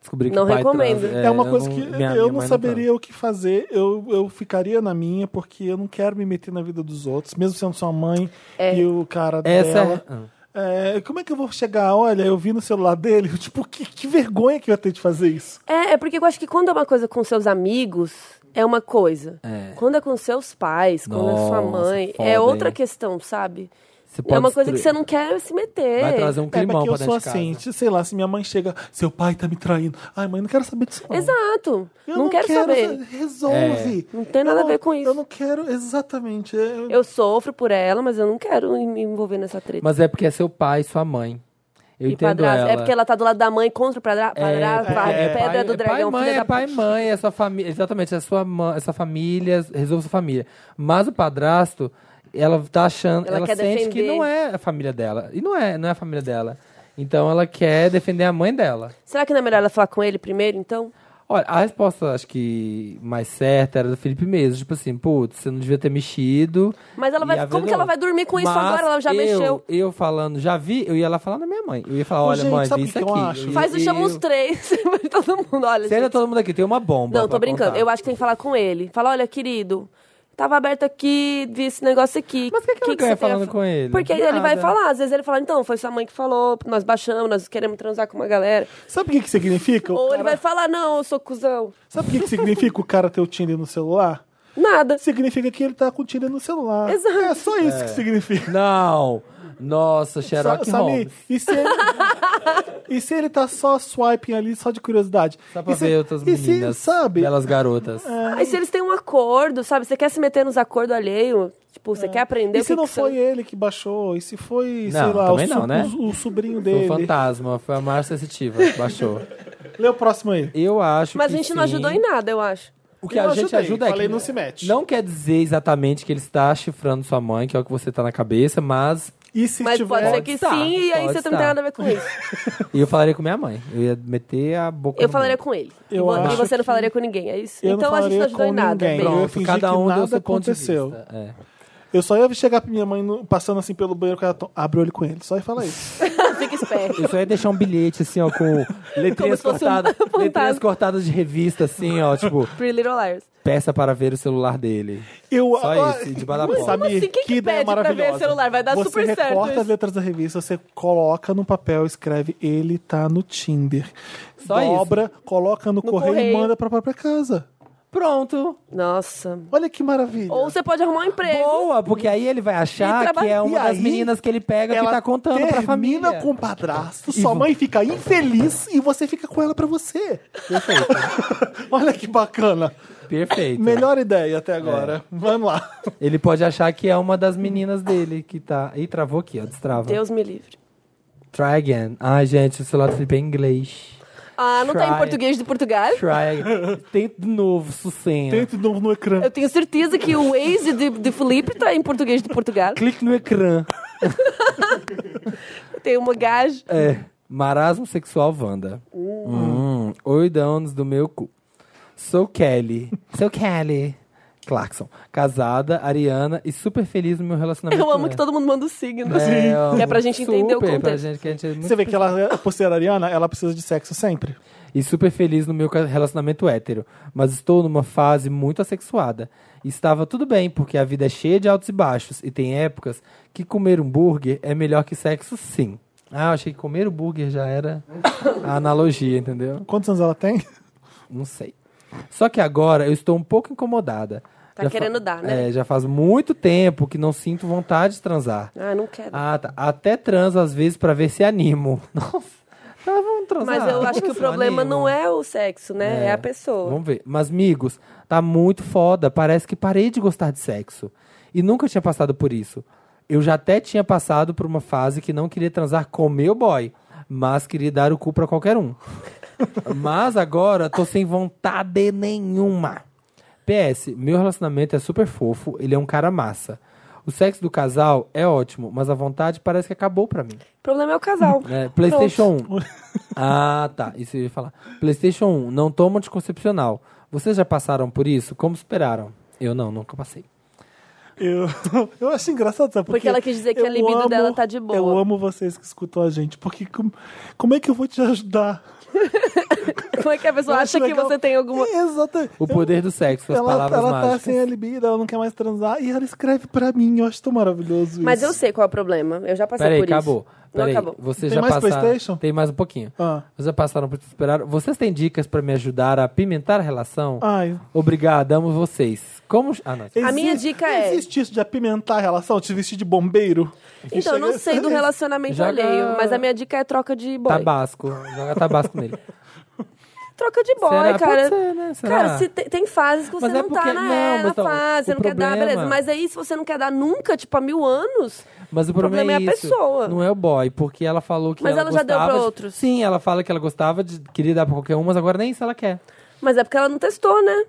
B: Descobri que
C: Não
B: o pai
C: recomendo.
B: transa.
A: É, uma
B: eu
A: coisa
B: não- tá.
A: que
B: minha- minha
A: eu não
B: mãe
A: saberia o que fazer. Eu, eu ficaria na minha, porque eu não quero me meter na vida dos outros, mesmo sendo sua mãe
C: É.
A: e o cara
B: Essa
A: dela.
B: é- Ah.
A: É, como é que eu vou chegar? Olha, eu vi no celular dele. Tipo, que, que vergonha que eu ia ter de fazer isso.
C: É, é porque eu acho que quando é uma coisa com seus amigos, é uma coisa.
B: É.
C: Quando é com seus pais, quando é sua
B: Nossa,
C: mãe,
B: foda,
C: é outra
B: hein?
C: questão, sabe?
B: Você
C: É
B: pode
C: uma coisa que
B: destruir.
C: você não quer se meter.
B: Vai trazer um
A: É, mas
B: climão
A: que
B: pra
A: eu
B: dentro
A: sou
B: de casa.
A: assim, sei lá, se minha mãe chega, seu pai tá me traindo. Ai, mãe, não quero saber disso.
B: um-
A: não.
C: Exato.
A: Eu
C: Não, quero, saber.
A: Resolve.
C: É. Não tem nada
A: Eu
C: a ver com isso.
A: Eu não quero, exatamente. Eu-
C: Eu sofro por ela, mas eu não quero me envolver nessa treta.
B: Mas é porque é seu pai e sua mãe. Eu
C: E
B: entendo
C: padrasto-
B: ela.
C: É porque ela tá do lado da mãe contra o padrasto.
B: é
C: pedra
B: pai-
C: do
B: é
C: dragão.
B: Pai, mãe,
C: filha
B: é
C: da
B: pai, mãe, é sua família. Exatamente, é sua, mãe, é sua família, resolve sua família. Mas o padrasto, ela tá achando,
C: Ela
B: ela,
C: quer
B: sente que
C: defender.
B: não é a família dela. E não é, não é a família dela. Então ela quer defender a mãe dela.
C: Será que não é melhor ela falar com ele primeiro, então?
B: Olha, a resposta, acho que mais certa era do Felipe mesmo. Tipo assim, putz, você não devia ter mexido.
C: Mas ela
B: E
C: vai-
B: a
C: como
B: vida
C: que ela
B: não.
C: vai dormir com isso
B: Mas
C: agora? Ela já
B: eu-
C: mexeu.
B: Eu falando, já vi, eu ia lá falar na minha mãe. Eu ia falar,
A: Ô,
B: olha,
A: gente,
B: mãe,
A: sabe o
B: vi isso
A: que que eu
B: aqui.
A: acho?
B: E-
C: Faz o
B: e-
C: chama os três. todo mundo, olha.
B: Senta
C: gente.
B: todo mundo aqui, tem uma bomba.
C: Não,
B: pra
C: tô brincando.
B: contar.
C: Eu acho que tem que falar com ele. Fala, olha, querido, tava aberto aqui, vi esse negócio aqui.
B: Mas o que que ela ganha
C: você tem a
B: falando
C: fa-
B: com ele?
C: é Porque aí ele vai
B: Nada.
C: falar. Às vezes ele fala, então, foi sua mãe que falou, nós baixamos, nós queremos transar com uma galera.
A: Sabe o que, que significa? O
C: Ou ele
A: cara-
C: vai falar, não, eu sou cuzão.
A: Sabe o que, que significa o cara ter o Tinder no celular?
C: Nada.
A: Significa que ele tá com o Tinder no celular.
C: Exato.
A: É só isso que significa.
B: Não! Nossa, Sherlock
A: Sa- sabe?
B: Holmes.
A: E se, ele, e se ele tá só swiping ali, só de curiosidade?
B: Só pra
A: e se,
B: ver outras
A: e se,
B: meninas.
A: sabe?
B: Belas garotas.
C: Aí se eles têm um acordo, sabe? Você quer se meter nos acordos alheios? Tipo, você quer aprender
A: E
C: o que
A: se não
C: que são-
A: foi ele que baixou? E se foi, sei
B: Não,
A: lá, o,
B: também não,
A: su-
B: né?
A: o- o sobrinho
B: Foi
A: dele?
B: um fantasma, foi a Márcia Sensitiva. Baixou.
A: Lê o próximo aí.
B: Eu acho
C: Mas a
B: que
C: gente não
B: sim.
C: ajudou em nada, eu acho.
B: O que
A: Eu
B: a gente
A: ajudei,
B: ajuda é
A: falei,
B: que
A: não se mete.
B: Não quer dizer exatamente que ele está chifrando sua mãe, que é o que você tá na cabeça, mas
A: E se
C: Mas
A: tiver...
C: pode ser que
B: Pode estar,
C: sim, e aí
B: pode
C: você também não tem
B: estar.
C: nada a ver com isso.
B: eu falaria com minha mãe. Eu ia meter a boca
C: Eu
B: no
C: falaria
B: mundo.
C: com ele. E
A: Eu
C: vo- e
A: acho
C: você não
A: que-
C: falaria com ninguém, é isso?
A: Eu não
C: então a gente
A: falaria
C: não ajudou em
A: com
C: nada.
A: ninguém.
C: bem.
A: Eu ia
B: Pronto,
A: fingir
B: cada
A: que
B: um
A: nada
B: deu seu ponto
A: aconteceu.
B: de vista. É.
A: Eu só ia chegar pra minha mãe no- passando assim pelo banheiro com ela to- abre o olho com ele. Só ia falar isso.
C: Fica esperto.
B: Eu só ia deixar um bilhete, assim, ó, com letrinhas,
C: se fosse um
B: cortadas,
C: fantasma.
B: letrinhas cortadas de revista, assim, ó, tipo,
C: Pretty Little Liars.
B: peça para ver o celular dele.
A: Eu,
B: Só
A: ah,
B: isso, de bala
A: mas,
B: bola.
A: Samir,
C: Como assim? Quem que pede pra ver celular? Vai dar
A: você
C: super certo
A: recorta
C: isso.
A: as letras da revista, você coloca no papel, escreve ele tá no Tinder.
B: Só isso.
A: Dobra, coloca no, correio,
C: correio.
A: e manda pra própria casa.
B: Pronto.
C: Nossa.
A: Olha que maravilha.
C: Ou você pode arrumar um emprego.
B: Boa, porque aí ele vai achar
C: Ele
B: que
C: trabalha-
B: é
A: E
B: uma das
A: aí,
B: meninas que ele pega que tá contando pra família.
A: termina com o padrasto,
B: E
A: sua
B: vo-
A: mãe fica infeliz e você fica com ela pra você.
B: Perfeito.
A: Olha que bacana.
B: Perfeito.
A: Melhor ideia até
B: É.
A: agora. Vamos lá.
B: Ele pode achar que é uma das meninas dele que tá. Ih, travou aqui, ó. Destrava.
C: Deus me livre.
B: Try again. Ai, gente, o celular do Felipe é em inglês.
C: Ah, não tá em
B: Try.
C: português de Portugal?
B: Try again. Tenta de novo, Sucena.
A: Tenta de novo no ecrã.
C: Eu tenho certeza que o Waze de, de Felipe tá em português de Portugal.
B: Clique no ecrã.
C: Tem uma gaja.
B: É. Marasmo sexual Wanda. Hum, oito anos do meu cu. Sou Kelly. Sou Kelly. Clarkson. Casada, ariana e super feliz no meu relacionamento.
C: Eu amo
B: com
C: que
B: ela.
C: todo mundo manda o signo.
B: eu
C: Que é pra
B: amo.
C: gente entender o
B: Super, pra
C: contexto.
B: gente, que a gente é muito
A: Você vê que ela, por ser ariana, ela precisa de sexo sempre.
B: e super feliz no meu ca- relacionamento hétero, mas estou numa fase muito assexuada. Estava tudo bem, porque a vida é cheia de altos e baixos, e tem épocas que comer um burger é melhor que sexo, sim. Ah, eu achei que comer o burger já era a analogia, entendeu?
A: Quantos anos ela tem?
B: Não sei. Só que agora eu estou um pouco incomodada.
C: Tá
B: Já
C: querendo dar, né?
B: É, já faz muito tempo que não sinto vontade de transar.
C: Ah, não quero.
B: Ah, tá. Até transo às vezes pra ver se animo. Nossa, tá, vamos transar.
C: Mas eu
B: Vamos
C: acho que
B: ver
C: o
B: se
C: problema
B: animo.
C: não é o sexo, né? É, a pessoa.
B: Vamos ver. Mas, amigos, tá muito foda. Parece que parei de gostar de sexo. E nunca tinha passado por isso. Eu já até tinha passado por uma fase que não queria transar com meu boy, mas queria dar o cu pra qualquer um. mas agora tô sem vontade nenhuma. PS, meu relacionamento é super fofo, ele é um cara massa. O sexo do casal é ótimo, mas a vontade parece que acabou pra mim.
C: O problema é o casal.
B: É, PlayStation 1. Ah, tá. Isso eu ia falar. PlayStation 1, não toma anticoncepcional. Vocês já passaram por isso? Como superaram? Eu não, nunca passei.
A: Eu, eu acho engraçado, sabe?
C: Porque ela quis dizer que a
A: eu
C: libido dela tá de boa.
A: Eu amo vocês que escutam a gente, porque com- como é que eu vou te ajudar?
C: Como é que a pessoa
A: Eu
C: acha
A: acho
C: que
A: legal.
C: você tem alguma.
A: É, Exatamente.
B: O poder do sexo, as
A: ela,
B: palavras
A: ela tá
B: mágicas.
A: sem a libido, ela não quer mais transar, e ela escreve pra mim, eu acho tão maravilhoso
C: Mas
A: isso.
C: eu sei qual é o problema. Eu já passei
B: Peraí,
C: por isso.
B: acabou.
C: Não
B: Peraí,
C: acabou.
B: Vocês
A: Tem
B: já
A: mais
B: passaram...
A: PlayStation?
B: Tem mais um pouquinho.
A: Ah.
B: Vocês já passaram por isso, superaram. Vocês têm dicas pra me ajudar a apimentar a relação?
A: Ai.
B: Obrigada, amo vocês. Como... Ah, não.
A: Existe-
C: minha dica é-
A: Existe isso de apimentar a relação, te vestir de bombeiro?
C: Então, eu não
A: Chega-
C: sei do relacionamento
B: Joga-
C: alheio, mas a minha dica é troca de
B: Tá
C: boy.
B: Tabasco. Joga tabasco nele.
C: Troca de boy,
B: Será? Pode
C: cara.
B: ser, né? Será?
C: Cara, se tem, tem fases que você
B: Mas é
C: não
B: porque-
C: tá na,
B: não, mas
C: na
B: então,
C: fase,
B: o
C: você não quer dar,
B: problema-
C: beleza. Mas aí, se você não quer dar nunca, tipo, há mil anos,
B: Mas o problema,
C: problema é a
B: isso,
C: pessoa.
B: Não é o boy, porque ela falou que
C: Mas
B: ela,
C: ela já deu
B: gostava
C: pra
B: de-
C: outros.
B: Sim, ela fala que ela gostava de queria dar pra qualquer um, mas agora nem isso ela quer.
C: mas é porque ela não testou, né?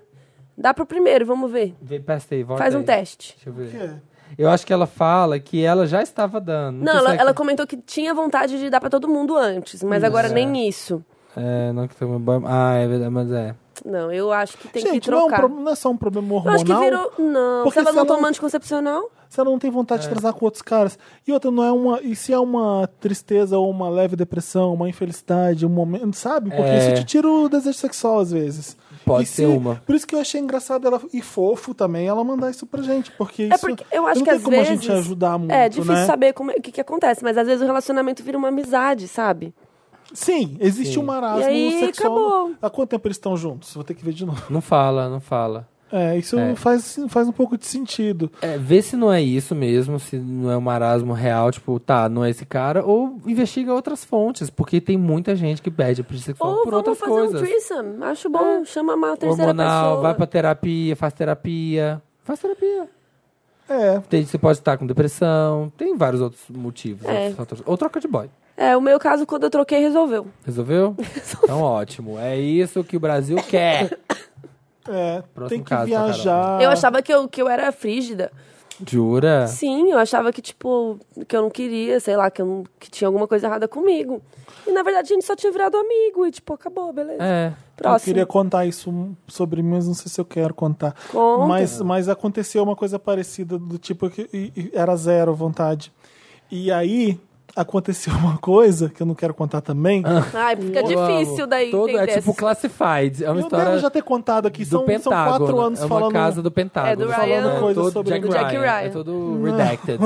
C: Dá pro primeiro, vamos ver.
B: Vem pesta aí, volta
C: Faz um
B: aí.
C: teste.
B: Deixa eu ver. Eu acho que ela fala que ela já estava dando.
C: Não,
B: sei
C: ela,
B: se é
C: ela
B: que-
C: comentou que tinha vontade de dar pra todo mundo antes, mas agora nem isso.
B: É, não que foi uma boy. Ah, é verdade, mas é.
C: Não, eu acho que tem
A: Gente,
C: que
A: não, é um
C: trocar.
A: pro- não é só um problema
C: Eu
A: hormonal.
C: acho que virou. Não,
A: Porque
C: se ela
A: se
C: não
A: ela-
C: toma anticoncepcional,
A: Se ela não tem vontade
B: É.
A: de transar com outros caras. E outra, não é uma. E se é uma tristeza ou uma leve depressão, uma infelicidade, um momento, sabe? Porque
B: É.
A: isso te tira o desejo sexual às vezes.
B: Pode
A: E
B: ser uma.
A: Por isso que eu achei engraçado ela e fofo também ela mandar isso pra gente. Porque
C: É
A: isso.
C: porque eu acho
A: não
C: que
A: tem
C: às
A: como
C: vezes.
A: a gente ajudar muito.
C: É difícil
A: né?
C: saber como é- o que, que acontece, mas às vezes o relacionamento vira uma amizade, sabe?
A: Sim, existe um marasmo
C: E aí,
A: sexual.
C: acabou.
A: Há quanto tempo eles estão juntos? Vou ter que ver de novo.
B: Não fala, não fala.
A: É, isso
B: É.
A: Faz, faz um pouco de sentido.
B: É, vê se não é isso mesmo, se não é um marasmo real, tipo, tá, não é esse cara, ou investiga outras fontes, porque tem muita gente que pede pra sexual
C: Ou
B: por
C: vamos
B: outras
C: fazer
B: coisas. É.
C: um threesome. Acho bom. Chama uma terceira
B: hormonal,
C: pessoa.
B: vai pra terapia, faz terapia. Faz terapia.
A: É.
B: Tem, você pode estar com depressão, tem vários outros motivos.
C: É.
B: outros fatores. Ou troca de boy.
C: É, o meu caso, quando eu troquei, resolveu.
B: Resolveu? então ótimo. É isso que o Brasil quer.
A: É,
B: Próximo
A: tem que
B: caso, tá, Carol?
A: viajar.
C: Eu achava que eu, que eu era frígida.
B: Jura?
C: Sim, eu achava que, tipo, que eu não queria, sei lá, que, eu não- que tinha alguma coisa errada comigo. E na verdade a gente só tinha virado amigo e, tipo, acabou, beleza.
B: É.
A: Eu
C: Próximo.
A: queria contar isso sobre mim, mas não sei se eu quero contar.
C: Conta.
A: Mas, mas aconteceu uma coisa parecida, do tipo que e- e era zero vontade. E aí aconteceu uma coisa que eu não quero contar também.
B: Ah,
C: Ai, fica
B: Eu
C: É difícil
B: amo.
C: daí
B: Todo,
C: entender
B: É tipo
C: essas
B: classified. É uma
A: eu
B: história
A: devo já ter contado aqui,
B: do
A: são, são
B: Pentágono.
A: quatro anos
B: é uma
A: falando.
B: casa do Pentágono.
C: É do
B: falando
C: Ryan.
A: Coisa
B: todo
A: sobre
B: Jack,
A: o
B: Ryan.
C: Jack Ryan.
B: É todo redacted.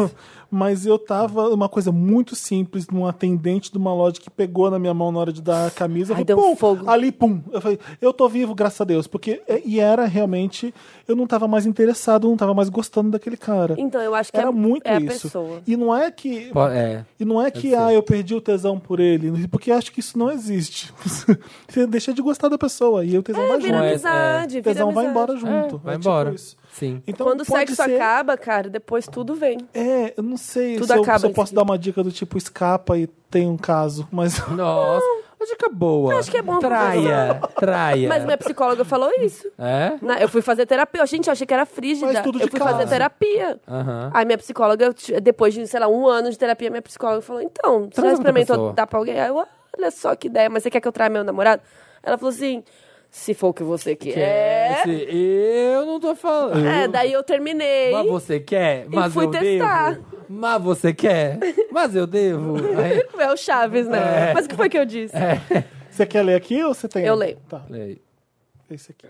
A: Mas eu tava uma coisa muito simples, num atendente de uma loja que pegou na minha mão na hora de dar a camisa. Eu falei,
C: Ai, deu um
A: pum,
C: fogo.
A: Ali, pum. Eu falei, eu tô vivo, graças a Deus. Porque, é, e era realmente, eu não tava mais interessado, eu não tava mais gostando daquele cara.
C: Então, eu acho que
A: Era
C: é,
A: muito
C: é a
A: isso.
C: pessoa.
A: E não é que.
B: Po- é.
A: E não é que, ah, eu perdi o tesão por ele, porque acho que isso não existe. Você deixa de gostar da pessoa e o tesão vai
C: Vira
B: Não
A: junto.
B: é-
C: amizade,
A: O
C: vira
A: tesão vai
C: amizade.
A: embora
B: É,
A: junto.
B: vai
A: É tipo
B: embora.
A: isso.
B: Sim.
A: Então,
C: Quando o
A: pode
C: sexo
A: ser-
C: acaba, cara, depois tudo vem.
A: É, eu não sei
C: Tudo
A: se eu,
C: acaba
A: se eu posso
C: assim.
A: dar uma dica do tipo escapa e tem um caso, mas
B: Nossa, uma dica boa.
C: Acho que é bom pra
B: Traia, traia.
C: Mas minha psicóloga falou isso.
B: É?
C: Na- eu fui fazer terapia. Gente, eu achei que era frígida.
A: Faz tudo de
C: eu fui
A: casa.
C: fazer terapia.
B: Aham.
C: Aí minha psicóloga, t- depois de, sei lá, um ano de terapia, minha psicóloga falou: Então, você
B: Traz
C: já
B: outra
C: experimentou
B: pessoa.
C: dar pra alguém? Aí eu, olha só que ideia, mas você quer que eu traia meu namorado? Ela falou assim: Se for o que você quer.
B: Quer se- Eu não tô falando.
C: É, daí eu terminei.
B: Mas você quer? Mas
C: fui
B: eu
C: testar.
B: devo. Mas você quer? Mas eu devo. Aí-
C: É o Chaves, né?
B: É.
C: Mas o que foi que eu disse?
A: você quer ler aqui ou você tem? um?
C: Eu leio.
A: Tá,
B: Aí.
A: esse aqui.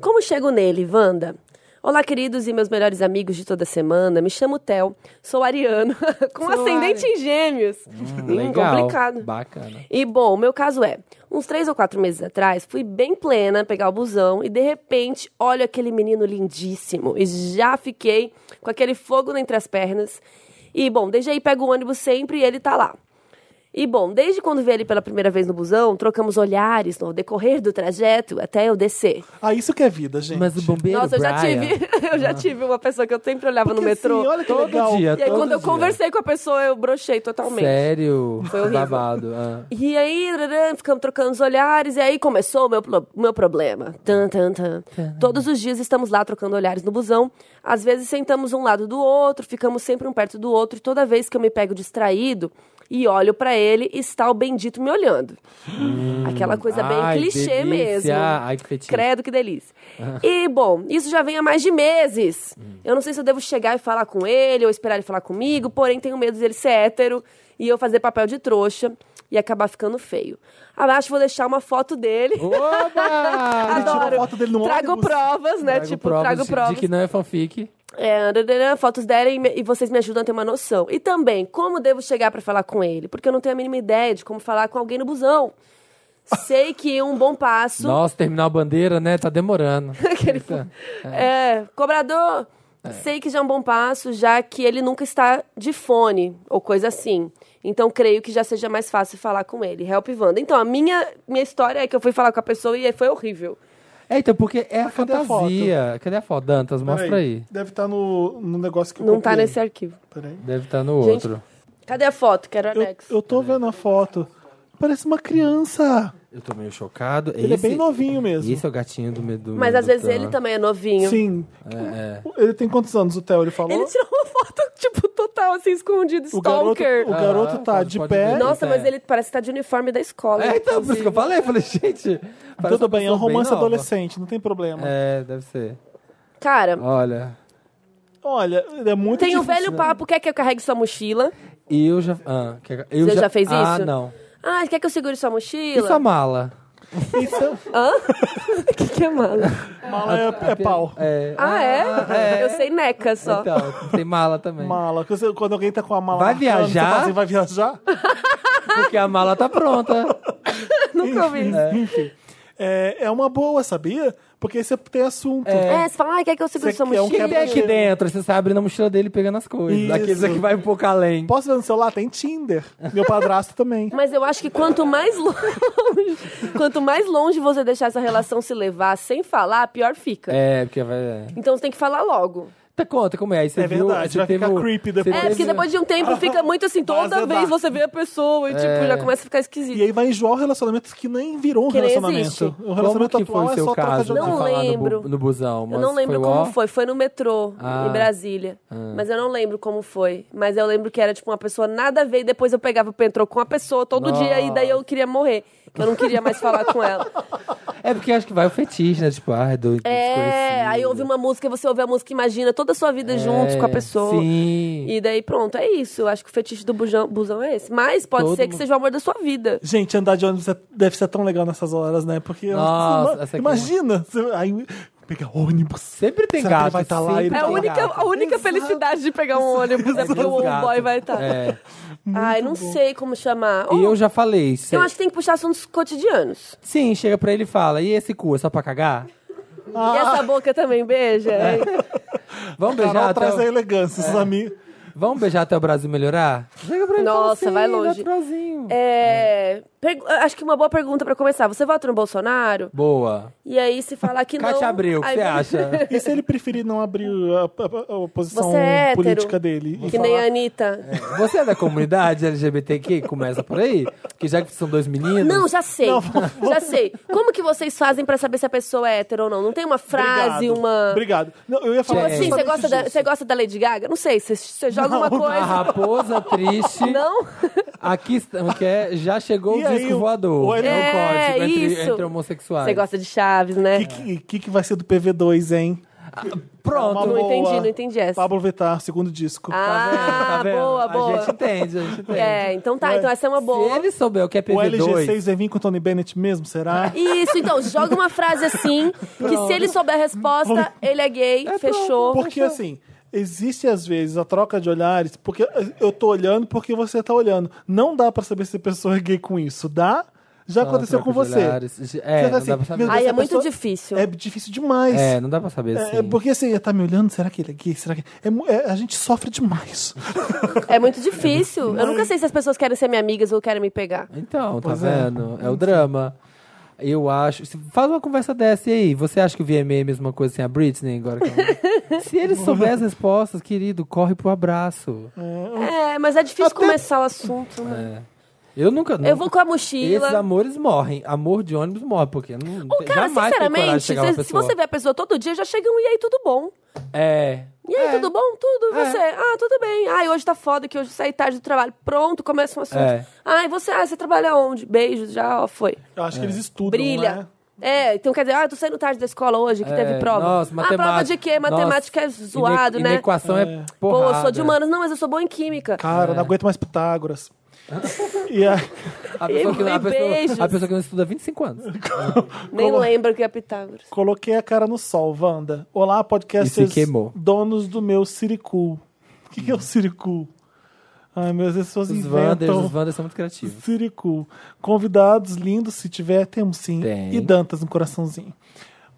C: Como chego nele, Wanda? Olá, queridos e meus melhores amigos de toda semana. Me chamo Tel, sou ariano, com
E: Sou
C: ascendente
E: Ari.
C: em gêmeos. Hum,
B: Legal.
C: complicado.
B: Bacana.
C: E bom, o meu caso é, uns três ou quatro meses atrás, fui bem plena pegar o busão e de repente olho aquele menino lindíssimo e já fiquei com aquele fogo entre as pernas. E bom, desde aí pego o ônibus sempre e ele tá lá. E bom, desde quando vi ele pela primeira vez no busão, trocamos olhares no decorrer do trajeto até eu descer.
A: Ah, isso que é vida, gente.
B: Mas o bombeiro
C: Nossa, eu já
B: Brian, Ah.
C: tive, eu já tive uma pessoa que eu sempre olhava
A: Porque
C: no metrô.
A: assim, olha que
B: Todo
A: legal.
B: dia,
C: e aí
B: é todo
C: quando eu
B: dia.
C: conversei com a pessoa, eu brochei totalmente.
B: Sério?
C: Foi horrível.
B: Babado. ah.
C: E aí, rarã, ficamos trocando os olhares, e aí começou o meu, pro- meu problema. Tan, tan, tan. Todos os dias estamos lá trocando olhares no busão. Às vezes sentamos um lado do outro, ficamos sempre um perto do outro, e toda vez que eu me pego distraído e olho pra ele, está o bendito me olhando. Aquela coisa bem
B: Hum. Ai,
C: clichê
B: delícia.
C: mesmo.
B: Ai, que fetiche.
C: Credo, que delícia. E, bom, isso já vem há mais de meses. Eu não sei se eu devo chegar e falar com ele ou esperar ele falar comigo, porém tenho medo dele ser hétero e eu fazer papel de trouxa e acabar ficando feio. Abaixo vou deixar uma foto dele.
B: Oba!
A: tirou
C: Adoro.
A: foto dele no
C: trago
A: ônibus?
C: provas, né? tipo, trago
B: de-
C: provas.
B: de que não é fanfic.
C: É, dadadã, fotos dela e, me- e vocês me ajudam a ter uma noção. E também, como devo chegar pra falar com ele? Porque eu não tenho a mínima ideia de como falar com alguém no busão. Sei que um bom passo
B: Nossa, terminar a bandeira, né? Tá demorando.
C: Aquele
B: Eita.
C: É, cobrador, sei que já é um bom passo, já que ele nunca está de fone ou coisa assim. Então, creio que já seja mais fácil falar com ele. Help Wanda. Então, a minha, minha história é que eu fui falar com a pessoa e foi horrível.
B: É, então, porque é a
A: cadê a
B: fantasia. cadê a foto? Dantas, mostra
A: Peraí,
B: aí.
A: Deve estar no, no negócio que eu
C: Não tá
A: copiei.
C: nesse arquivo.
A: Peraí.
B: Deve estar no
C: Gente,
B: outro.
C: Cadê a foto? Quero o
A: Eu,
C: anexo.
A: eu tô vendo a foto. Parece uma criança.
B: Eu tô meio chocado.
A: Ele é bem novinho mesmo.
B: Esse é o gatinho do É, medo.
C: Mas às
B: tá.
C: vezes ele também é novinho.
A: Sim. Ele tem quantos anos, o Theo? Ele falou?
C: Ele é tirou uma foto, tipo, total, assim, escondido,
A: o garoto,
C: stalker.
A: o garoto tá
B: Ah, pode-
A: de
B: pode
A: pé.
B: ver.
C: Nossa,
B: é.
C: mas ele parece que tá de uniforme da escola.
B: É, então, por isso que eu falei. Falei, gente. parece
A: Tudo
B: uma
A: bem, é um
B: pessoa
A: romance
B: nova.
A: adolescente, não tem problema.
B: É, deve ser.
C: Cara,
B: Olha,
A: Olha, é muito
C: tem o
A: difícil.
C: velho papo, quer que eu carregue sua mochila?
B: eu já. Ah, quer- eu
C: Você já fez
B: Ah,
C: isso?
B: não.
C: Ah, quer que eu segure sua mochila?
B: E sua mala?
C: que que é mala?
A: Mala é, é pau.
B: É.
C: Ah, é?
B: é.
C: Eu sei neca só.
B: Então, tem mala também.
A: Mala. Quando quando alguém tá com a mala
B: Vai
A: marcando, você
B: viajar?
A: fala assim, vai viajar?
B: Porque a mala tá pronta.
C: Nunca ouvi isso.
A: É, é uma boa, sabia? Porque aí você tem assunto.
C: É, você fala, ah, quer que eu segure
A: Você
C: sua
A: quer um
B: O que
C: mochila?
B: tem aqui dentro? Você sai abrindo a mochila dele e pegando as coisas.
A: Isso.
B: Aqueles que vai um pouco além.
A: Posso ver no celular? Tem Tinder. Meu padrasto também.
C: Mas eu acho que quanto mais longe, quanto mais longe você deixar essa relação se levar sem falar, pior fica.
B: É, porque vai. É.
C: Então você tem que falar logo.
B: Tá, conta como é. Aí você
A: É
B: viu,
A: verdade,
B: você
A: vai
B: teve
A: ficar
B: o-
A: creepy
B: você
A: depois.
C: É,
B: teve-
C: porque depois de um tempo fica muito assim, toda
A: azedar.
C: vez você vê a pessoa e
B: É.
C: tipo, já começa a ficar
A: E
C: esquisito.
A: aí vai enjoar o relacionamento que nem virou um
C: Que nem existe.
A: relacionamento. O
B: Como
A: relacionamento
B: que
A: atual
B: foi o
A: é
B: seu
A: só troca de
B: caso de
C: Não
B: falar no,
C: lembro.
B: bu- no busão?
C: Eu
B: Mas
C: não lembro
B: foi
C: como
B: ó?
C: foi, foi no metrô
B: Ah.
C: em Brasília. Mas eu não lembro como foi. Mas eu lembro que era tipo uma pessoa nada a ver e depois eu pegava o pentrô com a pessoa todo dia e daí eu queria morrer. Que eu não queria mais falar com ela.
B: É porque acho que vai o fetiche, né? Tipo, ah, é do
C: É,
B: desconhecido.
C: aí ouve uma música, você ouve a música, imagina toda a sua vida
B: É,
C: junto com a pessoa.
B: Sim.
C: E daí pronto, é isso. Eu acho que o fetiche do bujão- busão é esse. Mas pode
B: Todo
C: ser que
B: mundo-
C: seja o amor da sua vida.
A: Gente, andar de ônibus é- deve ser tão legal nessas horas, né? Porque
B: Nossa,
A: ima-
B: essa aqui- é
A: imagina, você- aí pegar ônibus.
B: Sempre tem
A: Será que ele
B: gato.
A: vai tá lá
B: sempre
A: e-
C: É
B: tem
C: a única,
B: gato.
C: a única felicidade de pegar um ônibus é porque o
B: Exato.
C: homeboy vai tá. estar.
B: É.
C: Ai, não sei como chamar.
B: E
C: Oh,
B: eu já falei.
C: eu
B: cê-
C: acho que tem que puxar assuntos cotidianos.
B: Sim, chega pra ele e fala: e esse cu é só pra cagar?
C: E essa boca também beija.
B: É.
C: hein?
B: Vamos
A: Carol
B: beijar, até
A: traz a
B: o...
A: elegância,
B: É.
A: esses amigos.
B: Vamos beijar até o Brasil melhorar? Chega pra ele e fala
C: Nossa,
B: assim,
C: vai longe.
B: naturalzinho.
C: É, pergu- acho que uma boa pergunta pra começar. Você vota no Bolsonaro?
B: Boa.
C: E aí, se falar que não.
B: Cátia Abreu, o que
C: aí
B: você
C: vai-
B: acha?
A: E se ele preferir não abrir a, a- a- a posição
C: Você é hétero.
A: política dele? e
C: Que nem
A: falar-
C: a Anitta.
B: Você é da comunidade LGBTQ? Começa por aí? Porque já que são dois meninos.
C: Não, já sei.
A: Não, vamos-
C: já sei. Como que vocês fazem pra saber se a pessoa é hétero ou não? Não tem uma frase,
A: Obrigado.
C: uma.
A: Obrigado. É. Não, eu ia
C: Tipo
A: falar
C: assim, você
A: justamente
C: gosta, da,
A: disso.
C: você gosta da Lady Gaga? Não sei, você, você joga uma
B: A
C: coisa.
B: raposa triste.
C: Não?
B: Aqui estamos, que é, já chegou
A: E
B: o
A: aí,
B: disco
A: o-
B: voador.
A: o
B: É,
A: Elon-
B: o código entre,
C: isso.
B: entre homossexuais.
C: Você gosta de Chaves, né?
A: O que, que, que vai ser do PV2, hein?
B: Pronto.
A: Uma
C: Não
A: boa.
C: entendi, não entendi essa.
A: Pablo Vittar, segundo disco.
C: ah,
B: Tá vendo?
C: boa, boa.
B: A gente entende, a gente entende.
C: É, então tá, então essa é uma boa.
B: Se ele souber o que é
A: O
B: PV2,
A: LG6 vai vir com o Tony Bennett mesmo, será?
C: Isso, então, joga uma frase assim, que se ele souber a resposta, ele é gay, fechou.
A: Porque assim, existe às vezes a troca de olhares, porque eu tô olhando porque você tá olhando. Não dá pra saber se a pessoa é gay com isso, dá? Já
B: Ah,
A: aconteceu
B: troca
A: com
B: de
A: você.
B: olhares. É,
A: Você tá
B: não
A: assim,
B: dá pra saber.
A: meu Deus,
C: Ai, é
A: essa
C: muito
A: pessoa-
C: difícil.
A: É difícil demais.
B: é, não dá pra saber assim.
A: É, porque assim, tá me olhando, será que ele é gay? Será que... é mu- é- a gente sofre demais.
C: É muito difícil. Eu nunca sei se as pessoas querem ser minhas amigas ou querem me pegar.
B: Então, tá
A: Pois é.
B: vendo? É. o drama. Eu acho. se- Faz uma conversa dessa e aí. Você acha que o VMA é a mesma coisa sem a Britney agora? que- Se ele souber as respostas, querido, corre pro abraço.
C: É, mas é difícil começar o assunto, né?
B: Eu nunca. nunca-
C: Eu vou com a
B: Esses
C: mochila.
B: amores morrem. Amor de ônibus morre, porque não
C: Ô,
B: tem-
C: cara,
B: jamais tem coragem de
C: sinceramente,
B: chegar uma
C: se, se
B: pessoa.
C: você vê a pessoa todo dia, já chega um e aí, tudo bom?
B: É.
C: E aí,
B: É.
C: tudo bom? Tudo. E
B: É.
C: você? Ah, tudo bem. Ai, hoje tá foda que hoje saí tarde do trabalho. Pronto, começa um assunto.
B: É.
C: Ai, você, ah, você trabalha onde? Beijos, já, ó, foi.
A: Eu acho que
B: É.
A: eles estudam,
C: Brilha.
A: né?
C: É, então quer dizer, ah, tô saindo tarde da escola hoje, que
B: É,
C: teve prova.
B: nossa,
C: ah, prova
B: matemática.
C: de quê? Matemática é
B: Nossa,
C: zoado,
B: e
C: né?
B: na equação é,
C: Pô,
B: porrada.
C: eu sou de humanas. Não, mas eu sou boa em química.
A: Cara,
B: É.
A: não aguento mais Pitágoras. e aí,
B: A pessoa, que, a,
C: E beijos.
B: pessoa, a pessoa que não estuda há 25 anos.
C: Nem
A: como-
C: lembro que é Pitágoras.
A: coloquei a cara no sol, Wanda. Olá,
B: E
A: podcasters
B: se queimou.
A: donos do meu Siricu. O que, que é o Siricu? Ai, meus Deus, as pessoas
B: Os Wanders,
A: inventam.
B: os Wanders são muito criativos.
A: Siricu. Convidados lindos, se tiver, temos sim.
B: Tem.
A: E Dantas no coraçãozinho.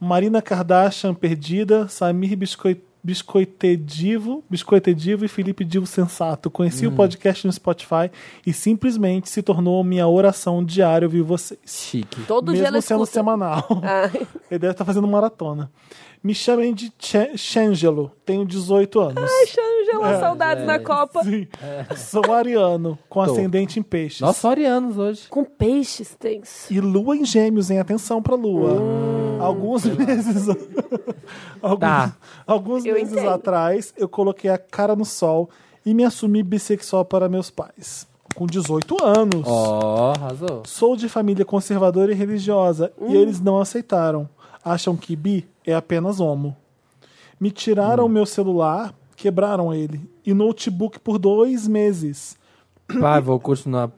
A: Marina Kardashian perdida, Samir Biscoit... Biscoitedivo, Biscoitedivo e Felipe Divo Sensato. Conheci o podcast no Spotify e simplesmente se tornou minha oração diária ouvir vocês.
B: Chique.
C: Todo dia ela
A: Mesmo sendo
C: escuta. Ah.
A: semanal.
C: Ai.
A: Ele deve estar fazendo maratona. Me chamem de Ch- Changelo, tenho 18 anos.
C: Angela,
B: É,
C: saudades na Copa.
A: Sim. Sou ariano, com ascendente em peixes.
B: Nós só arianos hoje.
C: Com peixes tenso.
A: E lua em gêmeos, hein? Atenção pra lua. alguns meses... alguns
B: Tá.
A: alguns
C: Eu
A: meses
C: entendo.
A: atrás, eu coloquei a cara no sol e me assumi bissexual para meus pais. Com 18 anos.
B: Ó, arrasou.
A: Sou de família conservadora e religiosa e eles não aceitaram. Acham que bi é apenas homo. Me tiraram meu celular, quebraram ele e notebook por dois meses
B: Vai, vou continuar.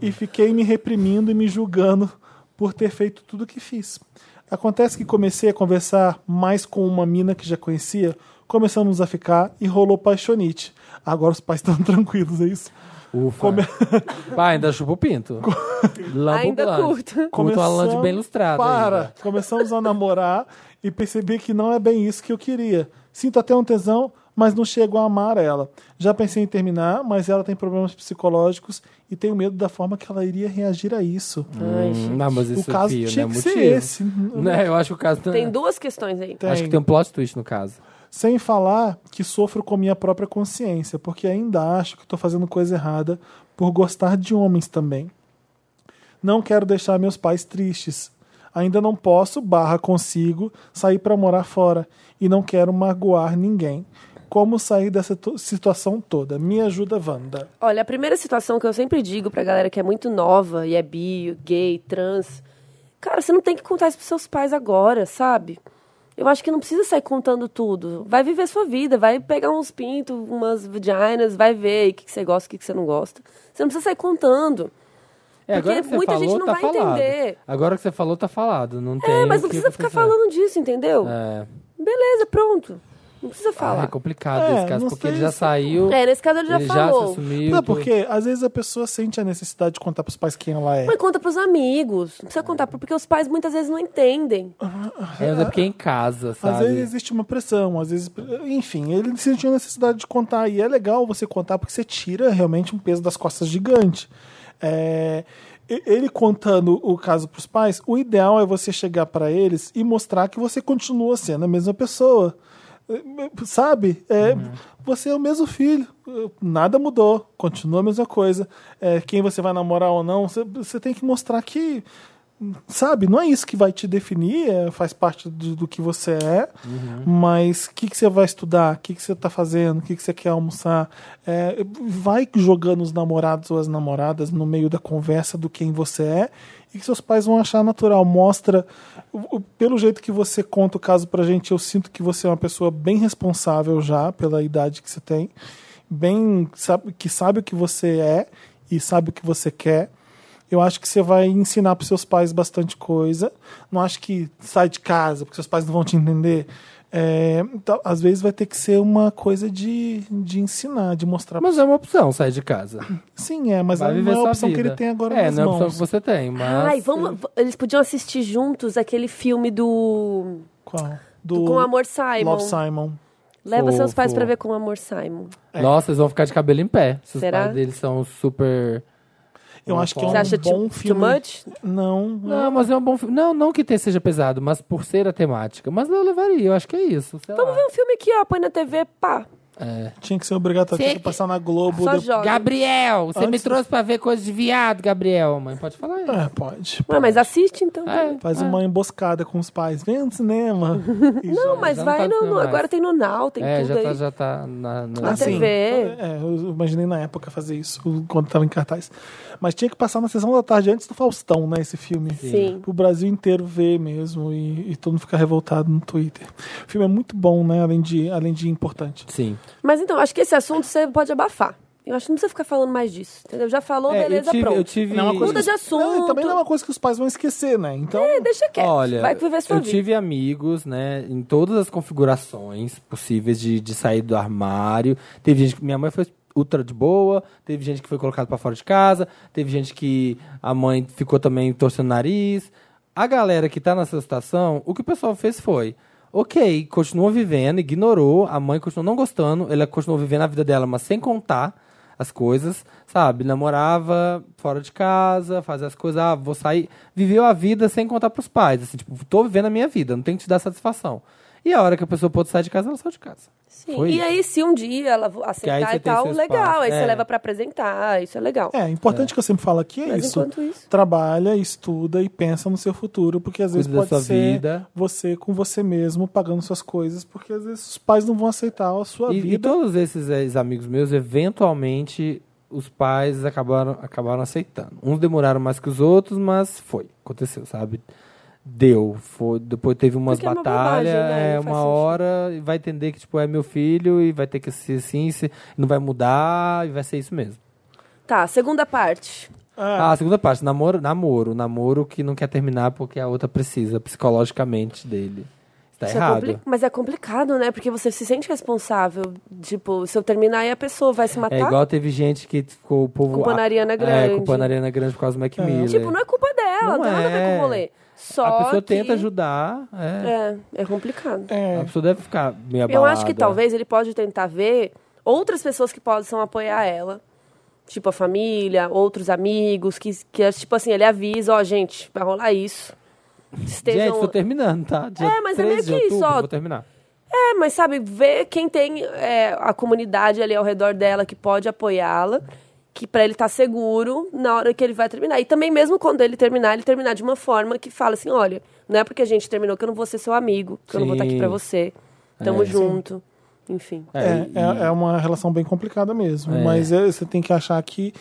A: e fiquei me reprimindo e me julgando por ter feito tudo o que fiz. Acontece que comecei a conversar mais com uma mina que já conhecia, começamos a ficar e rolou paixonite. Agora os pais estão tranquilos, é isso?
B: Ufa. Vai, ainda chupa o pinto. Lambo
C: Ainda
B: grande.
C: curto.
B: Curto uma lã de bem né? lustrada.
A: Para!
B: ainda.
A: Começamos a namorar e percebi que não é bem isso que eu queria. Sinto até um tesão, mas não chego a amar ela. Já pensei em terminar, mas ela tem problemas psicológicos e tenho medo da forma que ela iria reagir a isso.
C: Ai, gente.
B: Hum, Não, mas isso
A: o caso
B: Fia,
A: tinha
B: não é
A: que ser
B: motivo.
A: esse.
B: Né, eu acho que o caso tem.
C: Tem duas questões aí.
A: Tem.
B: Acho que tem um plot twist no caso.
A: Sem falar que sofro com minha própria consciência, porque ainda acho que estou fazendo coisa errada por gostar de homens também. Não quero deixar meus pais tristes. Ainda não posso, barra consigo, sair para morar fora. E não quero magoar ninguém. Como sair dessa to- situação toda? Me ajuda, Wanda.
C: Olha, a primeira situação que eu sempre digo pra galera que é muito nova e é bi, gay, trans. Cara, você não tem que contar isso pros seus pais agora, sabe? Eu acho que não precisa sair contando tudo. Vai viver sua vida, vai pegar uns pintos, umas vaginas, vai ver aí o que, que você gosta, o que, que você não gosta. Você não precisa sair contando.
B: É,
C: Porque
B: agora que você
C: muita
B: falou,
C: gente não
B: tá
C: vai
B: falado.
C: entender.
B: Agora que você falou, tá falado. Não
C: É,
B: tem
C: mas
B: o
C: não
B: que
C: precisa ficar
B: confessar.
C: falando disso, entendeu?
B: É.
C: Beleza, pronto. Não precisa
B: Ah,
C: falar.
B: é complicado
A: É,
B: esse caso,
A: não
B: porque
A: sei
B: ele já
A: se-
B: saiu.
C: É, nesse caso ele já
B: ele já se
C: falou.
B: assumiu.
A: Não,
B: tudo.
A: É porque às vezes a pessoa sente a necessidade de contar para os pais quem ela é.
C: Mas conta pros amigos. Não precisa contar, porque os pais muitas vezes não entendem.
B: É, mas é porque é em casa,
A: Às
B: sabe?
A: vezes existe uma pressão, às vezes. Enfim, ele sentiu a necessidade de contar. E é legal você contar porque você tira realmente um peso das costas gigante. É, e- ele contando o caso para os pais, o ideal é você chegar para eles e mostrar que você continua sendo a mesma pessoa. É, Sabe? É, Você é o mesmo filho. Nada mudou. Continua a mesma coisa. É, quem você vai namorar ou não, você, você tem que mostrar que sabe, não é isso que vai te definir, é, faz parte do, do que você é, mas o que, que você vai estudar, o que, que você tá fazendo, o que, que você quer almoçar. É, vai jogando os namorados ou as namoradas no meio da conversa do quem você é e que seus pais vão achar natural. Mostra, o- o- pelo jeito que você conta o caso pra gente, eu sinto que você é uma pessoa bem responsável já pela idade que você tem, bem sabe, que sabe o que você é e sabe o que você quer. Eu acho que você vai ensinar para seus pais bastante coisa. Não acho que sai de casa, porque seus pais não vão te entender. É, então, às vezes vai ter que ser uma coisa de, de ensinar, de mostrar.
B: Mas é uma opção sair de casa.
A: Sim, é, mas
B: Vai
A: não
B: viver
A: é a
B: sua
A: opção
B: vida.
A: que ele tem agora
B: É,
A: nas
B: não é a
A: mãos.
B: opção que você tem, mas...
C: Ai, vamos, v- eles podiam assistir juntos aquele filme do,
A: Qual?
C: do Com Amor Simon.
A: Love Simon.
C: Leva seus pais
B: Fofo.
C: pra ver Com Amor Simon.
B: Nossa, eles vão ficar de cabelo em pé. Se os
C: É. Será?
B: pais deles são super...
A: Eu acho que é um
C: Você acha
A: bom
C: too, too
A: filme.
C: much? É
A: Não,
B: Não, mas é um bom filme. Não, não que te seja pesado, mas por ser a temática. Mas eu levaria, eu acho que é isso. sei
C: Vamos
B: lá.
C: ver um filme aqui, ó. Põe na TV, pá.
A: tinha que ser obrigatório
B: Sei
A: tinha que
B: que-
A: passar na Globo.
C: Só
A: de-
C: joga.
B: Gabriel, você me
A: Antes-
B: trouxe pra ver coisa de viado, Gabriel. Mãe, pode falar isso.
A: É, pode.
C: Ué, mas assiste então.
B: É,
A: Faz uma emboscada com os pais. Vem no cinema. E
C: Não,
A: joga.
C: mas
B: já não
C: vai
B: tá no
C: no, no-
B: mais.
C: Agora tem no Now,
A: um
C: tem
B: é,
C: tudo
B: já tá,
C: aí.
B: já tá na, na-
C: Ah,
A: Assim,
C: TV.
A: É, eu imaginei na época fazer isso, quando tava em cartaz. Mas tinha que passar na sessão da tarde antes do Faustão, né? Esse filme.
C: Sim.
A: Pro Brasil inteiro ver mesmo e, e todo mundo ficar revoltado no Twitter. O filme é muito bom, né? Além de, além de importante.
B: Sim.
C: Mas então, acho que esse assunto você pode abafar. Eu acho que não precisa ficar falando mais disso. Entendeu? Já falou,
B: É,
C: beleza,
B: eu tive,
C: pronto.
B: eu tive-
A: Não é uma coisa
C: Muda
A: que-
C: de assunto.
A: Não, e também não é uma coisa que os pais vão esquecer, né? Então.
C: É, deixa quieto.
B: Olha,
C: vai viver sua
B: eu
C: vida.
B: tive amigos, né, em todas as configurações possíveis de, de sair do armário. Teve gente que minha mãe foi ultra de boa, teve gente que foi colocada pra fora de casa, teve gente que a mãe ficou também torcendo o nariz. A galera que tá nessa situação, o que o pessoal fez foi, ok, continuou vivendo, ignorou, a mãe continuou não gostando, ela continuou vivendo a vida dela, mas sem contar as coisas, sabe? Namorava fora de casa, fazia as coisas, ah, vou sair. Viveu a vida sem contar pros pais, assim, tipo, tô vivendo a minha vida, não tem que te dar satisfação. E a hora que a pessoa pôde sair de casa, ela saiu de casa.
C: Sim.
B: Foi
C: E
B: isso.
C: aí, se um dia ela vo-
B: aí
C: aceitar
B: você
C: e
B: tem
C: tal,
B: seu
C: legal.
B: espaço.
C: Aí
B: É.
C: você leva pra apresentar, isso é legal.
A: É, importante que eu sempre falo aqui é
C: Mas
A: isso.
C: enquanto isso-
A: Trabalha, estuda e pensa no seu futuro, porque às
B: Cuida da
A: vezes
B: sua
A: pode ser
B: vida.
A: você com você mesmo, pagando suas coisas, porque às vezes os pais não vão aceitar a sua
B: E, e
A: vida.
B: todos esses eh, esses amigos meus, eventualmente, os pais acabaram, acabaram aceitando. Uns demoraram mais que os outros, mas foi. Aconteceu, sabe? Deu. Foi, depois teve umas
C: Porque é uma
B: batalhas,
C: bobagem, né?
B: é
C: Não
B: uma
C: faz sentido.
B: hora, e vai entender que, tipo, é meu filho e vai ter que ser assim, se, não vai mudar, e vai ser isso mesmo.
C: Tá, segunda parte.
A: Ah,
B: Ah, a segunda parte, namoro, namoro. Namoro que não quer terminar porque a outra precisa, psicologicamente, dele. Está
C: Isso é
B: Tá errado.
C: compli- Mas é complicado, né? Porque você se sente responsável. Tipo, se eu terminar, aí a pessoa vai se matar.
B: É igual teve gente que ficou o povo.
C: Culpa na Ariana
B: É,
C: Grande.
B: culpa na Ariana Grande por causa do Mac Miller.
C: Tipo, não é culpa dela, não,
B: Não
C: tem nada a ver
B: é.
C: com o rolê. Só
B: A pessoa
C: que-
B: tenta ajudar. É.
C: É, é complicado.
B: A pessoa deve ficar meio abalada.
C: Eu acho que talvez ele pode tentar ver outras pessoas que possam apoiar ela. Tipo a família, outros amigos, que, que é tipo assim, ele avisa, ó, gente, vai rolar isso.
B: Gente,
C: Estejam...
B: tô terminando, tá? Dia
C: um- É, mas é
B: 13
C: meio
B: de
C: que isso,
B: outubro,
C: ó.
B: Vou terminar.
C: É, mas sabe, ver quem tem é, a comunidade ali ao redor dela que pode apoiá-la, que pra ele estar seguro na hora que ele vai terminar. E também mesmo quando ele terminar, ele terminar de uma forma que fala assim, olha, não é porque a gente terminou que eu não vou ser seu amigo, que eu não vou estar aqui
B: Sim.
C: pra você. Tamo
B: É.
C: junto. Enfim.
B: É,
A: é,
B: e-
A: é, é uma relação bem complicada mesmo.
B: É.
A: Mas é, você tem que achar que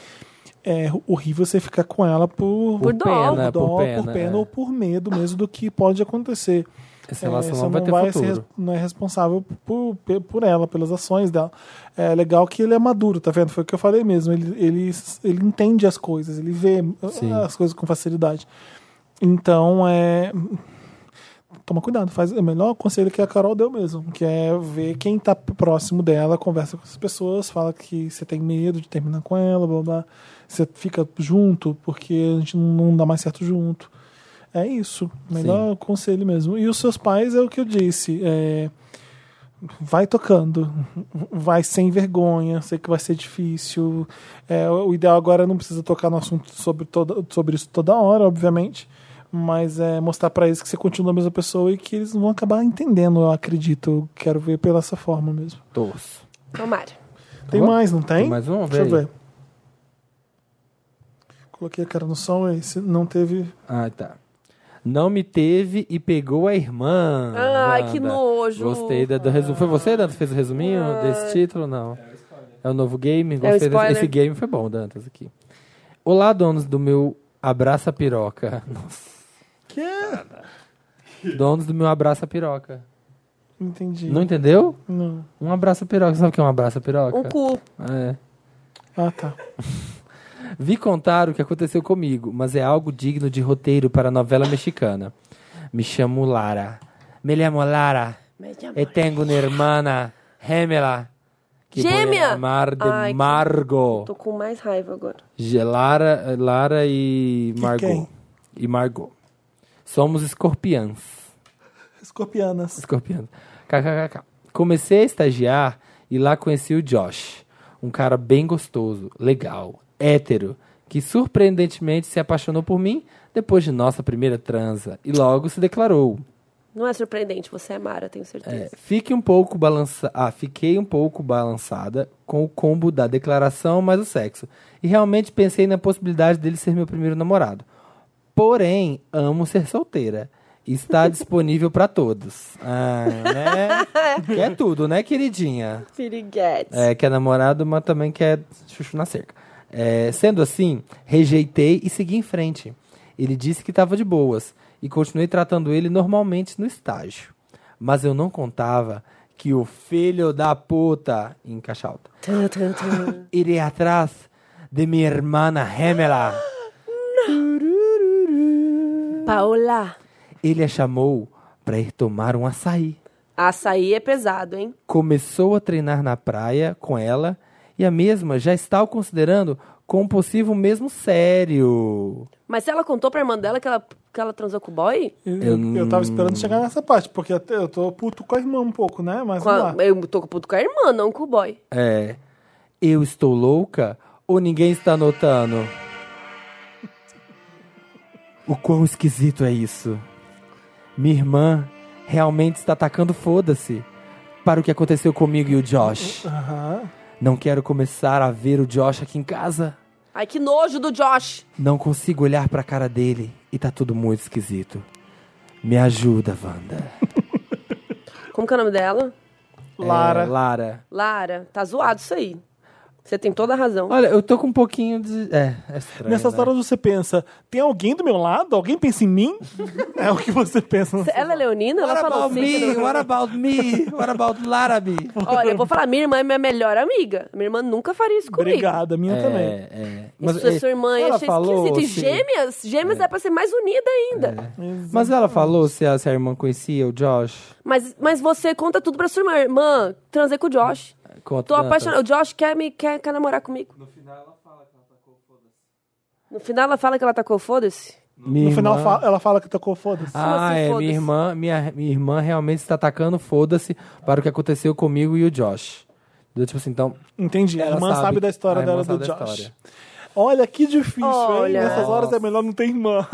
A: é horrível você ficar com ela por,
C: Por dó.
A: por,
B: pena,
A: dó,
B: por pena,
A: por
B: é.
A: ou por medo mesmo do que pode acontecer.
B: Essa
A: É,
B: relação
A: você
B: não vai ter
A: ser
B: futuro.
A: res- não é responsável por, pe- por ela, pelas ações dela. É legal que ele é maduro, tá vendo? Foi o que eu falei mesmo. Ele, ele, ele entende as coisas, ele vê uh,
B: Sim.
A: as coisas com facilidade. Então, é. Toma cuidado, faz é o melhor conselho que a Carol deu mesmo, que é ver quem tá próximo dela, conversa com as pessoas, fala que você tem medo de terminar com ela, blá blá. Você fica junto, porque a gente não dá mais certo junto. É isso. Melhor conselho mesmo. E os seus pais é o que eu disse. é, Vai tocando. Vai sem vergonha. Sei que vai ser difícil. É, o ideal agora é não precisa tocar no assunto sobre, toda, sobre isso toda hora, obviamente. Mas é mostrar pra eles que você continua a mesma pessoa e que eles vão acabar entendendo, eu acredito. Eu Quero ver pela essa forma mesmo.
B: Torço.
C: Tomara.
A: Tem
B: Tá bom?
A: mais, não tem?
B: Tem mais um? Vê
A: Deixa eu
B: aí.
A: ver. Coloquei a cara no sol e se não teve.
B: Ah, tá. Não me teve e pegou a irmã.
C: Ai,
B: Wanda.
C: que nojo.
B: Gostei da- do resumo. Foi você, Dantas, que fez o resuminho desse título? Não. É o novo game? Gostei desse-
C: spoiler.
B: Esse game foi bom, Dantas, aqui. Olá, donos do meu Abraça Piroca.
A: Que?
B: Donos do meu Abraça Piroca.
A: Entendi.
B: Não entendeu?
A: Não.
B: Um abraço piroca. Sabe o que é um abraço piroca?
C: Um cu.
B: É.
A: Ah, tá.
B: Vi contar o que aconteceu comigo, mas é algo digno de roteiro para novela mexicana. Me chamo Lara. Me chamo Lara. E tenho uma irmã gemela. Que vou
C: Gêmea?
B: chamar de
C: Ai, que-
B: Margo.
C: Tô com mais raiva agora.
B: Ge- Lara, Lara e
A: Que
B: Margot.
A: quem?
B: E Margot. Somos escorpiãs.
A: Escorpianas.
B: Escorpião. KKKK. Comecei a estagiar e lá conheci o Josh. Um cara bem gostoso, legal, hétero, que surpreendentemente se apaixonou por mim depois de nossa primeira transa e logo se declarou.
C: Não é surpreendente, você é Mara, tenho
B: É,
C: certeza.
B: fique um pouco balança... ah, fiquei um pouco balançada com o combo da declaração mais o sexo. E realmente pensei na possibilidade dele ser meu primeiro namorado. Porém, amo ser solteira. Está disponível para todos. Ah, né? Que é tudo, né, queridinha?
E: Piriguete.
B: É, que é namorado, mas também que é chuchu na cerca. É, sendo assim, rejeitei e segui em frente. Ele disse que estava de boas e continuei tratando ele normalmente no estágio. Mas eu não contava que o filho da puta, em caixa alta,
C: Tum, tum, tum.
B: iria atrás de minha irmã Remela.
C: Paola,
B: Ele a chamou para ir tomar um açaí.
C: açaí é pesado, hein?
B: começou a treinar na praia com ela e a mesma já está o considerando com um possível mesmo sério.
C: Mas se ela contou pra irmã dela que ela, que ela transou com o boy?
A: Eu, eu tava esperando chegar nessa parte, porque até eu tô puto com a irmã um pouco, né? Mas
C: Com a-
A: vamos lá.
C: eu tô com puto com a irmã, não com o boy.
B: É, eu estou louca ou ninguém está notando? O quão esquisito é isso? Minha irmã realmente está atacando foda-se para o que aconteceu comigo e o Josh.
A: Aham.
B: Não quero começar a ver o Josh aqui em casa.
C: Ai, que nojo do Josh.
B: Não consigo olhar pra cara dele e tá tudo muito esquisito. Me ajuda, Wanda.
C: Como que é o nome dela?
A: Lara.
B: É, Lara.
C: Lara. Tá zoado isso aí. Você tem toda a razão.
B: Olha, eu tô com um pouquinho de. É, é estranho.
A: Nessas
B: né?
A: horas você pensa, tem alguém do meu lado? Alguém pensa em mim? é o que você pensa.
C: Cê- Ela é leonina?
B: What
C: Ela falou
B: about me?
C: assim.
B: What about me? What about Larabi?
C: Olha, eu vou falar, minha irmã é minha melhor amiga. Minha irmã nunca faria isso comigo.
A: Obrigada, minha também.
B: É, é.
C: Mas, isso,
B: é,
C: sua irmã
B: ela
C: ia achar
B: falou assim, É.
C: esquisito. E
B: se-
C: gêmeas? Gêmeas é pra ser mais unida ainda.
B: Mas ela falou se a, se a irmã conhecia o Josh.
C: Mas, mas você conta tudo pra sua irmã. Irmã, transei com o Josh.
B: Conta
C: Tô
B: tantas.
C: apaixonada. O Josh quer, me, quer, quer namorar comigo. No final ela fala que ela tacou foda-se.
B: Minha
A: No final
B: irmã-
A: fa- ela fala que tocou foda-se.
B: Ah,
C: assim,
B: é.
C: foda-se?
B: Minha irmã, minha, minha irmã realmente está atacando, foda-se, para o que aconteceu comigo e o Josh. Eu, tipo assim, então.
A: Entendi. A
B: ela
A: irmã sabe, da história
B: a irmã
A: dela
B: sabe
A: do
B: da
A: Josh.
B: história.
A: Olha, que difícil,
C: Olha.
A: hein? Nessas horas
B: Nossa.
A: é melhor não ter irmã.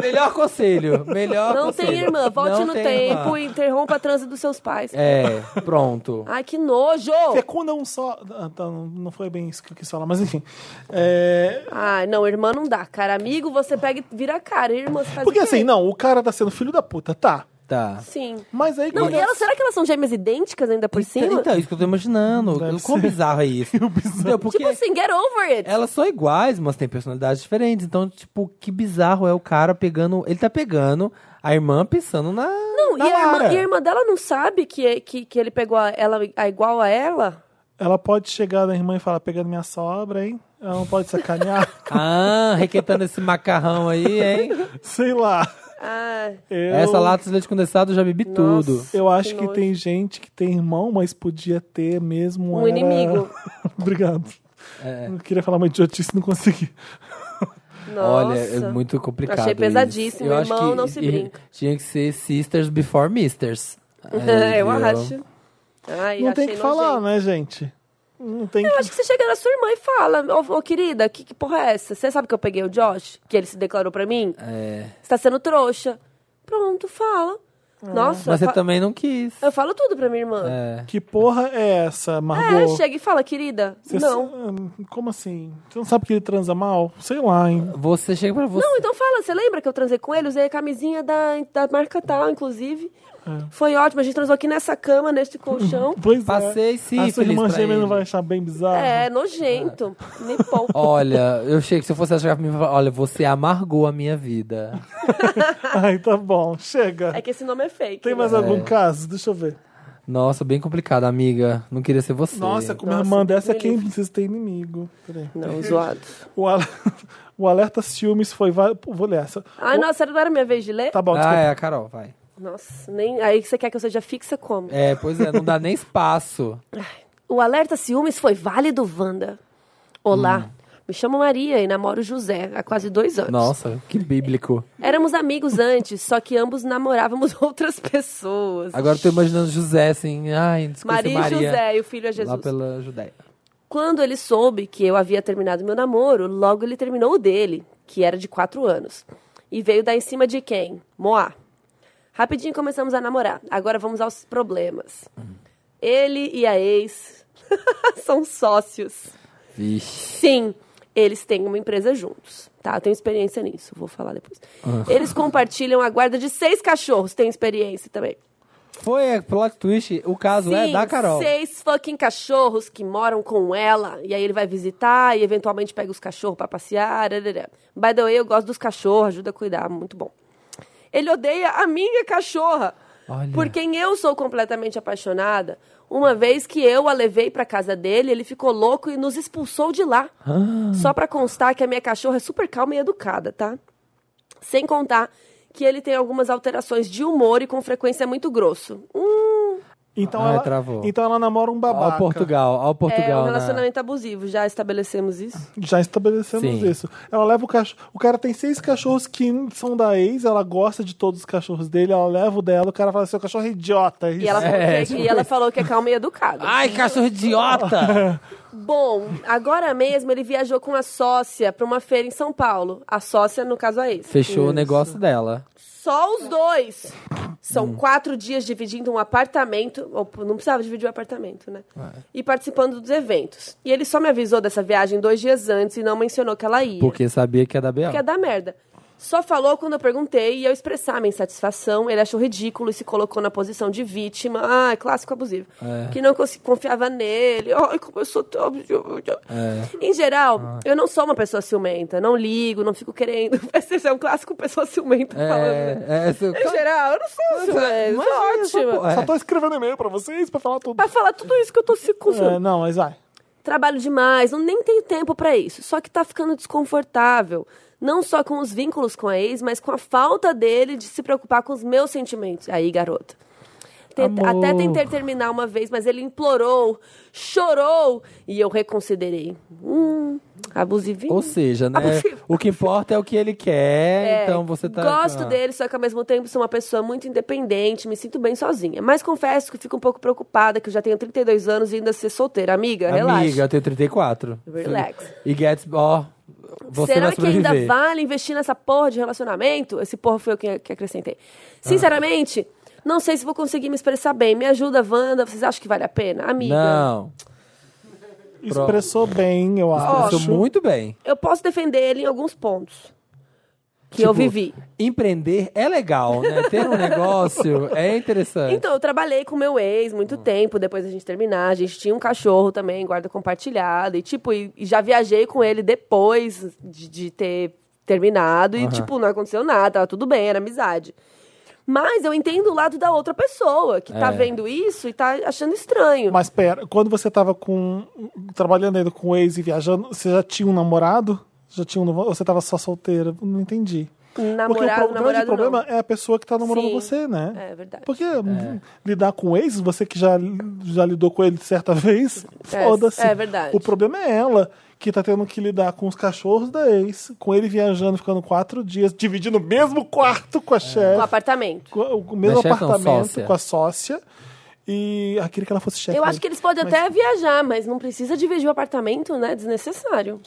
B: Melhor conselho. Melhor
C: Não
B: conselho.
C: tem irmã. Volte
B: Não
C: no
B: tem
C: tempo
B: irmã.
C: e interrompa a transe dos seus pais.
B: É, pronto.
C: Ai, que nojo!
A: Fecunda um só. Ah, tá, não- não foi bem isso que eu quis falar, mas enfim. É,
C: Ai, não, irmã não dá, cara. Amigo, você pega e vira a cara. Irmã, você faz
A: Porque
C: o quê?
A: assim, não, o cara tá sendo filho da puta, tá.
B: Tá.
C: Sim.
A: Mas aí
C: Não,
A: quando é
C: e elas, será que elas são gêmeas idênticas ainda por cima?
B: Então, isso que eu tô imaginando.
A: Deve
B: o quão
A: ser.
B: bizarro é isso? Entendeu? Porque
C: Tipo assim, get over it.
B: elas são iguais, mas têm personalidades diferentes. Então, tipo, que bizarro é o cara pegando. Ele tá pegando a irmã pensando na.
C: Não, e
B: na
C: a, irmã,
B: Lara.
C: e a irmã dela não sabe que, é- que, que ele pegou a, ela, a igual a ela?
A: Ela pode chegar na irmã e falar, pegando minha sobra, hein? Ela não pode sacanear.
B: Ah, requentando esse macarrão aí, hein?
A: Sei lá.
C: Ah,
A: Eu-
B: Essa lata de leite condensado eu já bebi tudo.
A: Eu acho que,
C: nojo.
A: tem gente que tem irmão, mas podia ter mesmo.
C: Um
A: era-
C: inimigo.
A: Obrigado. Não queria falar uma idiotice, não consegui.
C: nossa.
B: Olha, é muito complicado.
C: Achei
B: isso.
C: pesadíssimo,
B: Eu
C: irmão,
B: acho que
C: não se
B: e-
C: brinca.
B: Tinha que ser Sisters Before Misters. Aí,
C: eu
B: viu?
C: acho. Ai,
A: não
C: achei
A: tem que falar,
C: nojento.
A: né, gente? Não tem
C: Eu
A: que.
C: acho que você chega na sua irmã e fala, ô ô, querida, que, que porra é essa? Você sabe que eu peguei o Josh? Que ele se declarou pra mim?
B: É.
C: Você tá sendo trouxa. Pronto, fala. Nossa,
B: Mas
C: eu,
B: você
C: fa-
B: também não quis.
C: eu falo tudo pra minha irmã.
B: É.
A: Que porra é essa,
C: É,
A: Margot?
C: chega e fala, querida,
A: Você
C: não.
A: sa- Como assim? Você não sabe que ele transa mal? Sei lá, hein?
B: Você chega pra você.
C: Não, então fala, você lembra que eu transei com ele? Usei a camisinha da, da marca tal, inclusive.
B: É.
C: Foi ótimo, a gente transou aqui nessa cama, neste colchão.
A: Pois é.
B: Passei sim,
A: A sua irmã gêmea não vai achar bem bizarro?
C: É, nojento. Nem pouco.
B: Olha, eu achei que se eu fosse chegar pra mim e falar, olha, você amargou a minha vida.
A: Ai, tá bom. Chega.
C: É que esse nome é fake.
A: Tem
C: né?
A: mais algum caso? Deixa eu ver.
B: Nossa, bem complicado, amiga. Não queria ser você.
A: Nossa, com uma
C: Nossa,
A: irmã dessa,
C: me
A: quem
C: livre.
A: precisa ter inimigo? Peraí.
C: Não, zoado.
A: O, al- o alerta ciúmes foi... va- Pô, Vou ler essa.
C: Ai,
A: O-
C: nossa, Ah, não era minha vez de ler?
A: Tá bom,
B: Ah,
A: desculpa.
B: é, a Carol, vai.
C: Nossa, nem. Aí você quer que eu seja fixa como?
B: É, pois é, não dá nem espaço.
C: O alerta ciúmes foi válido, Wanda.
B: Hum.
C: Olá, me chamo Maria e namoro José há quase dois anos.
B: Nossa, que bíblico.
C: Éramos amigos antes, só que ambos namorávamos outras pessoas.
B: Agora eu tô imaginando José, assim, ai, desculpa,
C: Maria,
B: Maria.
C: e José, e o filho é
B: Lá
C: Jesus.
B: pela Judéia.
C: Quando ele soube que eu havia terminado meu namoro, logo ele terminou o dele, que era de quatro anos. E veio dar em cima de quem? Moá. Rapidinho começamos a namorar. Agora vamos aos problemas. Ele e a ex são sócios.
B: Vixe.
C: Sim, eles têm uma empresa juntos. Tá, eu tenho experiência nisso, vou falar depois. Eles compartilham a guarda de seis cachorros, tenho experiência também.
B: Foi a plot twist, o caso é
C: Sim,
B: da Carol.
C: Seis fucking cachorros que moram com ela. E aí ele vai visitar e eventualmente pega os cachorros pra passear. arará. By the way, eu gosto dos cachorros, ajuda a cuidar, muito bom. Ele odeia a minha cachorra.
B: Olha.
C: Por quem eu sou completamente apaixonada. Uma vez que eu a levei pra casa dele, ele ficou louco e nos expulsou de lá.
B: Ah.
C: Só pra constar que a minha cachorra é super calma e educada, tá? Sem contar que ele tem algumas alterações de humor e com frequência é muito grosso. Hum,
A: Então,
B: Ah,
A: ela,
B: travou.
A: então ela namora um babaca.
B: Ó Portugal, ó Portugal.
C: É um
B: né?
C: relacionamento abusivo, já estabelecemos isso.
A: Já estabelecemos
B: Sim.
A: isso. Ela leva o cachorro. O cara tem seis cachorros que um são da ex, ela gosta de todos os cachorros dele, ela leva o dela, o cara fala: seu cachorro é idiota.
C: E ela, falou,
B: É,
C: que, e ela falou que é calma e educada.
B: Ai, cachorro idiota!
C: Bom, agora mesmo ele viajou com a sócia pra uma feira em São Paulo. A sócia, no caso, a ex.
B: Fechou o negócio dela.
C: Só os dois. São
B: Hum.
C: quatro dias dividindo um apartamento. Ou, não precisava dividir o apartamento, né?
B: É.
C: E participando dos eventos. E ele só me avisou dessa viagem dois dias antes e não mencionou que ela ia.
B: Porque sabia que ia dar B.O.
C: Porque é da merda. Só falou quando eu perguntei e eu expressar a minha insatisfação. Ele achou ridículo e se colocou na posição de vítima. Ah, é clássico abusivo. Que não consi- confiava nele. Ai, como eu sou tão... Em geral, eu não sou uma pessoa ciumenta. Não ligo, não fico querendo. Esse é um clássico pessoa ciumenta falando, né?
B: É, é, seu-
C: Em geral, eu não sou ciumenta.
B: Imagina,
C: Sou ótima.
A: Só
B: essa porra.
A: tô escrevendo e-mail pra vocês pra falar tudo.
C: Pra falar tudo isso que eu tô se
A: É, não, mas vai.
C: Trabalho demais, não nem tenho tempo pra isso. Só que tá ficando desconfortável. Não só com os vínculos com a ex, mas com a falta dele de se preocupar com os meus sentimentos. Aí, garota. Tent-
B: Amor.
C: Até tentei terminar uma vez, mas ele implorou, chorou e eu reconsiderei. Hum, abusivinho.
B: Ou seja, né?
C: Abusivo.
B: O que importa é o que ele quer,
C: É,
B: então você tá.
C: Gosto
B: ah.
C: dele, só que ao mesmo tempo sou uma pessoa muito independente, me sinto bem sozinha. Mas confesso que fico um pouco preocupada, que eu já tenho 32 anos e ainda ser solteira. Amiga, relaxa.
B: Amiga, eu tenho 34.
C: Relax.
B: E Gets, ó, você
C: Será
B: vai
C: que ainda
B: sobreviver.
C: vale investir nessa porra de relacionamento? Esse porra foi eu que, que acrescentei.
B: Ah.
C: Sinceramente, não sei se vou conseguir me expressar bem. Me ajuda, Wanda. Vocês acham que vale a pena? Amiga.
B: Não,
A: Expressou bem, eu acho.
B: pensou muito bem.
C: Eu posso defender ele em alguns pontos. Que eu
B: Tipo,
C: vivi.
B: Empreender é legal, né? Ter um negócio é interessante.
C: Então, eu trabalhei com meu ex muito
A: Hum.
C: tempo, depois da gente terminar. A gente tinha um cachorro também, guarda compartilhada. E, tipo, e, e já viajei com ele depois de, de ter terminado. E, tipo, não aconteceu nada, tava tudo bem, era amizade. Mas eu entendo o lado da outra pessoa, que tá
B: É.
C: vendo isso e tá achando estranho.
A: Mas pera, quando você tava com. trabalhando ainda com o ex e viajando, você já tinha um namorado? Já tinha um namorado? Ou você tava só solteira? Não entendi. Porque o
C: namorado,
A: pro- grande
C: namorado
A: problema
C: não.
A: é a pessoa que tá namorando
C: Sim.
A: você, né?
C: É verdade.
A: Porque hum, lidar com ex, você que já, já lidou com ele certa vez,
C: É,
A: foda-se.
C: é verdade.
A: O problema é ela que tá tendo que lidar com os cachorros da ex, com ele viajando, ficando quatro dias, dividindo o mesmo quarto com a
C: O
A: chefe,
C: apartamento.
A: com o- o mesmo
B: chefe não,
A: apartamento
B: sócia.
A: com a sócia. E aquele que ela fosse chefe.
C: Eu
A: né?
C: acho que eles podem até viajar, mas não precisa dividir o apartamento, né? Desnecessário.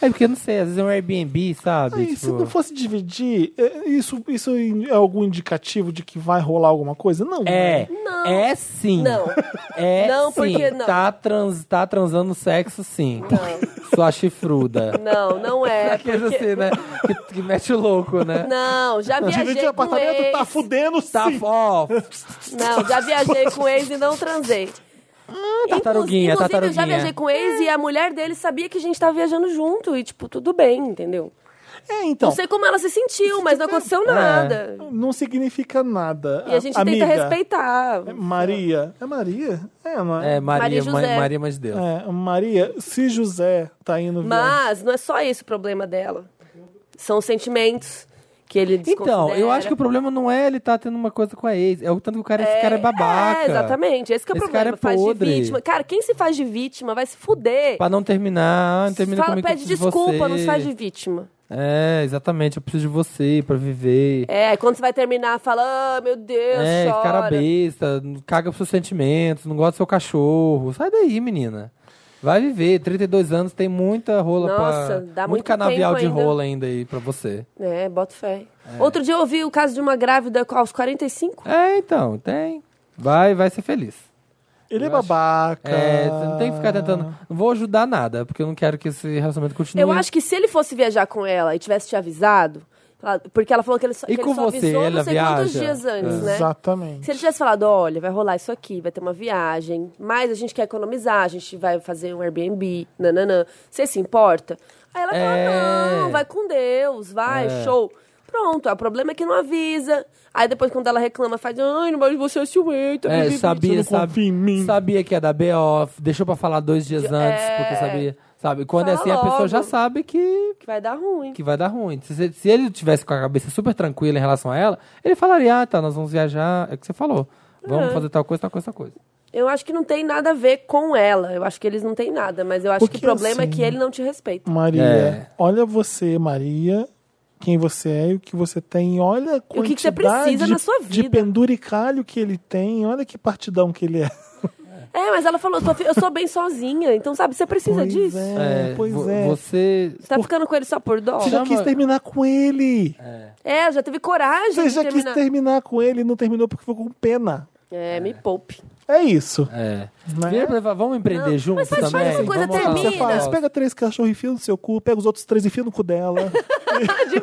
B: É porque eu não sei, às vezes é um Airbnb, sabe?
A: Aí,
B: tipo,
A: se não fosse dividir, é, isso, isso é algum indicativo de que vai rolar alguma coisa? Não. né?
B: É.
C: Não.
B: É sim.
C: Não.
B: É
C: Não,
B: sim.
C: porque não.
B: Tá, trans, tá transando sexo, sim. Sua chifruda.
C: Não, não é.
B: Aqueles
C: porque-
B: assim, né? Que, que mete o louco, né?
C: Não, já viajei
A: Dividir
C: com
A: apartamento
C: ex.
A: tá fudendo
B: Tá,
A: sim.
B: ó,
C: Não, já viajei com ex e não transei.
B: Ah, tartaruguinha,
C: Inclusive, eu já
B: tartaruguinha.
C: viajei com ex e a mulher dele sabia que a gente tava viajando junto. E, tipo, tudo bem, entendeu?
A: É, então.
C: Não sei como ela se sentiu, mas não
B: É.
C: aconteceu nada.
A: Não significa nada.
C: E a gente
A: Amiga,
C: tenta respeitar.
A: é Maria. É Maria? É, não é?
B: É, Maria,
C: Maria
B: mãe-
C: José.
B: Maria Mãe de Deus.
A: É, Maria, se José tá indo viajar-
C: Mas não é só esse o problema dela. São os sentimentos que ele
B: Então, eu acho que o
C: desconsidera.
B: problema não é ele tá tendo uma coisa com a ex. É o tanto que o cara, esse cara é babaca.
C: É, exatamente. Esse que é o
B: Esse
C: problema.
B: cara é
C: faz
B: podre.
C: de vítima. Cara, quem se faz de vítima vai se fuder.
B: Pra não terminar, ah, não termina
C: Fala,
B: comigo que eu
C: pede
B: preciso de
C: desculpa,
B: você.
C: não se faz de vítima.
B: É, exatamente, eu preciso de você pra viver.
C: É, quando você vai terminar, fala, ah, meu Deus,
B: É, esse
C: chora.
B: cara besta, caga pros seus sentimentos, não gosta do seu cachorro. Sai daí, menina. Vai viver, 32 anos, tem muita rola pra...
C: Nossa, dá muito
B: canavial
C: tempo
B: de
C: ainda.
B: rola ainda aí pra você.
C: É, bota fé. Outro dia eu ouvi o caso de uma grávida com- aos 45.
B: É, então, tem. Vai, vai ser feliz.
A: Ele é
B: eu acho-
A: babaca.
B: É, você não tem que ficar tentando... Não vou ajudar nada, porque eu não quero que esse relacionamento continue.
C: Eu acho que se ele fosse viajar com ela e tivesse te avisado, ela- porque ela falou que ele só,
B: E
C: que
B: com
C: ele só
B: você,
C: avisou
B: ela
C: não sei quantos
B: viaja? É.
C: dias antes, né?
A: Exatamente.
C: Se ele tivesse falado, olha, vai rolar isso aqui, vai ter uma viagem, mas a gente quer economizar, a gente vai fazer um Airbnb, nananã. Você se importa? Aí ela
B: É.
C: fala, não, vai com Deus, vai,
B: É.
C: show. Pronto, o problema é que não avisa. Aí depois, quando ela reclama, faz, ai, mas você é ciumenta.
B: É,
C: bibi,
A: Você
B: sabia,
A: não
B: sabe-
A: confia em mim.
B: sabia que ia dar B.O., deixou pra falar dois dias antes, porque sabia. Sabe, quando é
C: é. Fala
B: assim, a pessoa
C: logo.
B: já sabe que,
C: Que vai dar ruim.
B: que vai dar ruim. Se, você- se ele tivesse com a cabeça super tranquila em relação a ela, ele falaria, ah, tá, nós vamos viajar, é o que você falou. Vamos
C: É.
B: fazer tal coisa, tal coisa, tal coisa.
C: Eu acho que não tem nada a ver com ela. Eu acho que eles não têm nada, mas eu acho
A: Porque
C: que o problema
A: assim-
C: é que ele não te respeita.
A: Maria,
B: É.
A: olha você, Maria, quem você é e o que você tem. e Olha a
C: o
A: quantidade
C: que que você precisa na sua
A: de
C: vida.
A: penduricalho que ele tem. Olha que partidão que ele é.
C: É, mas ela falou, eu sou- eu sou bem sozinha, então sabe, você precisa
A: pois
C: disso.
A: é, pois
B: vo-
A: é. Você
B: Você.
C: Você tá ficando com ele só por dó?
A: já
B: Chama-
A: quis terminar com ele.
C: É, já teve coragem
A: Você
C: de
A: já
C: terminar.
A: quis terminar com ele e não terminou porque ficou com pena.
C: É, me poupe.
A: É isso.
B: É.
A: Né?
B: Vira pra ele e fala, vamos empreender junto
C: mas faz- faz
B: também?
C: essa coisa,
B: Vamos montar um
C: termina.
A: Você fala, você
B: negócio.
A: pega três cachorros e enfia no seu cu, pega os outros três e enfia no cu dela.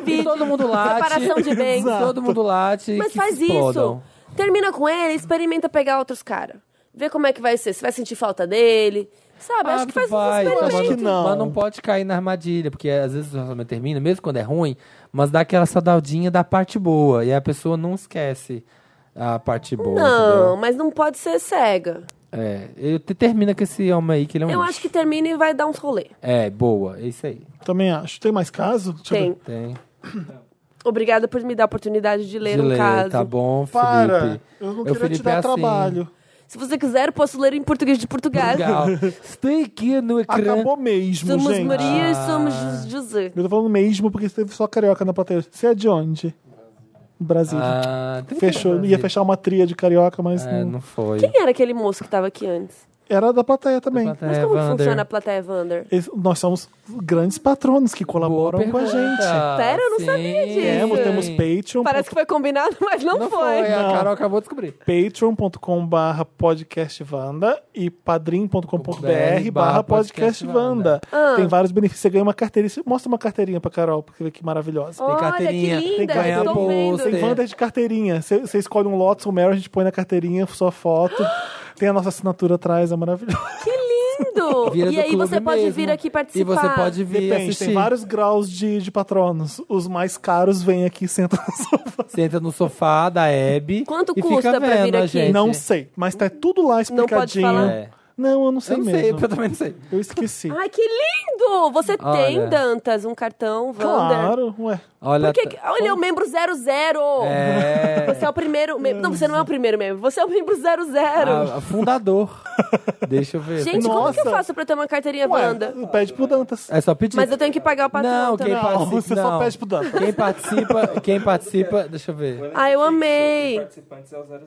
B: Que todo mundo late.
C: Separação de bens.
B: Que todo mundo late.
C: Mas
B: que
C: faz
B: se explodam.
C: isso. Termina com ele, experimenta pegar outros caras. Vê como é que vai ser. Você vai sentir falta dele. Sabe? Ah, acho que faz
B: Ah, vai, tá
C: um
A: acho
C: experimento.
A: que não.
B: Mas não pode cair na armadilha, porque às vezes o relacionamento termina, mesmo quando é ruim, mas dá aquela saudadinha da parte boa. E a pessoa não esquece a parte boa.
C: Não, mas não pode ser cega.
B: entendeu? É. Eu te- termina com esse homem aí que ele é um.
C: Eu
B: lixo.
C: acho que termina e vai dar uns rolê.
B: É, boa. É isso aí.
A: Também acho. Tem mais caso? Deixa eu ver.
C: Tem.
B: Tem.
C: Obrigada por me dar a oportunidade de ler
B: De
C: um
B: ler,
C: caso.
B: Tá bom, Felipe.
A: Para! Eu não
B: O
A: queria te
B: Felipe
A: dar
B: é assim.
A: trabalho.
C: Se você quiser, eu posso ler em português de Portugal.
B: Legal. Estou aqui no ecrã.
A: Acabou mesmo,
C: Somos
A: gente.
C: Maria e somos
B: Ah.
C: José.
A: Eu tô falando mesmo porque teve só carioca na plateia. Você é de onde? Brasília.
B: Ah, tem que
A: Fechou,
B: fazer.
A: ia fechar uma tria de carioca, mas
B: É,
A: não...
B: não foi.
C: Quem era aquele moço que tava aqui antes?
A: era da plateia também.
B: É,
C: Mas como que funciona a plateia Wander?
A: Eles- Nós somos grandes patronos que colaboram com a gente.
B: Pera,
C: eu não sabia disso.
A: Temos, temos Patreon.
C: Parece que foi combinado, mas não,
B: Não foi, a
A: Não.
B: Carol acabou de descobrir.
A: patreon.com barra podcastvanda e padrim.com.br barra
B: barra
A: podcastvanda.
B: podcastvanda.
A: Tem vários benefícios. Você ganha uma carteirinha. Mostra uma carteirinha pra Carol, porque vê que maravilhosa.
C: Olha,
B: carteirinha,
C: que linda,
A: tem ganhar
C: estou
B: bolsa,
A: Tem
B: tem-
C: vendo.
A: Wander de carteirinha. Você você escolhe um Lotus ou Mary, a gente põe na carteirinha sua foto. Tem a nossa assinatura atrás, é maravilhosa.
C: Que lindo!
B: Vira
C: e
B: do
C: aí
B: clube
C: você pode
B: mesmo.
C: vir aqui participar.
B: E você pode vir assim,
A: Depende,
B: assistir.
A: tem vários graus de, de patronos. Os mais caros vêm aqui e sentam no sofá.
B: Você entra no sofá da Hebe.
C: Quanto
B: e
C: custa
B: fica
C: pra
B: vendo
C: vir
B: a
C: aqui?
B: Gente.
A: Não sei, mas tá tudo lá
C: Não pode
A: explicadinho.
C: falar?
B: É.
A: Não, eu não sei
B: Eu não sei,
A: mesmo.
B: porque eu também não sei.
A: Eu esqueci.
C: Ai, que lindo! Você
B: Olha.
C: tem, Dantas, um cartão Wander.
A: Claro, ué.
B: Olha. tá.
C: Por que que- Olha, é o membro 00!
B: É.
C: Você é o primeiro membro. Não, você não é o primeiro membro, você é o membro 00.
B: a- a fundador. Deixa Ah, eu ver.
C: Gente, como que eu
A: Nossa.
C: faço pra ter uma carteirinha
A: Ué,
C: Wanda?
A: pede pro Dantas.
B: É só pedir.
C: Mas eu tenho que pagar o patrão
B: Não, quem
C: também.
A: Não,
B: participa.
A: você só
B: não.
A: pede pro Dantas.
B: Quem participa, quem participa, deixa eu ver.
C: Ah, eu amei.
D: Participantes é o 00.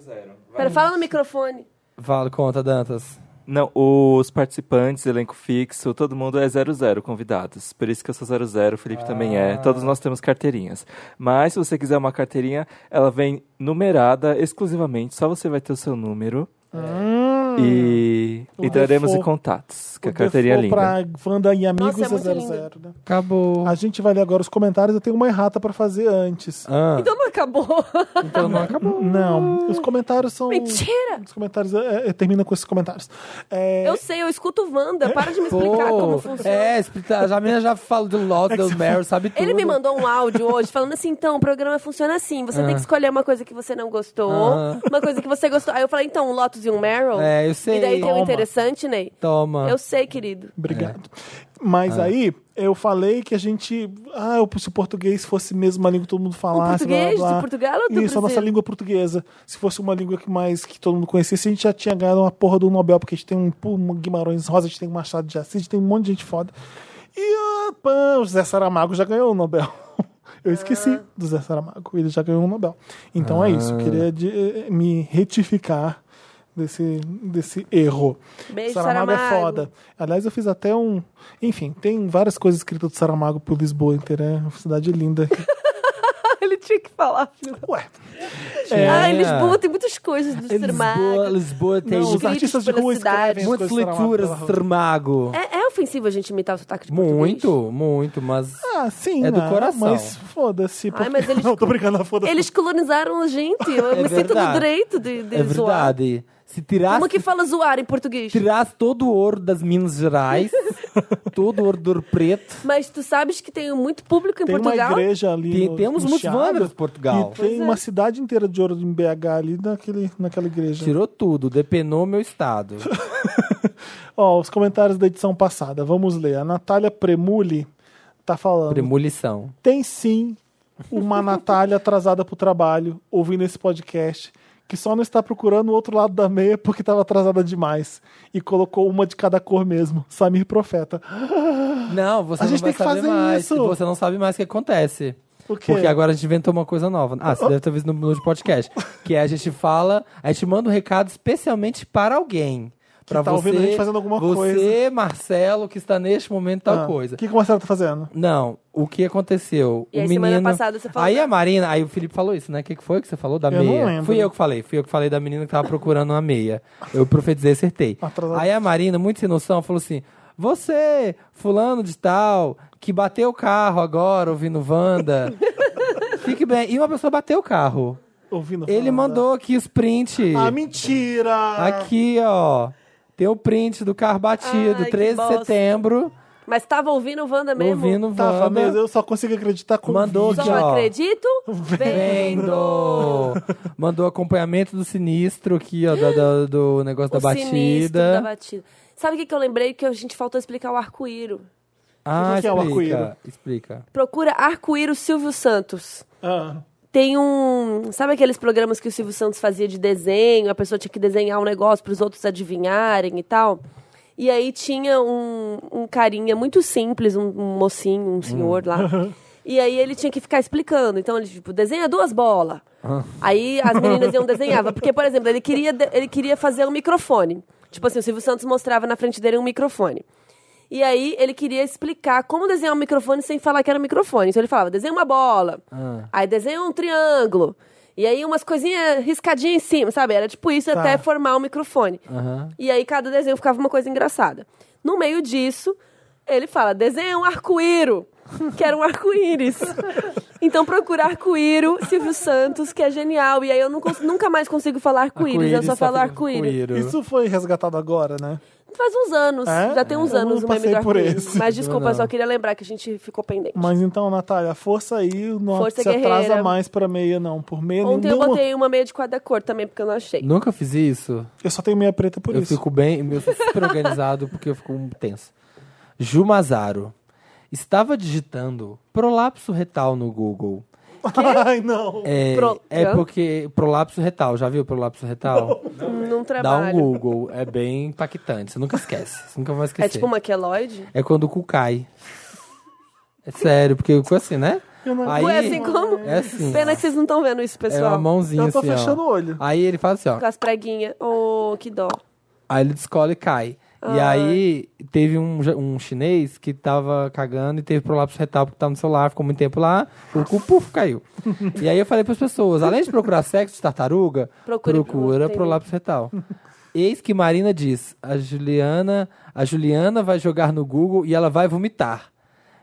C: Pera, fala no microfone.
B: Fala, conta, Dantas.
D: Não, os participantes, elenco fixo, todo mundo é 00 convidados. Por isso que eu sou 00, o Felipe também é.
B: Ah.
D: Todos nós temos carteirinhas. Mas se você quiser uma carteirinha, ela vem numerada exclusivamente, só você vai ter o seu número.
B: É.
C: Hum.
D: E
A: O
D: entraremos em
A: default-
D: contatos, que a carteirinha é linda.
A: pra Wanda e Amigos
C: Nossa, é muito
A: é
C: lindo.
A: 00, né?
B: Acabou.
A: A gente vai ler agora os comentários. Eu tenho uma errata pra fazer antes.
B: Ah,
C: Então não acabou.
B: então não acabou.
A: né? Não, os comentários são.
C: Mentira!
A: Os comentários. É, é, termina com esses comentários. É,
C: Eu sei, eu escuto Wanda. Para de me explicar como funciona.
B: é, explica, a menina já fala do Lotus, do Meryl, sabe tudo.
C: Ele me mandou um áudio hoje falando assim: então, o programa funciona assim. Você tem que escolher uma coisa que você não gostou,
B: Ah.
C: uma coisa que você gostou. Aí eu falei: então, um Lotus e um Meryl?
B: É, eu sei. Ah.
C: E daí tem
A: Toma.
C: um interessante, Ney?
B: Toma.
C: Eu sei, querido.
A: Obrigado. Mas aí, eu falei que a gente. Ah, eu- se o português fosse mesmo uma língua que todo mundo falasse. blá,
C: português
A: blá, blá.
C: de Portugal ou do
A: Isso, a nossa
C: Brasil?
A: língua portuguesa. Se fosse uma língua que mais que todo mundo conhecesse, a gente já tinha ganhado uma porra do Nobel, porque a gente tem um, pô, um Guimarães Rosa, a gente tem um Machado de Assis, a gente tem um monte de gente foda. E opa, o Zé Saramago já ganhou o Nobel. Eu esqueci
C: Ah.
A: do Zé Saramago, ele já ganhou o Nobel. Então é isso, eu queria de- eh, me retificar desse, desse erro.
C: Beijo,
A: Saramago, é
C: Saramago.
A: foda. Aliás, eu fiz até um. Enfim, tem várias coisas escritas do Saramago por Lisboa inteira, é uma cidade linda.
C: Ah, Ele tinha que falar, filho.
A: Ué,
B: É.
C: Ah, em Lisboa tem muitas coisas do
B: Lisboa,
C: Saramago.
B: Lisboa tem
A: não, os
C: escritos
A: artistas de
C: pela
A: rua
C: cidade.
A: escrevem as
B: muitas
A: coisas do Saramago
B: leituras
A: pela
B: do
A: rua.
B: Saramago.
C: É, é ofensivo a gente imitar o sotaque
B: tipo,
C: de português?
B: Muito, muito, mas.
A: Ah, sim.
B: É do
A: ah,
B: coração.
A: Mas foda-se. porque-
C: mas eles-
A: Não, tô brincando, foda-se.
C: Eles colonizaram a gente. Eu
B: É
C: me sinto no
B: verdade.
C: direito de, de
B: é
C: zoar.
B: verdade. Se tirasse,
C: Como que fala zoar em português?
B: tirasse todo o ouro das Minas Gerais, todo o ouro do Ouro Preto.
C: Mas tu sabes que tem muito público em
A: Tem
C: Portugal? é.
A: uma igreja ali.
B: Tem-
A: no-
B: temos
A: no
B: muitos
A: Chiado,
B: vândalos em Portugal.
A: E tem uma cidade inteira de ouro em BH ali naquele, naquela igreja.
B: Tirou tudo, depenou meu estado.
A: Ó, os comentários da edição passada. Vamos ler. A Natália Premuli tá falando.
B: Premolição.
A: Tem sim uma Natália atrasada pro trabalho, ouvindo esse podcast, que só não está procurando o outro lado da meia porque estava atrasada demais. E colocou uma de cada cor mesmo. Samir Profeta.
B: Não, você
A: A
B: não
A: gente
B: vai
A: tem que
B: saber
A: fazer
B: mais.
A: isso.
B: Você não sabe mais o que acontece.
A: O quê?
B: Porque agora a gente inventou uma coisa nova. Ah, você deve ter visto no, no podcast. Que é a gente fala, a gente manda um recado especialmente para alguém. Pra
A: tá
B: você,
A: ouvindo a gente fazendo alguma
B: você,
A: coisa.
B: Marcelo, que está neste momento tal
A: Ah,
B: é coisa.
A: O que, que o Marcelo tá fazendo?
B: Não, o que aconteceu?
C: E
B: o
C: aí,
B: menino...
C: semana passada, você falou
B: Aí
C: da-
B: a Marina, aí o Felipe falou isso, né? O que, que foi que você falou da
A: Eu
B: meia?
A: não lembro.
B: Fui eu que falei, fui eu que falei da menina que tava procurando uma meia. Eu profetizei, acertei.
A: Atrasado.
B: Aí a Marina, muito sem noção, falou assim: Você, fulano de tal, que bateu o carro agora ouvindo Wanda. Fique bem. E uma pessoa bateu o carro.
A: Ouvindo
B: Ele
A: falar,
B: mandou aqui os prints.
A: Ah, mentira!
B: aqui, ó. Tem o print do carro batido,
C: Ai, que
B: 13 de
C: bosta.
B: setembro,
C: Mas tava ouvindo o Wanda mesmo?
B: ouvindo Wanda.
A: Tava mesmo, Tá, eu só consigo acreditar com
B: Mandou
A: vídeo.
B: aqui, ó.
C: Só acredito vendo.
B: Vendo! Mandou acompanhamento do sinistro aqui, ó, da- da- do negócio
C: O
B: da
C: sinistro
B: batida.
C: da batida. Sabe o que, que eu lembrei? Que a gente faltou explicar o arco-íro.
B: Ah,
A: O que é o
B: explica,
A: arco-íro?
B: explica.
C: Procura arco-íro Silvio Santos.
A: Ah,
C: Tem um. Sabe aqueles programas que o Silvio Santos fazia de desenho? A pessoa tinha que desenhar um negócio para os outros adivinharem e tal. E aí tinha um, um carinha muito simples, um, um mocinho, um senhor lá. E aí ele tinha que ficar explicando. Então ele, tipo, desenha duas bolas. Aí as meninas iam desenhava. Porque, por exemplo, ele queria, de- ele queria fazer um microfone. Tipo assim, o Silvio Santos mostrava na frente dele um microfone. E aí ele queria explicar como desenhar um microfone sem falar que era um microfone. Então ele falava, desenha uma bola. Aí desenha um triângulo. E aí umas coisinhas riscadinhas em cima, sabe? Era tipo isso até formar um microfone.
B: Aham.
C: E aí cada desenho ficava uma coisa engraçada. No meio disso, ele fala: desenha um arco-íro. Que era um arco-íris. Então procura arco-íro, Silvio Santos, que é genial. E aí eu não cons- nunca mais consigo falar arco-íris, eu só falo
B: fica
C: arco-íris.
A: isso foi resgatado agora, né?
C: Faz uns anos,
A: É?
C: já tem uns
A: Eu não
C: anos o meme
A: passei
C: do
A: por
C: arco-íris.
A: esse.
C: Mas desculpa,
B: não.
C: só queria lembrar que a gente ficou pendente.
A: Mas então, Natália, força aí, não
C: Força
A: se atrasa
C: guerreira.
A: mais pra meia, não. Por meia
C: Ontem eu
A: nenhuma.
C: botei uma meia de cada cor também, porque eu não achei.
B: Nunca fiz isso.
A: Eu só tenho meia preta por
B: eu
A: isso.
B: fico bem, eu sou super organizado porque eu fico tenso. Jumazaro. Estava digitando prolapso retal no Google.
A: Ai, não.
B: É,
C: Pro-
B: é
C: Hã?
B: porque prolapso retal, já viu prolapso retal?
C: Não
B: Dá um
C: trabalho.
B: Google, é bem impactante, você nunca esquece, você nunca vai esquecer.
C: é tipo uma queloide?
B: É quando o cu cai. É sério, porque o cu é assim, né? Aí,
C: Ué, assim como?
B: É assim.
C: Pena
B: ó.
C: que vocês não estão vendo isso,
B: é uma
C: pessoal.
B: mãozinha
A: Eu tô
B: assim, ó.
A: fechando o olho.
B: Aí ele fala assim, ó.
C: Com as preguinhas. Oh, que dó.
B: Aí ele descola e cai. E aí teve um, ja- um chinês que tava cagando e teve prolapso retal porque tava no celular, ficou muito tempo lá, o cu puf, caiu. e aí eu falei para as pessoas, além de procurar sexo de tartaruga,
C: Procure
B: procura
C: pro-
B: prolapso retal. Eis que Marina diz: a Juliana, a Juliana vai jogar no Google e ela vai vomitar.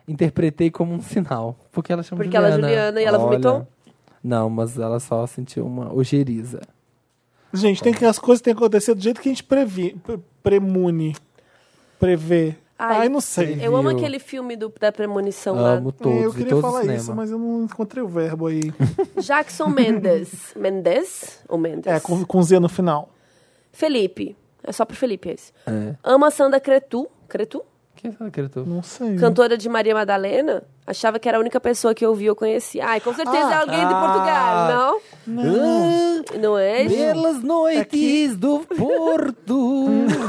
B: Interpretei como um sinal. Porque ela chama
C: Porque ela é Juliana e ela vomitou?
B: Não, mas ela só sentiu uma ojeriza.
A: Gente, tem que, as coisas têm que acontecer do jeito que a gente previ, pre- premune. Prevê. Ai,
C: Ai,
A: não sei.
C: Eu amo
B: Viu?
C: aquele filme do, da premonição
B: Amo todos,
A: É, eu
B: de
A: queria
B: todos os
A: falar
B: cinemas.
A: isso, mas eu não encontrei o verbo aí.
C: lá. Jackson Mendes. Mendes? Ou Mendes?
A: É, com, com Z no final.
C: Felipe. É só pro Felipe esse.
B: É.
C: Ama Sandra Cretu. Cretu?
B: Quem é aquele ator?
A: Não sei.
C: Cantora de Maria Madalena. Achava que era a única pessoa que eu ouvia ou conhecia. Ai, com certeza
A: Ah,
C: é alguém de
B: ah.
C: Portugal, não?
B: Ah,
C: Não é?
B: Pelas noites do Porto.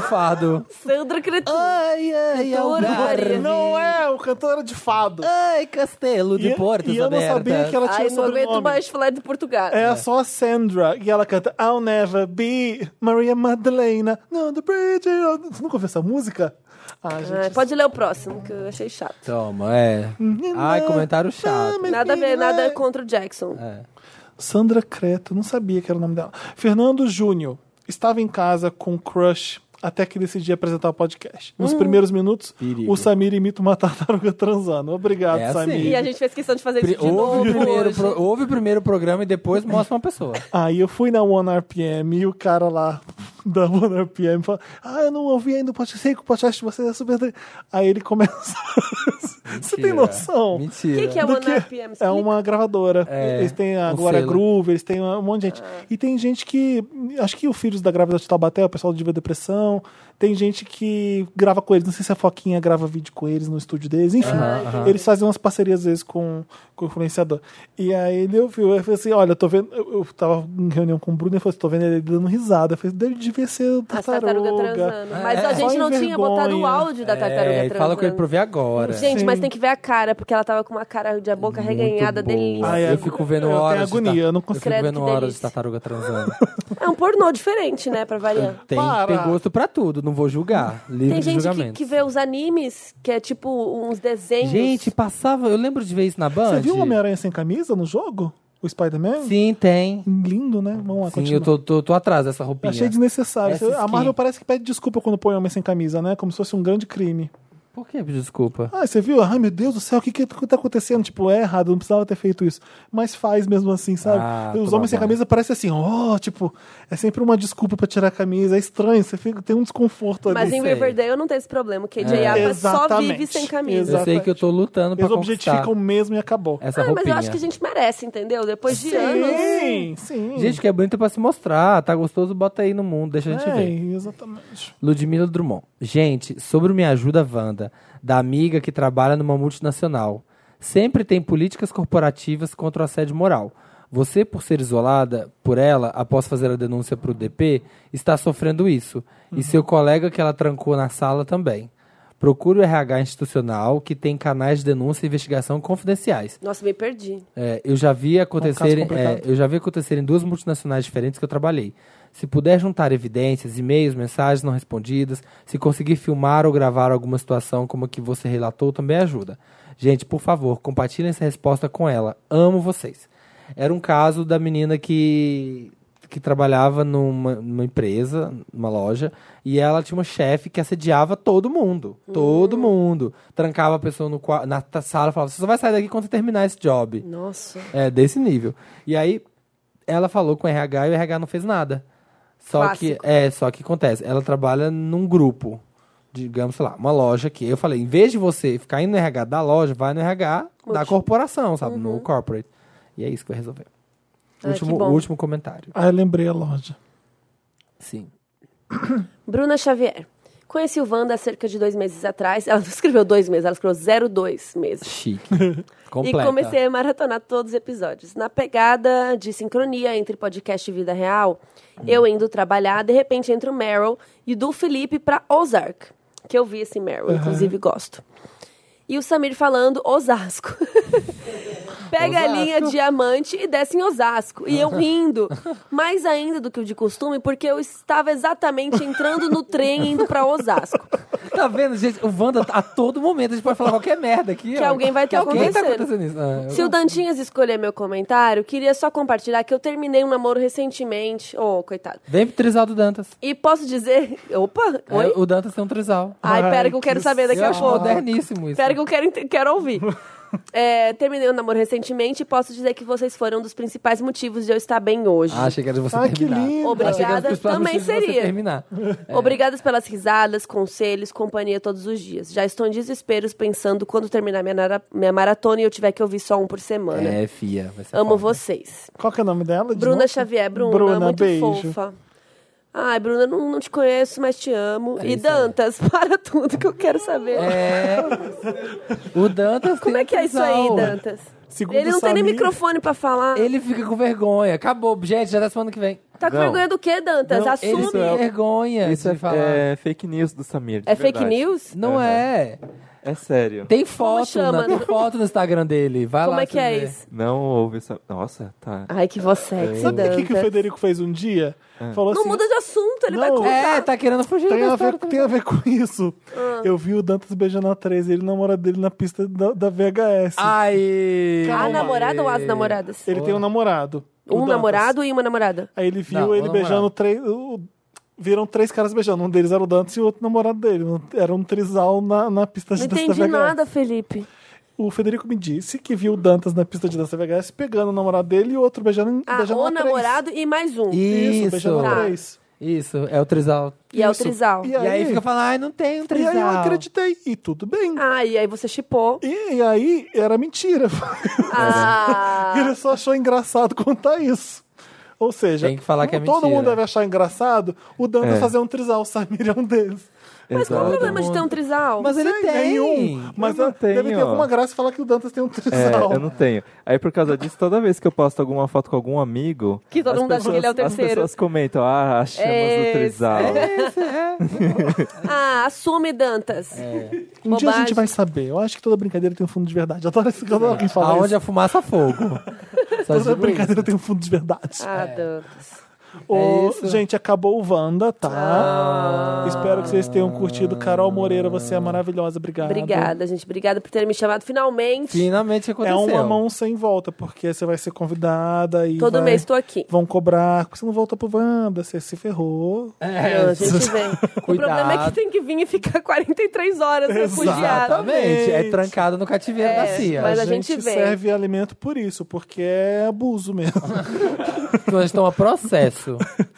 B: Fado.
C: Sandra Cretu.
A: Ah,
B: Ai, ai,
C: Cantora
B: Algarve.
A: Não é, o cantor era de fado.
B: Ai, Castelo de
A: E-
B: Portas
A: e eu não
B: abertas.
A: sabia que ela tinha
C: Ai, não aguento
A: sobrenome.
C: mais falar de Portugal.
A: É só a Sandra. E ela canta I'll never be Maria Madalena on the bridge. Você nunca ouviu essa música? Ah, gente.
C: Ai, pode ler o próximo, que eu achei chato.
B: Toma, é. Ai, comentário chato.
C: Nada a ver, nada contra o Jackson.
B: É.
A: Sandra Creto, não sabia que era o nome dela. Fernando Júnior. Estava em casa com um crush até que decidi apresentar o podcast. Nos primeiros minutos,
B: Hum. Perigo.
A: o Samir imita uma tartaruga transando. Obrigado,
B: É assim.
A: Samir.
C: E a gente fez questão de fazer
B: Pri-
C: isso de novo.
B: Ouve, primeiro,
C: hoje.
B: pro- ouve primeiro o programa e depois mostra uma pessoa.
A: Aí eu fui na One RPM e o cara lá da One RPM falou: Ah, eu não ouvi ainda o podcast, sei que o podcast de vocês é super. tri-". Aí ele começa. Você tem
B: Mentira.
A: noção?
B: Mentira.
C: Que que é o-
A: do
C: One RPM?
A: é
C: Explica.
A: uma gravadora.
B: É,
A: eles têm a
B: um
A: Glória
B: selo.
A: Groove, eles têm um monte de gente.
C: Ah.
A: E tem gente que. Acho que o Filhos da Grávida de Taubaté, o pessoal do Diva Depressão. Tem gente que grava com eles. Não sei se a Foquinha grava vídeo com eles no estúdio deles. Enfim,
C: Ah,
B: Aham, aham.
A: eles fazem umas parcerias às vezes com, com o influenciador. E aí ele ouviu. Eu falei assim: olha, eu tô vendo. Eu, eu tava em reunião com o Bruno e falou assim: tô vendo ele dando risada. Eu falei: deve devia ser o
C: As
A: tartaruga.
C: tartarugas transando.
B: É.
C: Mas a gente
A: Só
C: não tinha
A: envergonha.
C: botado o áudio da tartaruga
B: É, e
C: transando.
B: fala com ele pra eu ver agora.
C: Gente, mas
A: Sim.
C: tem que ver a cara, porque ela tava com uma cara de a boca
B: Muito
C: reganhada,
B: boa.
C: delícia.
A: Ai, é.
B: eu fico vendo
A: Eu tenho
B: horas. de
A: agonia,
B: tar-
A: eu não
B: Eu
A: consigo.
B: fico
C: Credo,
B: vendo
C: que
B: horas de
C: delícia.
B: tartaruga transando.
C: É um pornô diferente, né, pra variar.
B: Tem,
A: Para.
B: tem gosto pra tudo, não vou julgar. Livre
C: Tem
B: de
C: gente que,
B: julgamento.
C: que vê os animes, que é tipo uns desenhos.
B: Gente, passava. Eu lembro de ver isso na Band.
A: Você viu o Homem-Aranha sem camisa no jogo? O Spider-Man?
B: Sim, tem.
A: Lindo, né? Vamos lá,
B: Sim,
A: continua.
B: eu tô, tô, tô atrás dessa roupinha.
A: Achei desnecessário.
B: Essa
A: a
B: skin.
A: Marvel parece que pede desculpa quando põe homem sem camisa, né? Como se fosse um grande crime.
B: Por que, desculpa?
A: Ah, você viu? Ai, meu Deus do céu, o que, que tá acontecendo? Tipo, é errado, não precisava ter feito isso. Mas faz mesmo assim, sabe?
B: Ah,
A: Os
B: toma
A: homens sem
B: banho.
A: camisa parecem assim, ó, tipo, é sempre uma desculpa pra tirar a camisa. É estranho, você fica, tem um desconforto ali.
C: Mas em
B: sei.
C: Riverdale não tem esse problema. O KJ
B: É.
C: Apa só
A: Exatamente.
C: vive sem camisa.
B: Eu sei que eu tô lutando pra
A: Eles
B: conquistar
A: objetificam mesmo e acabou.
B: essa
C: Ah, mas
B: roupinha.
C: eu acho que a gente merece, entendeu? Depois de anos.
A: Sim, sim.
B: Gente, que é bonito pra se mostrar. Tá gostoso, bota aí no mundo, deixa a gente
A: é,
B: ver.
A: exatamente.
B: Ludmila Drummond. Gente, sobre o Me Ajuda Wanda, da amiga que trabalha numa multinacional. Sempre tem políticas corporativas contra o assédio moral. Você, por ser isolada por ela, após fazer a denúncia para o DP, está sofrendo isso. E seu colega que ela trancou na sala também. Procure o RH institucional, que tem canais de denúncia e investigação confidenciais.
C: Nossa, me perdi.
B: É, eu já vi acontecer,
A: complicado.
B: é, eu já vi acontecer em duas multinacionais diferentes que eu trabalhei. Se puder juntar evidências, e-mails, mensagens não respondidas, se conseguir filmar ou gravar alguma situação como a que você relatou, também ajuda. Gente, por favor, compartilhem essa resposta com ela. Amo vocês. Era um caso da menina que que trabalhava numa, numa empresa, numa loja, e ela tinha uma chefe que assediava todo mundo. Todo mundo. Trancava a pessoa no, qua- na ta- sala e falava: você só vai sair daqui quando você terminar esse job.
C: Nossa.
B: É, desse nível. E aí, ela falou com o RH e o RH não fez nada. Só
C: Clássico.
B: que, é, só que acontece, ela trabalha num grupo, digamos, sei lá, uma loja que eu falei, em vez de você ficar indo no RH da loja, vai no RH da corporação, sabe? No corporate. E é isso que vai resolver.
C: Ai,
B: último,
C: Uhum. Ah, que bom.
B: último comentário.
A: Ah, eu lembrei a loja.
B: Sim.
C: Bruna Xavier. Conheci o Wanda há cerca de dois meses atrás. Ela não escreveu dois meses, ela escreveu 02 meses.
B: Chique. Completa.
C: E comecei a maratonar todos os episódios. Na pegada de sincronia entre podcast e vida real,
B: Hum.
C: eu indo trabalhar, de repente entra o Meryl e do Felipe pra Ozark. Que eu vi esse Meryl, inclusive gosto. E o Samir falando Osasco. Pega a
B: Osasco.
C: linha diamante e desce em Osasco. E eu rindo. Mais ainda do que o de costume, porque eu estava exatamente entrando no trem indo pra Osasco.
B: Tá vendo, gente? O Wanda, a todo momento, a gente pode falar qualquer merda aqui.
C: Que
B: ó.
C: alguém vai
B: que
C: tá
B: alguém tá
C: acontecendo.
B: acontecendo isso. Ah,
C: Se o Dantinhas escolher meu comentário, queria só compartilhar que eu terminei um namoro recentemente. Oh, coitado.
B: Vem pro trisal do Dantas.
C: E posso dizer. Opa!
B: É,
C: Oi? Ah,
B: o Dantas tem um trisal.
C: Ai, pera que eu
A: Ai,
C: quero
A: que
C: saber daqui
B: Eu
C: a
B: acho
C: pouco.
B: moderníssimo isso.
C: Espera que eu quero, ente- quero ouvir. É, terminei o namoro recentemente e posso dizer que vocês foram um dos principais motivos de eu estar bem hoje.
B: Ah, achei que era de você
A: Ah, que
B: terminar.
A: lindo.
B: Achei que era
C: Obrigada,
B: dos próximos
C: também
B: filhos de você
C: seria.
B: terminar. É.
C: Obrigadas pelas risadas, conselhos, companhia todos os dias. Já estou em desesperos pensando quando terminar minha, nara- minha maratona e eu tiver que ouvir só um por semana.
B: É, fia. vai ser
C: Amo
B: foda.
C: vocês.
A: Qual que é o nome dela? de
C: Bruna
A: novo?
C: Xavier, Bruna,
A: Bruna,
C: muito
A: beijo.
C: fofa. Ai, Bruna, não, não te conheço, mas te
A: É
C: amo. e
B: isso aí.
C: Dantas, para tudo que eu quero saber.
B: É. O Dantas.
C: Como
B: tem
C: é que é isso aí,
B: trisal.
C: Dantas?
A: Segundo
C: Ele não tem nem
A: Samir-
C: microfone pra falar.
B: Ele fica com vergonha. Acabou, gente, já tá semana que vem.
C: Tá com
D: Não.
C: vergonha do quê, Dantas?
B: Não,
C: Assume.
B: Ele tem vergonha
D: Isso
B: de falar. É,
D: é, é fake news do Samir. de
C: É fake
D: verdade.
C: news?
B: Não é.
D: É sério.
B: Tem foto,
C: chama?
B: na, tem foto no Instagram dele. Vai lá.
C: Como é
B: pra
C: que é
B: você ver.
C: isso?
D: Não houve essa. Nossa, tá.
C: Ai, que voz sexy,
A: Sabe o que, que o
C: Dantas.
A: Federico fez um dia?
B: Ah.
A: Falou
C: Não
A: assim,
C: muda de assunto, ele vai
A: Não.
C: contar.
B: É, tá querendo fugir
A: tem a,
B: da história
A: ver, tem a ver com isso.
C: Ah.
A: Eu vi o Dantas beijando a 13, ele namora dele na pista da, da VHS.
B: Ah, Ai.
C: A namorada ou as namoradas?
A: ele tem um namorado. o
C: Um
A: Dantas.
C: namorado e uma namorada.
A: Aí ele viu
B: Não,
A: ele
B: um
A: beijando
B: namorado.
A: três. o- Viram três caras beijando. Um deles era o Dantas e o outro namorado dele. Era um trisal na, na pista
C: Não
A: de dança da
C: entendi
A: VHS.
C: nada, Felipe.
A: O Federico me disse que viu o Dantas na pista de dança VHS pegando o namorado dele e o outro beijando,
C: Ah,
A: beijando
C: o
A: a três.
C: namorado e mais um. E,
A: Isso,
B: Isso.
A: beijando a
C: Tá.
A: três.
B: Isso, é o trisal.
C: é o
A: isso.
C: trisal.
A: E
B: E, aí
A: aí-
B: fica falando, ai, não tem um
A: E
B: trisal.
A: aí eu acreditei. E tudo bem.
C: Ah, e aí você chipou.
B: É,
A: E, e aí era mentira.
B: né?
C: Ah,
A: Ele só achou engraçado contar isso. Ou seja,
B: Tem que falar que é
A: todo
B: mentira.
A: mundo deve achar engraçado o Dantas
D: É.
A: fazer um trisal. O Samir é um deles.
C: mas qual o
D: Exato.
C: problema de ter um trisal?
B: Mas ele
A: Sei,
B: tem.
A: Nenhum. Mas é,
D: Eu não
A: deve ter
D: tenho.
A: alguma graça falar que o Dantas tem um
D: É,
A: trisal.
D: eu não tenho. Aí por causa disso, toda vez que eu posto alguma foto com algum amigo.
C: Que todo
D: as
C: mundo acha que ele é o
D: pessoas-
C: terceiro. É,
D: As pessoas comentam, ah, as chamas
C: Esse.
D: do Trisal.
C: Ah, assume, Dantas.
B: É.
A: um dia a gente
C: Bobagem.
A: vai saber. Eu acho que toda brincadeira tem um fundo de verdade. Eu Adoro isso que alguém fala
B: Aonde é
A: isso.
B: a fumaça, fogo. Só
A: Toda
B: digo isso.
A: brincadeira tem um fundo de verdade.
C: Ah,
B: É.
C: Dantas.
A: Ô,
B: isso.
A: gente, acabou o Wanda, tá? Espero que vocês tenham curtido. Carol Moreira, você é maravilhosa.
B: Ah,
A: Obrigado.
C: Obrigada, gente. Obrigada por terem me chamado finalmente.
B: Finalmente
A: É
B: aconteceu.
A: uma mão sem volta, porque você vai ser convidada e.
C: Todo
A: vai-
C: mês estou aqui.
A: Vão cobrar, porque você não voltou pro Wanda, você se ferrou.
C: Não, É, Então, a gente vem. O problema é que
B: É, Cuidado.
C: tem que vir e ficar 43 horas refugiado.
B: Exatamente. É
A: Exatamente.
B: trancado no cativeiro da CIA.
C: É, mas
A: a
C: a gente
A: gente
C: vem.
A: serve alimento por isso, porque é abuso mesmo.
B: Nós estamos Então, a processo.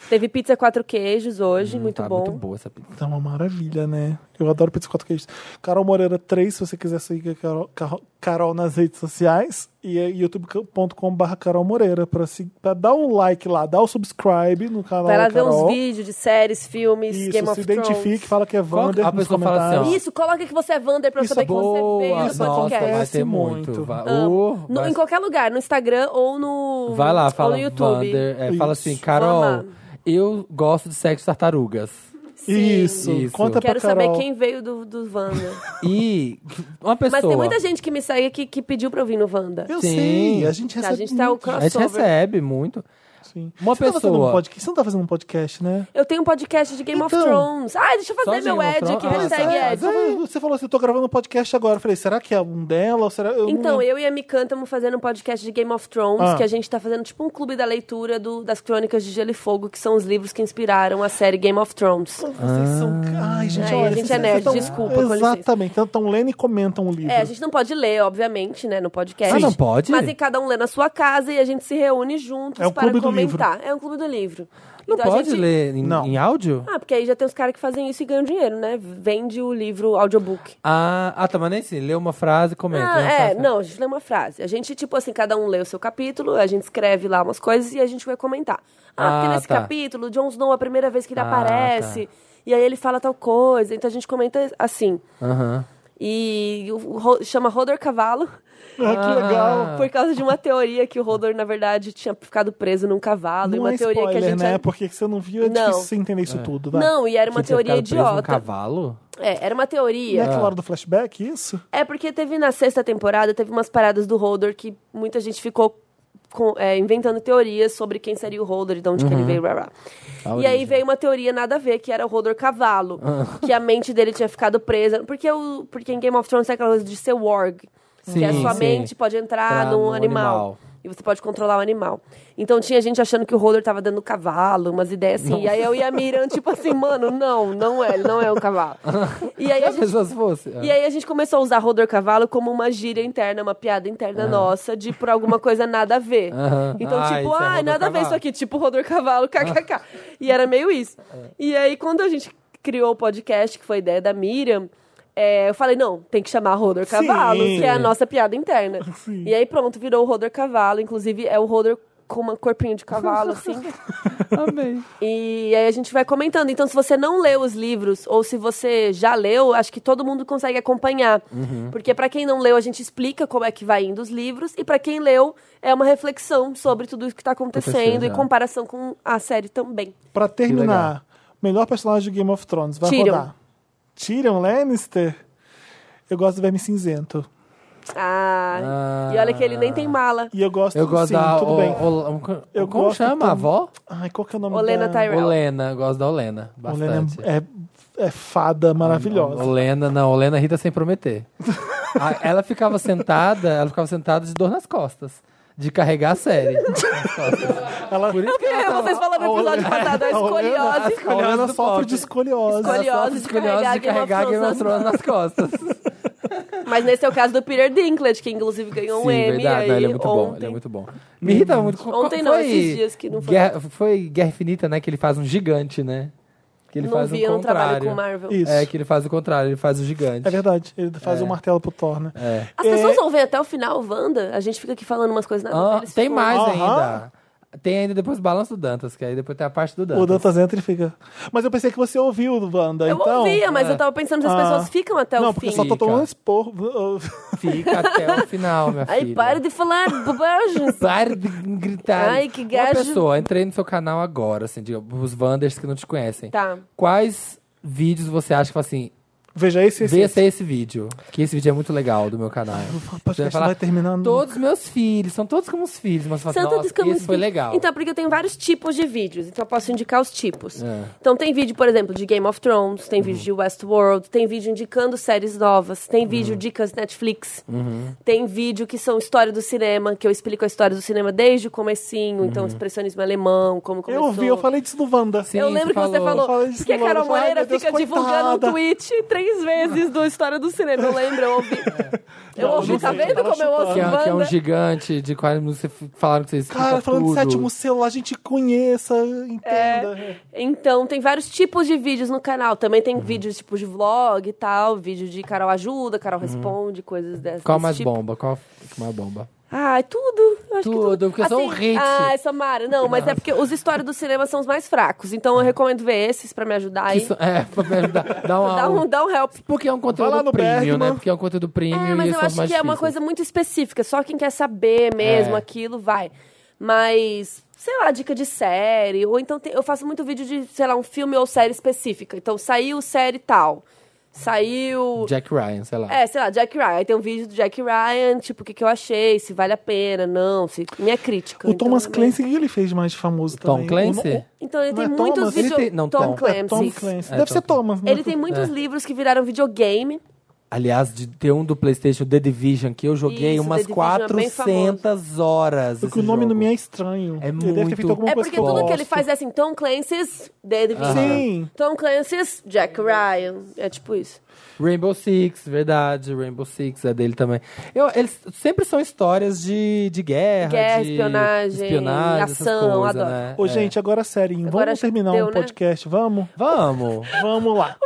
C: Teve pizza quatro queijos hoje, muito
B: tá
C: bom.
B: muito boa essa pizza.
A: Tá uma maravilha, né? Eu adoro pizza quatro queijos. Carol Moreira 3, se você quiser seguir a Carol, Carol, Carol nas redes sociais. E é youtube.com.br Carol Moreira. Pra, se- pra dar um like lá, dar o subscribe no canal
C: Vai lá
A: da
C: ver
A: Carol.
C: uns vídeos de séries, filmes,
A: Isso,
C: Game
A: se
C: of Thrones.
A: identifique, fala que é
B: Qual-
A: Wander
B: a
A: nos
B: pessoa fala
A: comentários.
B: assim, ó,
C: Isso, coloca que você é Wander pra eu
A: Isso
C: saber
A: é
C: que você
B: Boa!
C: veio no
A: Isso
B: Nossa,
C: podcast.
B: vai
A: acontece
B: ter
A: muito.
B: muito. Vai,
C: Amo.
B: Uh,
C: No-
B: vai-
C: em qualquer lugar, no Instagram ou no,
B: vai lá, fala
C: ou no YouTube.
B: Wander, é, fala assim,
A: Isso.
B: Carol,
C: Vamos
B: eu gosto de sexo tartarugas.
A: Isso,
B: Isso.
A: conta
C: Quero
A: pra Carol.
C: saber quem veio do, do Wanda.
B: E uma pessoa...
C: Mas tem muita gente que me segue que, que pediu pra eu vir no Wanda.
A: Eu
B: Sim.
A: sei, a gente
C: A
A: recebe
C: gente tá
A: muito,
C: o ca-
B: A gente
C: crossover.
B: recebe muito.
A: sim.
B: uma
A: você Tá fazendo um
B: pessoa.
A: podcast, você não tá fazendo um podcast, né?
C: Eu tenho um podcast de Game of
A: Então.
C: Thrones. Ah, deixa eu
B: Só
C: fazer
B: de
C: meu
B: Game of
C: Ed aqui,
B: Thrones? Ah,
C: hashtag
A: É,
C: Ed.
A: Você falou assim, eu tô gravando um podcast agora. Eu falei, será que é um dela? Ou será... eu não
C: Então,
A: lembro.
C: eu e a Mikan estamos fazendo um podcast de Game of Thrones,
A: Ah.
C: que a gente tá fazendo tipo um clube da leitura do- das Crônicas de Gelo e Fogo, que são os livros que inspiraram a série Game of Thrones.
A: Vocês são.
B: Ah.
A: Ai, gente,
C: Ai,
A: olha,
C: a gente
A: vocês-
C: é
A: vocês
C: nerd,
A: tão-
C: desculpa, com licença.
A: Exatamente. Então, tão lendo e comentam o livro.
C: É, a gente não pode ler, obviamente, né, no podcast.
B: Ah, não pode?
C: Mas em cada um lê na sua casa e a gente se reúne juntos
A: É o
C: para
A: clube do
C: comentar. É um clube do livro.
B: Não
C: Então a
B: pode
C: gente-
B: ler em,
A: Não.
B: em áudio?
C: Ah, porque aí já tem os caras que fazem isso e ganham dinheiro, né? Vende o livro audiobook.
B: Ah, ah, tá, mas nem assim, lê uma frase e comenta.
C: Ah,
B: né?
C: é,
B: Frase-
C: não, a gente lê uma frase. A gente, tipo assim, cada um lê o seu capítulo, a gente escreve lá umas coisas e a gente vai comentar. Ah,
B: Ah,
C: porque nesse
B: tá.
C: capítulo, o Jon Snow, é a primeira vez que ele
B: Ah,
C: aparece, e aí ele fala tal coisa, então a gente comenta assim.
B: Aham.
C: E o Ro- chama Rodor Cavalo,
A: Ah, que legal.
B: Ah.
C: por causa de uma teoria que o Rodor, na verdade, tinha ficado preso num cavalo. e
A: Não
C: uma
A: é
C: teoria
A: spoiler,
C: que a gente.
A: né? Porque se você não viu, é
C: Não.
A: difícil você entender isso tudo, vai.
C: Não, e era uma
B: Você tinha
C: teoria
B: ficado preso num
C: idiota.
B: cavalo?
C: É, era uma
A: Não é
C: teoria.
A: aquela hora do flashback, isso?
C: É porque teve na sexta temporada, teve umas paradas do Holder que muita gente ficou com- é, inventando teorias sobre quem seria o Holder e de onde que ele veio. Rá, rá.
B: A
C: E aí
B: Uhum. origem. Ah.
C: veio uma teoria nada a ver, que era o Rodor Cavalo. Que a mente dele tinha ficado presa. Porque, o, porque em Game of Thrones é aquela coisa de ser warg. que é a
B: Sim,
C: sua
B: sim.
C: mente pode entrar
B: Entrar
C: num
B: num
C: animal,
B: animal.
C: E você pode controlar o animal. Então tinha gente achando que o Rodor tava dando cavalo, umas ideias assim. E aí eu e a Miriam, tipo assim, mano, não, não é, ele não é um cavalo. E aí
B: Se
C: a
B: a
C: gente
B: pessoa fosse.
C: e aí a gente começou a usar Rodor Cavalo como uma gíria interna, uma piada interna nossa, de por alguma coisa nada a ver.
B: Aham.
C: Então,
B: Ah,
C: tipo,
B: isso é
C: ai,
B: Rodor
C: nada a ver
B: Cavalo."
C: isso aqui, tipo Rodor Cavalo, kkk. E era meio isso. E aí, quando a gente criou o podcast, que foi ideia da Miriam, é, eu falei, não, tem que chamar Rodor Cavalo,
A: Sim.
C: que é a nossa piada interna.
A: Sim.
C: E aí, pronto, virou o Rodor Cavalo. Inclusive, é o Rodor com um corpinho de cavalo, assim.
B: Amei.
C: E aí a gente vai comentando. Então, se você não leu os livros, ou se você já leu, acho que todo mundo consegue acompanhar.
B: Uhum.
C: Porque pra quem não leu, a gente explica como é que vai indo os livros. E pra quem leu, é uma reflexão sobre tudo isso que tá acontecendo
B: Acontecendo,
C: e
B: é.
C: comparação com a série também.
A: Pra terminar,
B: legal.
A: melhor personagem de Game of Thrones, vai
C: Tyrion.
A: rodar. Tyrion Lannister? Eu gosto do verme cinzento.
C: Ah,
B: Ah.
C: e olha que ele nem tem mala.
A: E eu gosto
B: Eu
A: do
B: gosto
A: sim,
B: da.
A: tudo
B: o-
A: bem.
B: o- o-
A: Eu
B: como
A: gosto
B: chama
A: tam-
B: a avó?
A: Ai, qual que é o nome
C: Olena
A: da...
C: Tyrell.
B: Olena, eu gosto da Olena.
A: Olena
B: Bastante.
A: é, é fada maravilhosa.
B: Olena, não, Olena Rita sem prometer. A- ela ficava sentada, ela ficava sentada de dor nas costas. De carregar a série. Nas costas.
A: Ela-
B: Por isso que ela tava-
C: Vocês falaram no episódio passado, a
A: a Olena- a
C: escoliose.
A: é Olena
B: Escoliose do
A: sofre
B: pobre.
A: de escoliose.
C: Escoliose.
B: ela sofre
C: de carregar
B: de
C: Game of
B: carregar Game of Thrones nas costas.
C: Mas nesse é o caso do Peter Dinklage, que inclusive ganhou um
B: Sim,
C: Emmy
B: verdade.
C: aí
B: Não, ele é muito
C: ontem.
B: bom. Ele é muito bom. Me irritava muito. Qual-
C: Ontem
B: qual
C: não,
B: foi
C: esses dias que não foi.
B: Guerra, foi Guerra Infinita, né? Que ele faz um gigante, né? Que ele
C: não
B: faz
C: vi,
B: um
C: eu não trabalho
B: contrário.
C: com Marvel.
A: Isso.
B: É, que ele faz o contrário, ele faz o gigante.
A: É verdade, ele faz o martelo pro Thor, né?
B: É.
C: As pessoas vão ver até o final, Wanda? A gente fica aqui falando umas coisas na
B: Ah, tem mais
A: Aham.
B: ainda. Tem ainda depois o balanço do Dantas, que aí depois tem a parte do Dantas.
A: O Dantas entra e fica... Mas eu pensei que você ouviu, Wanda,
C: Eu
A: então...
C: ouvia, mas
B: é.
C: eu tava pensando se as
A: Ah.
C: pessoas ficam até
A: Não,
C: o
A: porque eu
C: fim.
A: só tô
B: Fica.
A: tomando expor...
B: Fica até o final, minha
C: Ai,
B: filha.
C: para de falar bobagens.
B: Pare de gritar.
C: Ai, que
B: Uma
C: gajo.
B: pessoa, entrei no seu canal agora, assim, de, os Wanders que não te conhecem.
C: tá.
B: Quais vídeos você acha que, fala assim,
A: Veja esse... esse
B: Vê se é esse vídeo. Que esse vídeo é muito legal do meu canal.
A: O
B: Você
A: podcast não vai um terminar nunca.
B: Todos meus filhos, são todos como os filhos, mas você fala,
C: Santo
B: nossa,
C: dos Camus
B: esse foi
C: Beat.
B: legal.
C: Então, porque eu tenho vários tipos de vídeos, então eu posso indicar os tipos.
B: É.
C: Então tem vídeo, por exemplo, de Game of Thrones, tem vídeo de Westworld, tem vídeo indicando séries novas, tem
B: Uhum.
C: vídeo dicas Netflix, tem vídeo que são história do cinema, que eu explico a história do cinema desde o comecinho,
B: Uhum.
C: então expressionismo alemão, como
A: Eu
C: começou.
A: ouvi, eu falei disso do Wanda.
B: Sim.
C: eu lembro
B: você
C: que você
B: falou.
C: falou,
A: Fala isso,
C: porque a
A: mano.
C: Carol
A: Ai, meu
C: Moreira
A: Deus,
C: fica divulgando
A: coitada.
C: um tweet três vezes do História do Cinema. Eu lembro, eu ouvi. Eu
A: Não,
C: ouvi,
A: não
C: tá
A: sei,
C: vendo
A: tava
C: como eu ouço
B: que, é, que é um
C: banda?
B: gigante de quase vocês falaram que vocês
A: Cara,
B: escutam
A: falando de
B: tudo.
A: sétimo celular, a gente conheça, entenda.
C: Então, tem vários tipos de vídeos no canal. Também tem vídeos tipo de vlog e tal, vídeo de Carol ajuda, Carol responde, coisas dessas.
B: Uhum. Qual
C: desse
B: mais
C: tipo.
B: bomba? Qual que mais bomba?
C: Ah, é tudo. Eu Acho que
B: Tudo,
C: tudo.
B: porque um são hits.
C: Ah, Samara. Não, mas é porque os histórias do cinema são os mais fracos. Então eu recomendo ver esses pra me ajudar aí.
B: Isso, é, pra me ajudar. Dá uma,
C: Dá um, dá um help.
B: Porque é um
A: lá
B: conteúdo
A: no
B: premium,
A: Bergman.
B: né? Porque é um conteúdo premium
C: É,
B: e
C: mas
B: eles
C: eu
B: são
C: acho que
B: mais
C: é uma
B: difíceis.
C: coisa muito específica. Só quem quer saber mesmo
B: É.
C: aquilo vai. Mas, sei lá, dica de série. Ou então tem- eu faço muito vídeo de, sei lá, um filme ou série específica. Então saiu série tal. Saiu.
B: Jack Ryan, sei lá.
C: É, sei lá, Jack Ryan. Aí tem um vídeo do Jack Ryan, tipo, o que, que eu achei, se vale a pena, não, se minha crítica.
A: O
C: Então,
A: Thomas
C: também-
A: Clancy, o que ele fez de mais de famoso
B: Tom
A: também?
B: Clancy?
A: O-
C: Então ele
A: Não
C: tem
A: é
C: muitos
A: Thomas? Ele
C: vídeos.
B: tem- não,
C: Tom,
B: Tom.
A: o- é,
C: Clancy.
A: Tom Clancy.
B: É,
A: Deve ser
B: Tom Clancy.
A: Thomas, né?
C: Ele tem muitos livros que viraram videogame.
B: Aliás, de ter um do PlayStation The Division que eu joguei
C: Isso,
B: umas
C: The Division é bem
B: 400 horas.
A: Porque o
B: esse
A: nome
B: jogo.
A: não me é estranho.
B: É
A: ele deve ter
B: muito-
A: feito alguma
C: É
A: coisa
C: porque
A: eu
C: tudo que ele
A: gosto.
C: faz é assim, Tom Clancy's The Division.
A: Sim.
C: Tom Clancy's Jack Ryan. É tipo isso.
B: Rainbow Six, verdade. Rainbow Six é dele também. Eu- eles sempre são histórias de, de guerra,
C: Guerra,
B: de
C: espionagem,
B: espionagem, essas
C: ação,
B: coisas,
C: adoro.
B: Né?
A: Ô,
B: É.
A: gente, agora sério, hein?
C: Agora
A: vamos
C: acho que
A: terminar
C: deu,
A: um
C: né?
A: podcast, vamos?
B: Vamos!
A: Vamos lá.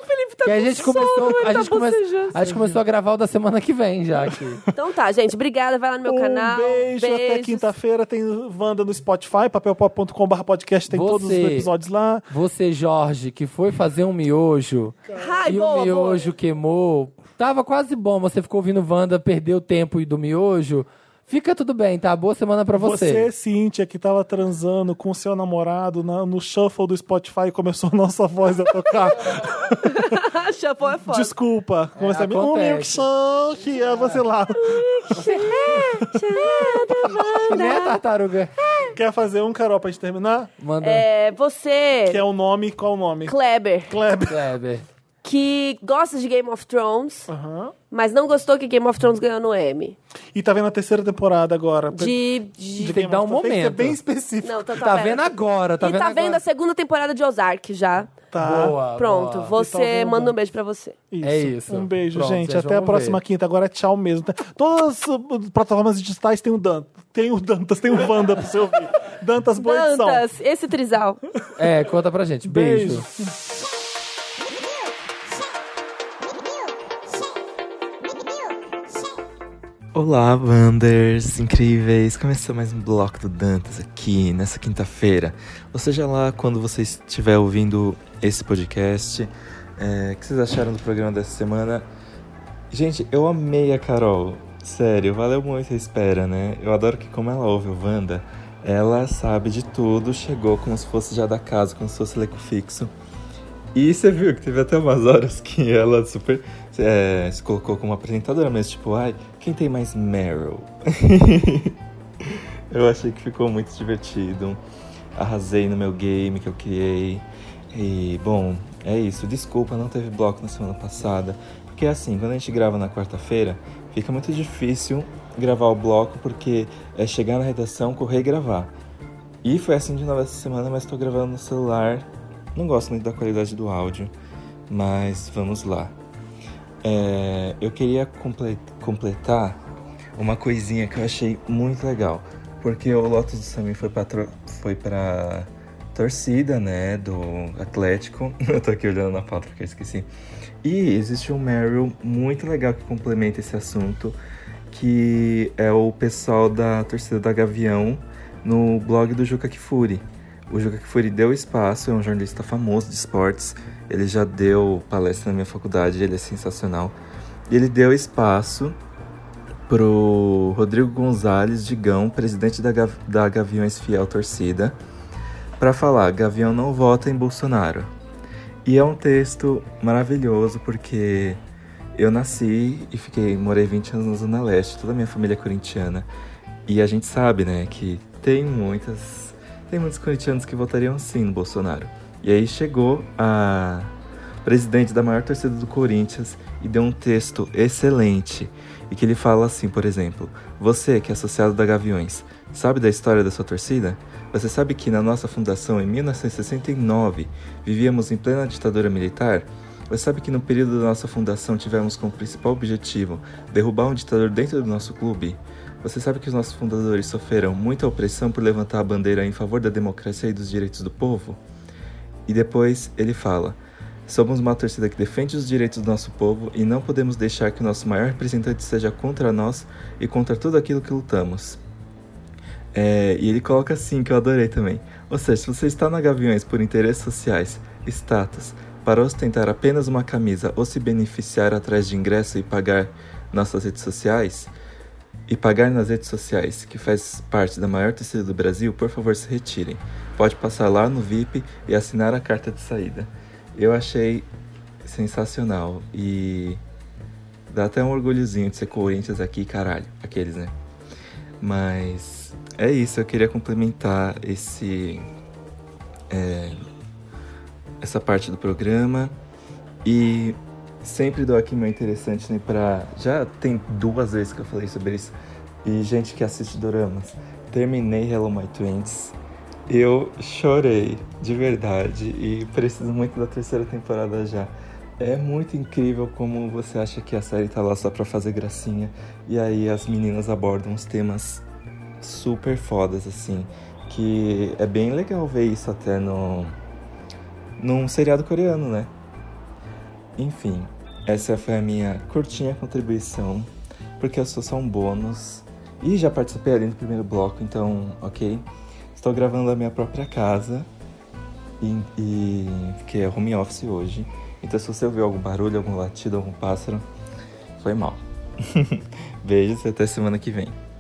B: que a gente começou, a, gente come- a gente começou a gravar o da semana que vem já aqui.
C: Então tá, gente. Obrigada. Vai lá no meu
A: um
C: canal.
A: beijo, até
C: beijos.
A: quinta-feira. Tem Wanda no Spotify, papelpop.com.br podcast, tem todos os
B: Você.
A: episódios lá.
B: Você, Jorge, que foi fazer um miojo
C: Ai,
B: e
C: boa,
B: o
C: boa.
B: miojo queimou, Tava quase bom, você ficou ouvindo Wanda, perdeu o tempo e do miojo. Fica tudo bem, tá? Boa semana pra
A: Você,
B: você.
A: Cíntia, que tava transando com seu namorado na- no shuffle do Spotify e começou a nossa voz a tocar.
C: Chapão é foda.
A: Desculpa. Começa a me... Um
B: acontece.
A: milkshake, é você lá.
C: É,
B: Né, tartaruga?
A: Quer fazer um Carol pra gente terminar?
B: Manda.
C: É, você,
A: Que é o nome, qual o nome?
C: Kleber,
A: Kleber.
B: Kleber.
C: que gosta de Game of Thrones,
A: Aham.
C: mas não gostou que Game of Thrones ganhou no M.
A: E tá vendo a terceira temporada agora.
C: De. de-
A: De
B: Tem que dar um
A: Game of Thrones. Tem que ser
B: momento.
A: bem específico.
C: Não, tá, tá,
B: Tá
C: pera.
B: vendo agora, tá
C: e
B: vendo
C: tá
B: agora.
C: vendo a segunda temporada de Ozark já.
A: Tá.
B: Boa,
C: Pronto,
B: boa.
A: E tá
C: você
A: vendo?
C: manda um beijo pra você.
A: Isso.
B: É isso.
A: Um beijo,
B: Pronto,
A: gente.
B: já
A: Até a
B: vamos
A: próxima
B: ver.
A: quinta. Agora é tchau mesmo. Todas as uh, plataformas digitais um tem o Dantas. Tem o Dantas, tem o Wanda pra você ouvir. Dantas, boa edição.
C: Dantas, esse trisal.
B: É, conta pra gente. Beijo.
A: Beijo.
D: Olá, Wanders incríveis! Começou mais um bloco do Dantas aqui nessa quinta-feira. Ou seja lá, quando você estiver ouvindo esse podcast, é, o que vocês acharam do programa dessa semana? Gente, eu amei a Carol. Sério, valeu muito a espera, né? Eu adoro que, como ela ouve o Wanda, ela sabe de tudo, chegou como se fosse já da casa, como se fosse leco fixo. E você viu que teve até umas horas que ela super é, se colocou como apresentadora, mas tipo, ai, quem tem mais Meryl? eu achei que ficou muito divertido. Arrasei no meu game que eu criei. E, bom, é isso. Desculpa, não teve bloco na semana passada. Porque assim, quando a gente grava na quarta-feira, fica muito difícil gravar o bloco porque é chegar na redação, correr e gravar. E foi assim de novo essa semana, mas tô gravando no celular. Não gosto muito da qualidade do áudio, mas vamos lá. É, eu queria comple- completar uma coisinha que eu achei muito legal. Porque o Lotus do Samir foi pra, tro- foi pra torcida, né, do Atlético. eu tô aqui olhando na pauta porque eu esqueci. E existe um Meryl muito legal que complementa esse assunto, que é o pessoal da torcida da Gavião no blog do Juca Kifuri. O Juca Kifuri deu espaço, é um jornalista famoso de esportes, ele já deu palestra na minha faculdade, ele é sensacional. E ele deu espaço pro Rodrigo Gonzalez Digão, presidente da, Gav da Gaviões Fiel Torcida, para falar: Gavião não vota em Bolsonaro. E é um texto maravilhoso porque eu nasci e fiquei morei 20 anos na Zona Leste, toda a minha família é corintiana. E a gente sabe, né, que tem muitas tem muitos corintianos que votariam sim no Bolsonaro. E aí chegou a presidente da maior torcida do Corinthians e deu um texto excelente e que ele fala assim, por exemplo: "Você que é associado da Gaviões, sabe da história da sua torcida? Você sabe que na nossa fundação em 1969 vivíamos em plena ditadura militar?" Você sabe que no período da nossa fundação tivemos como principal objetivo derrubar um ditador dentro do nosso clube? Você sabe que os nossos fundadores sofreram muita opressão por levantar a bandeira em favor da democracia e dos direitos do povo? E depois ele fala: Somos uma torcida que defende os direitos do nosso povo e não podemos deixar que o nosso maior representante seja contra nós e contra tudo aquilo que lutamos. É, e ele coloca assim, que eu adorei também. Ou seja, se você está na Gaviões por interesses sociais, status, para ostentar apenas uma camisa ou se beneficiar atrás de ingresso e pagar nossas redes sociais, e pagar nas redes sociais, que faz parte da maior torcida do Brasil, por favor se retirem. Pode passar lá no VIP e assinar a carta de saída. Eu achei sensacional e dá até um orgulhozinho de ser Corinthians aqui, caralho, aqueles, né? Mas é isso, eu queria complementar esse é, essa parte do programa e sempre dou aqui meu interessante né, pra... Já tem duas vezes que eu falei sobre isso. E gente que assiste Doramas, terminei Hello My Twins. Eu chorei, de verdade, e preciso muito da terceira temporada já. É muito incrível como você acha que a série tá lá só pra fazer gracinha, e aí as meninas abordam os temas super fodas, assim. Que é bem legal ver isso até no. num seriado coreano, né? Enfim, essa foi a minha curtinha contribuição, porque eu sou só um bônus. E já participei ali no primeiro bloco, então, ok. Estou gravando da minha própria casa, e, e, que é home office hoje. Então, se você ouvir algum barulho, algum latido, algum pássaro, foi mal. Beijos e até semana que vem.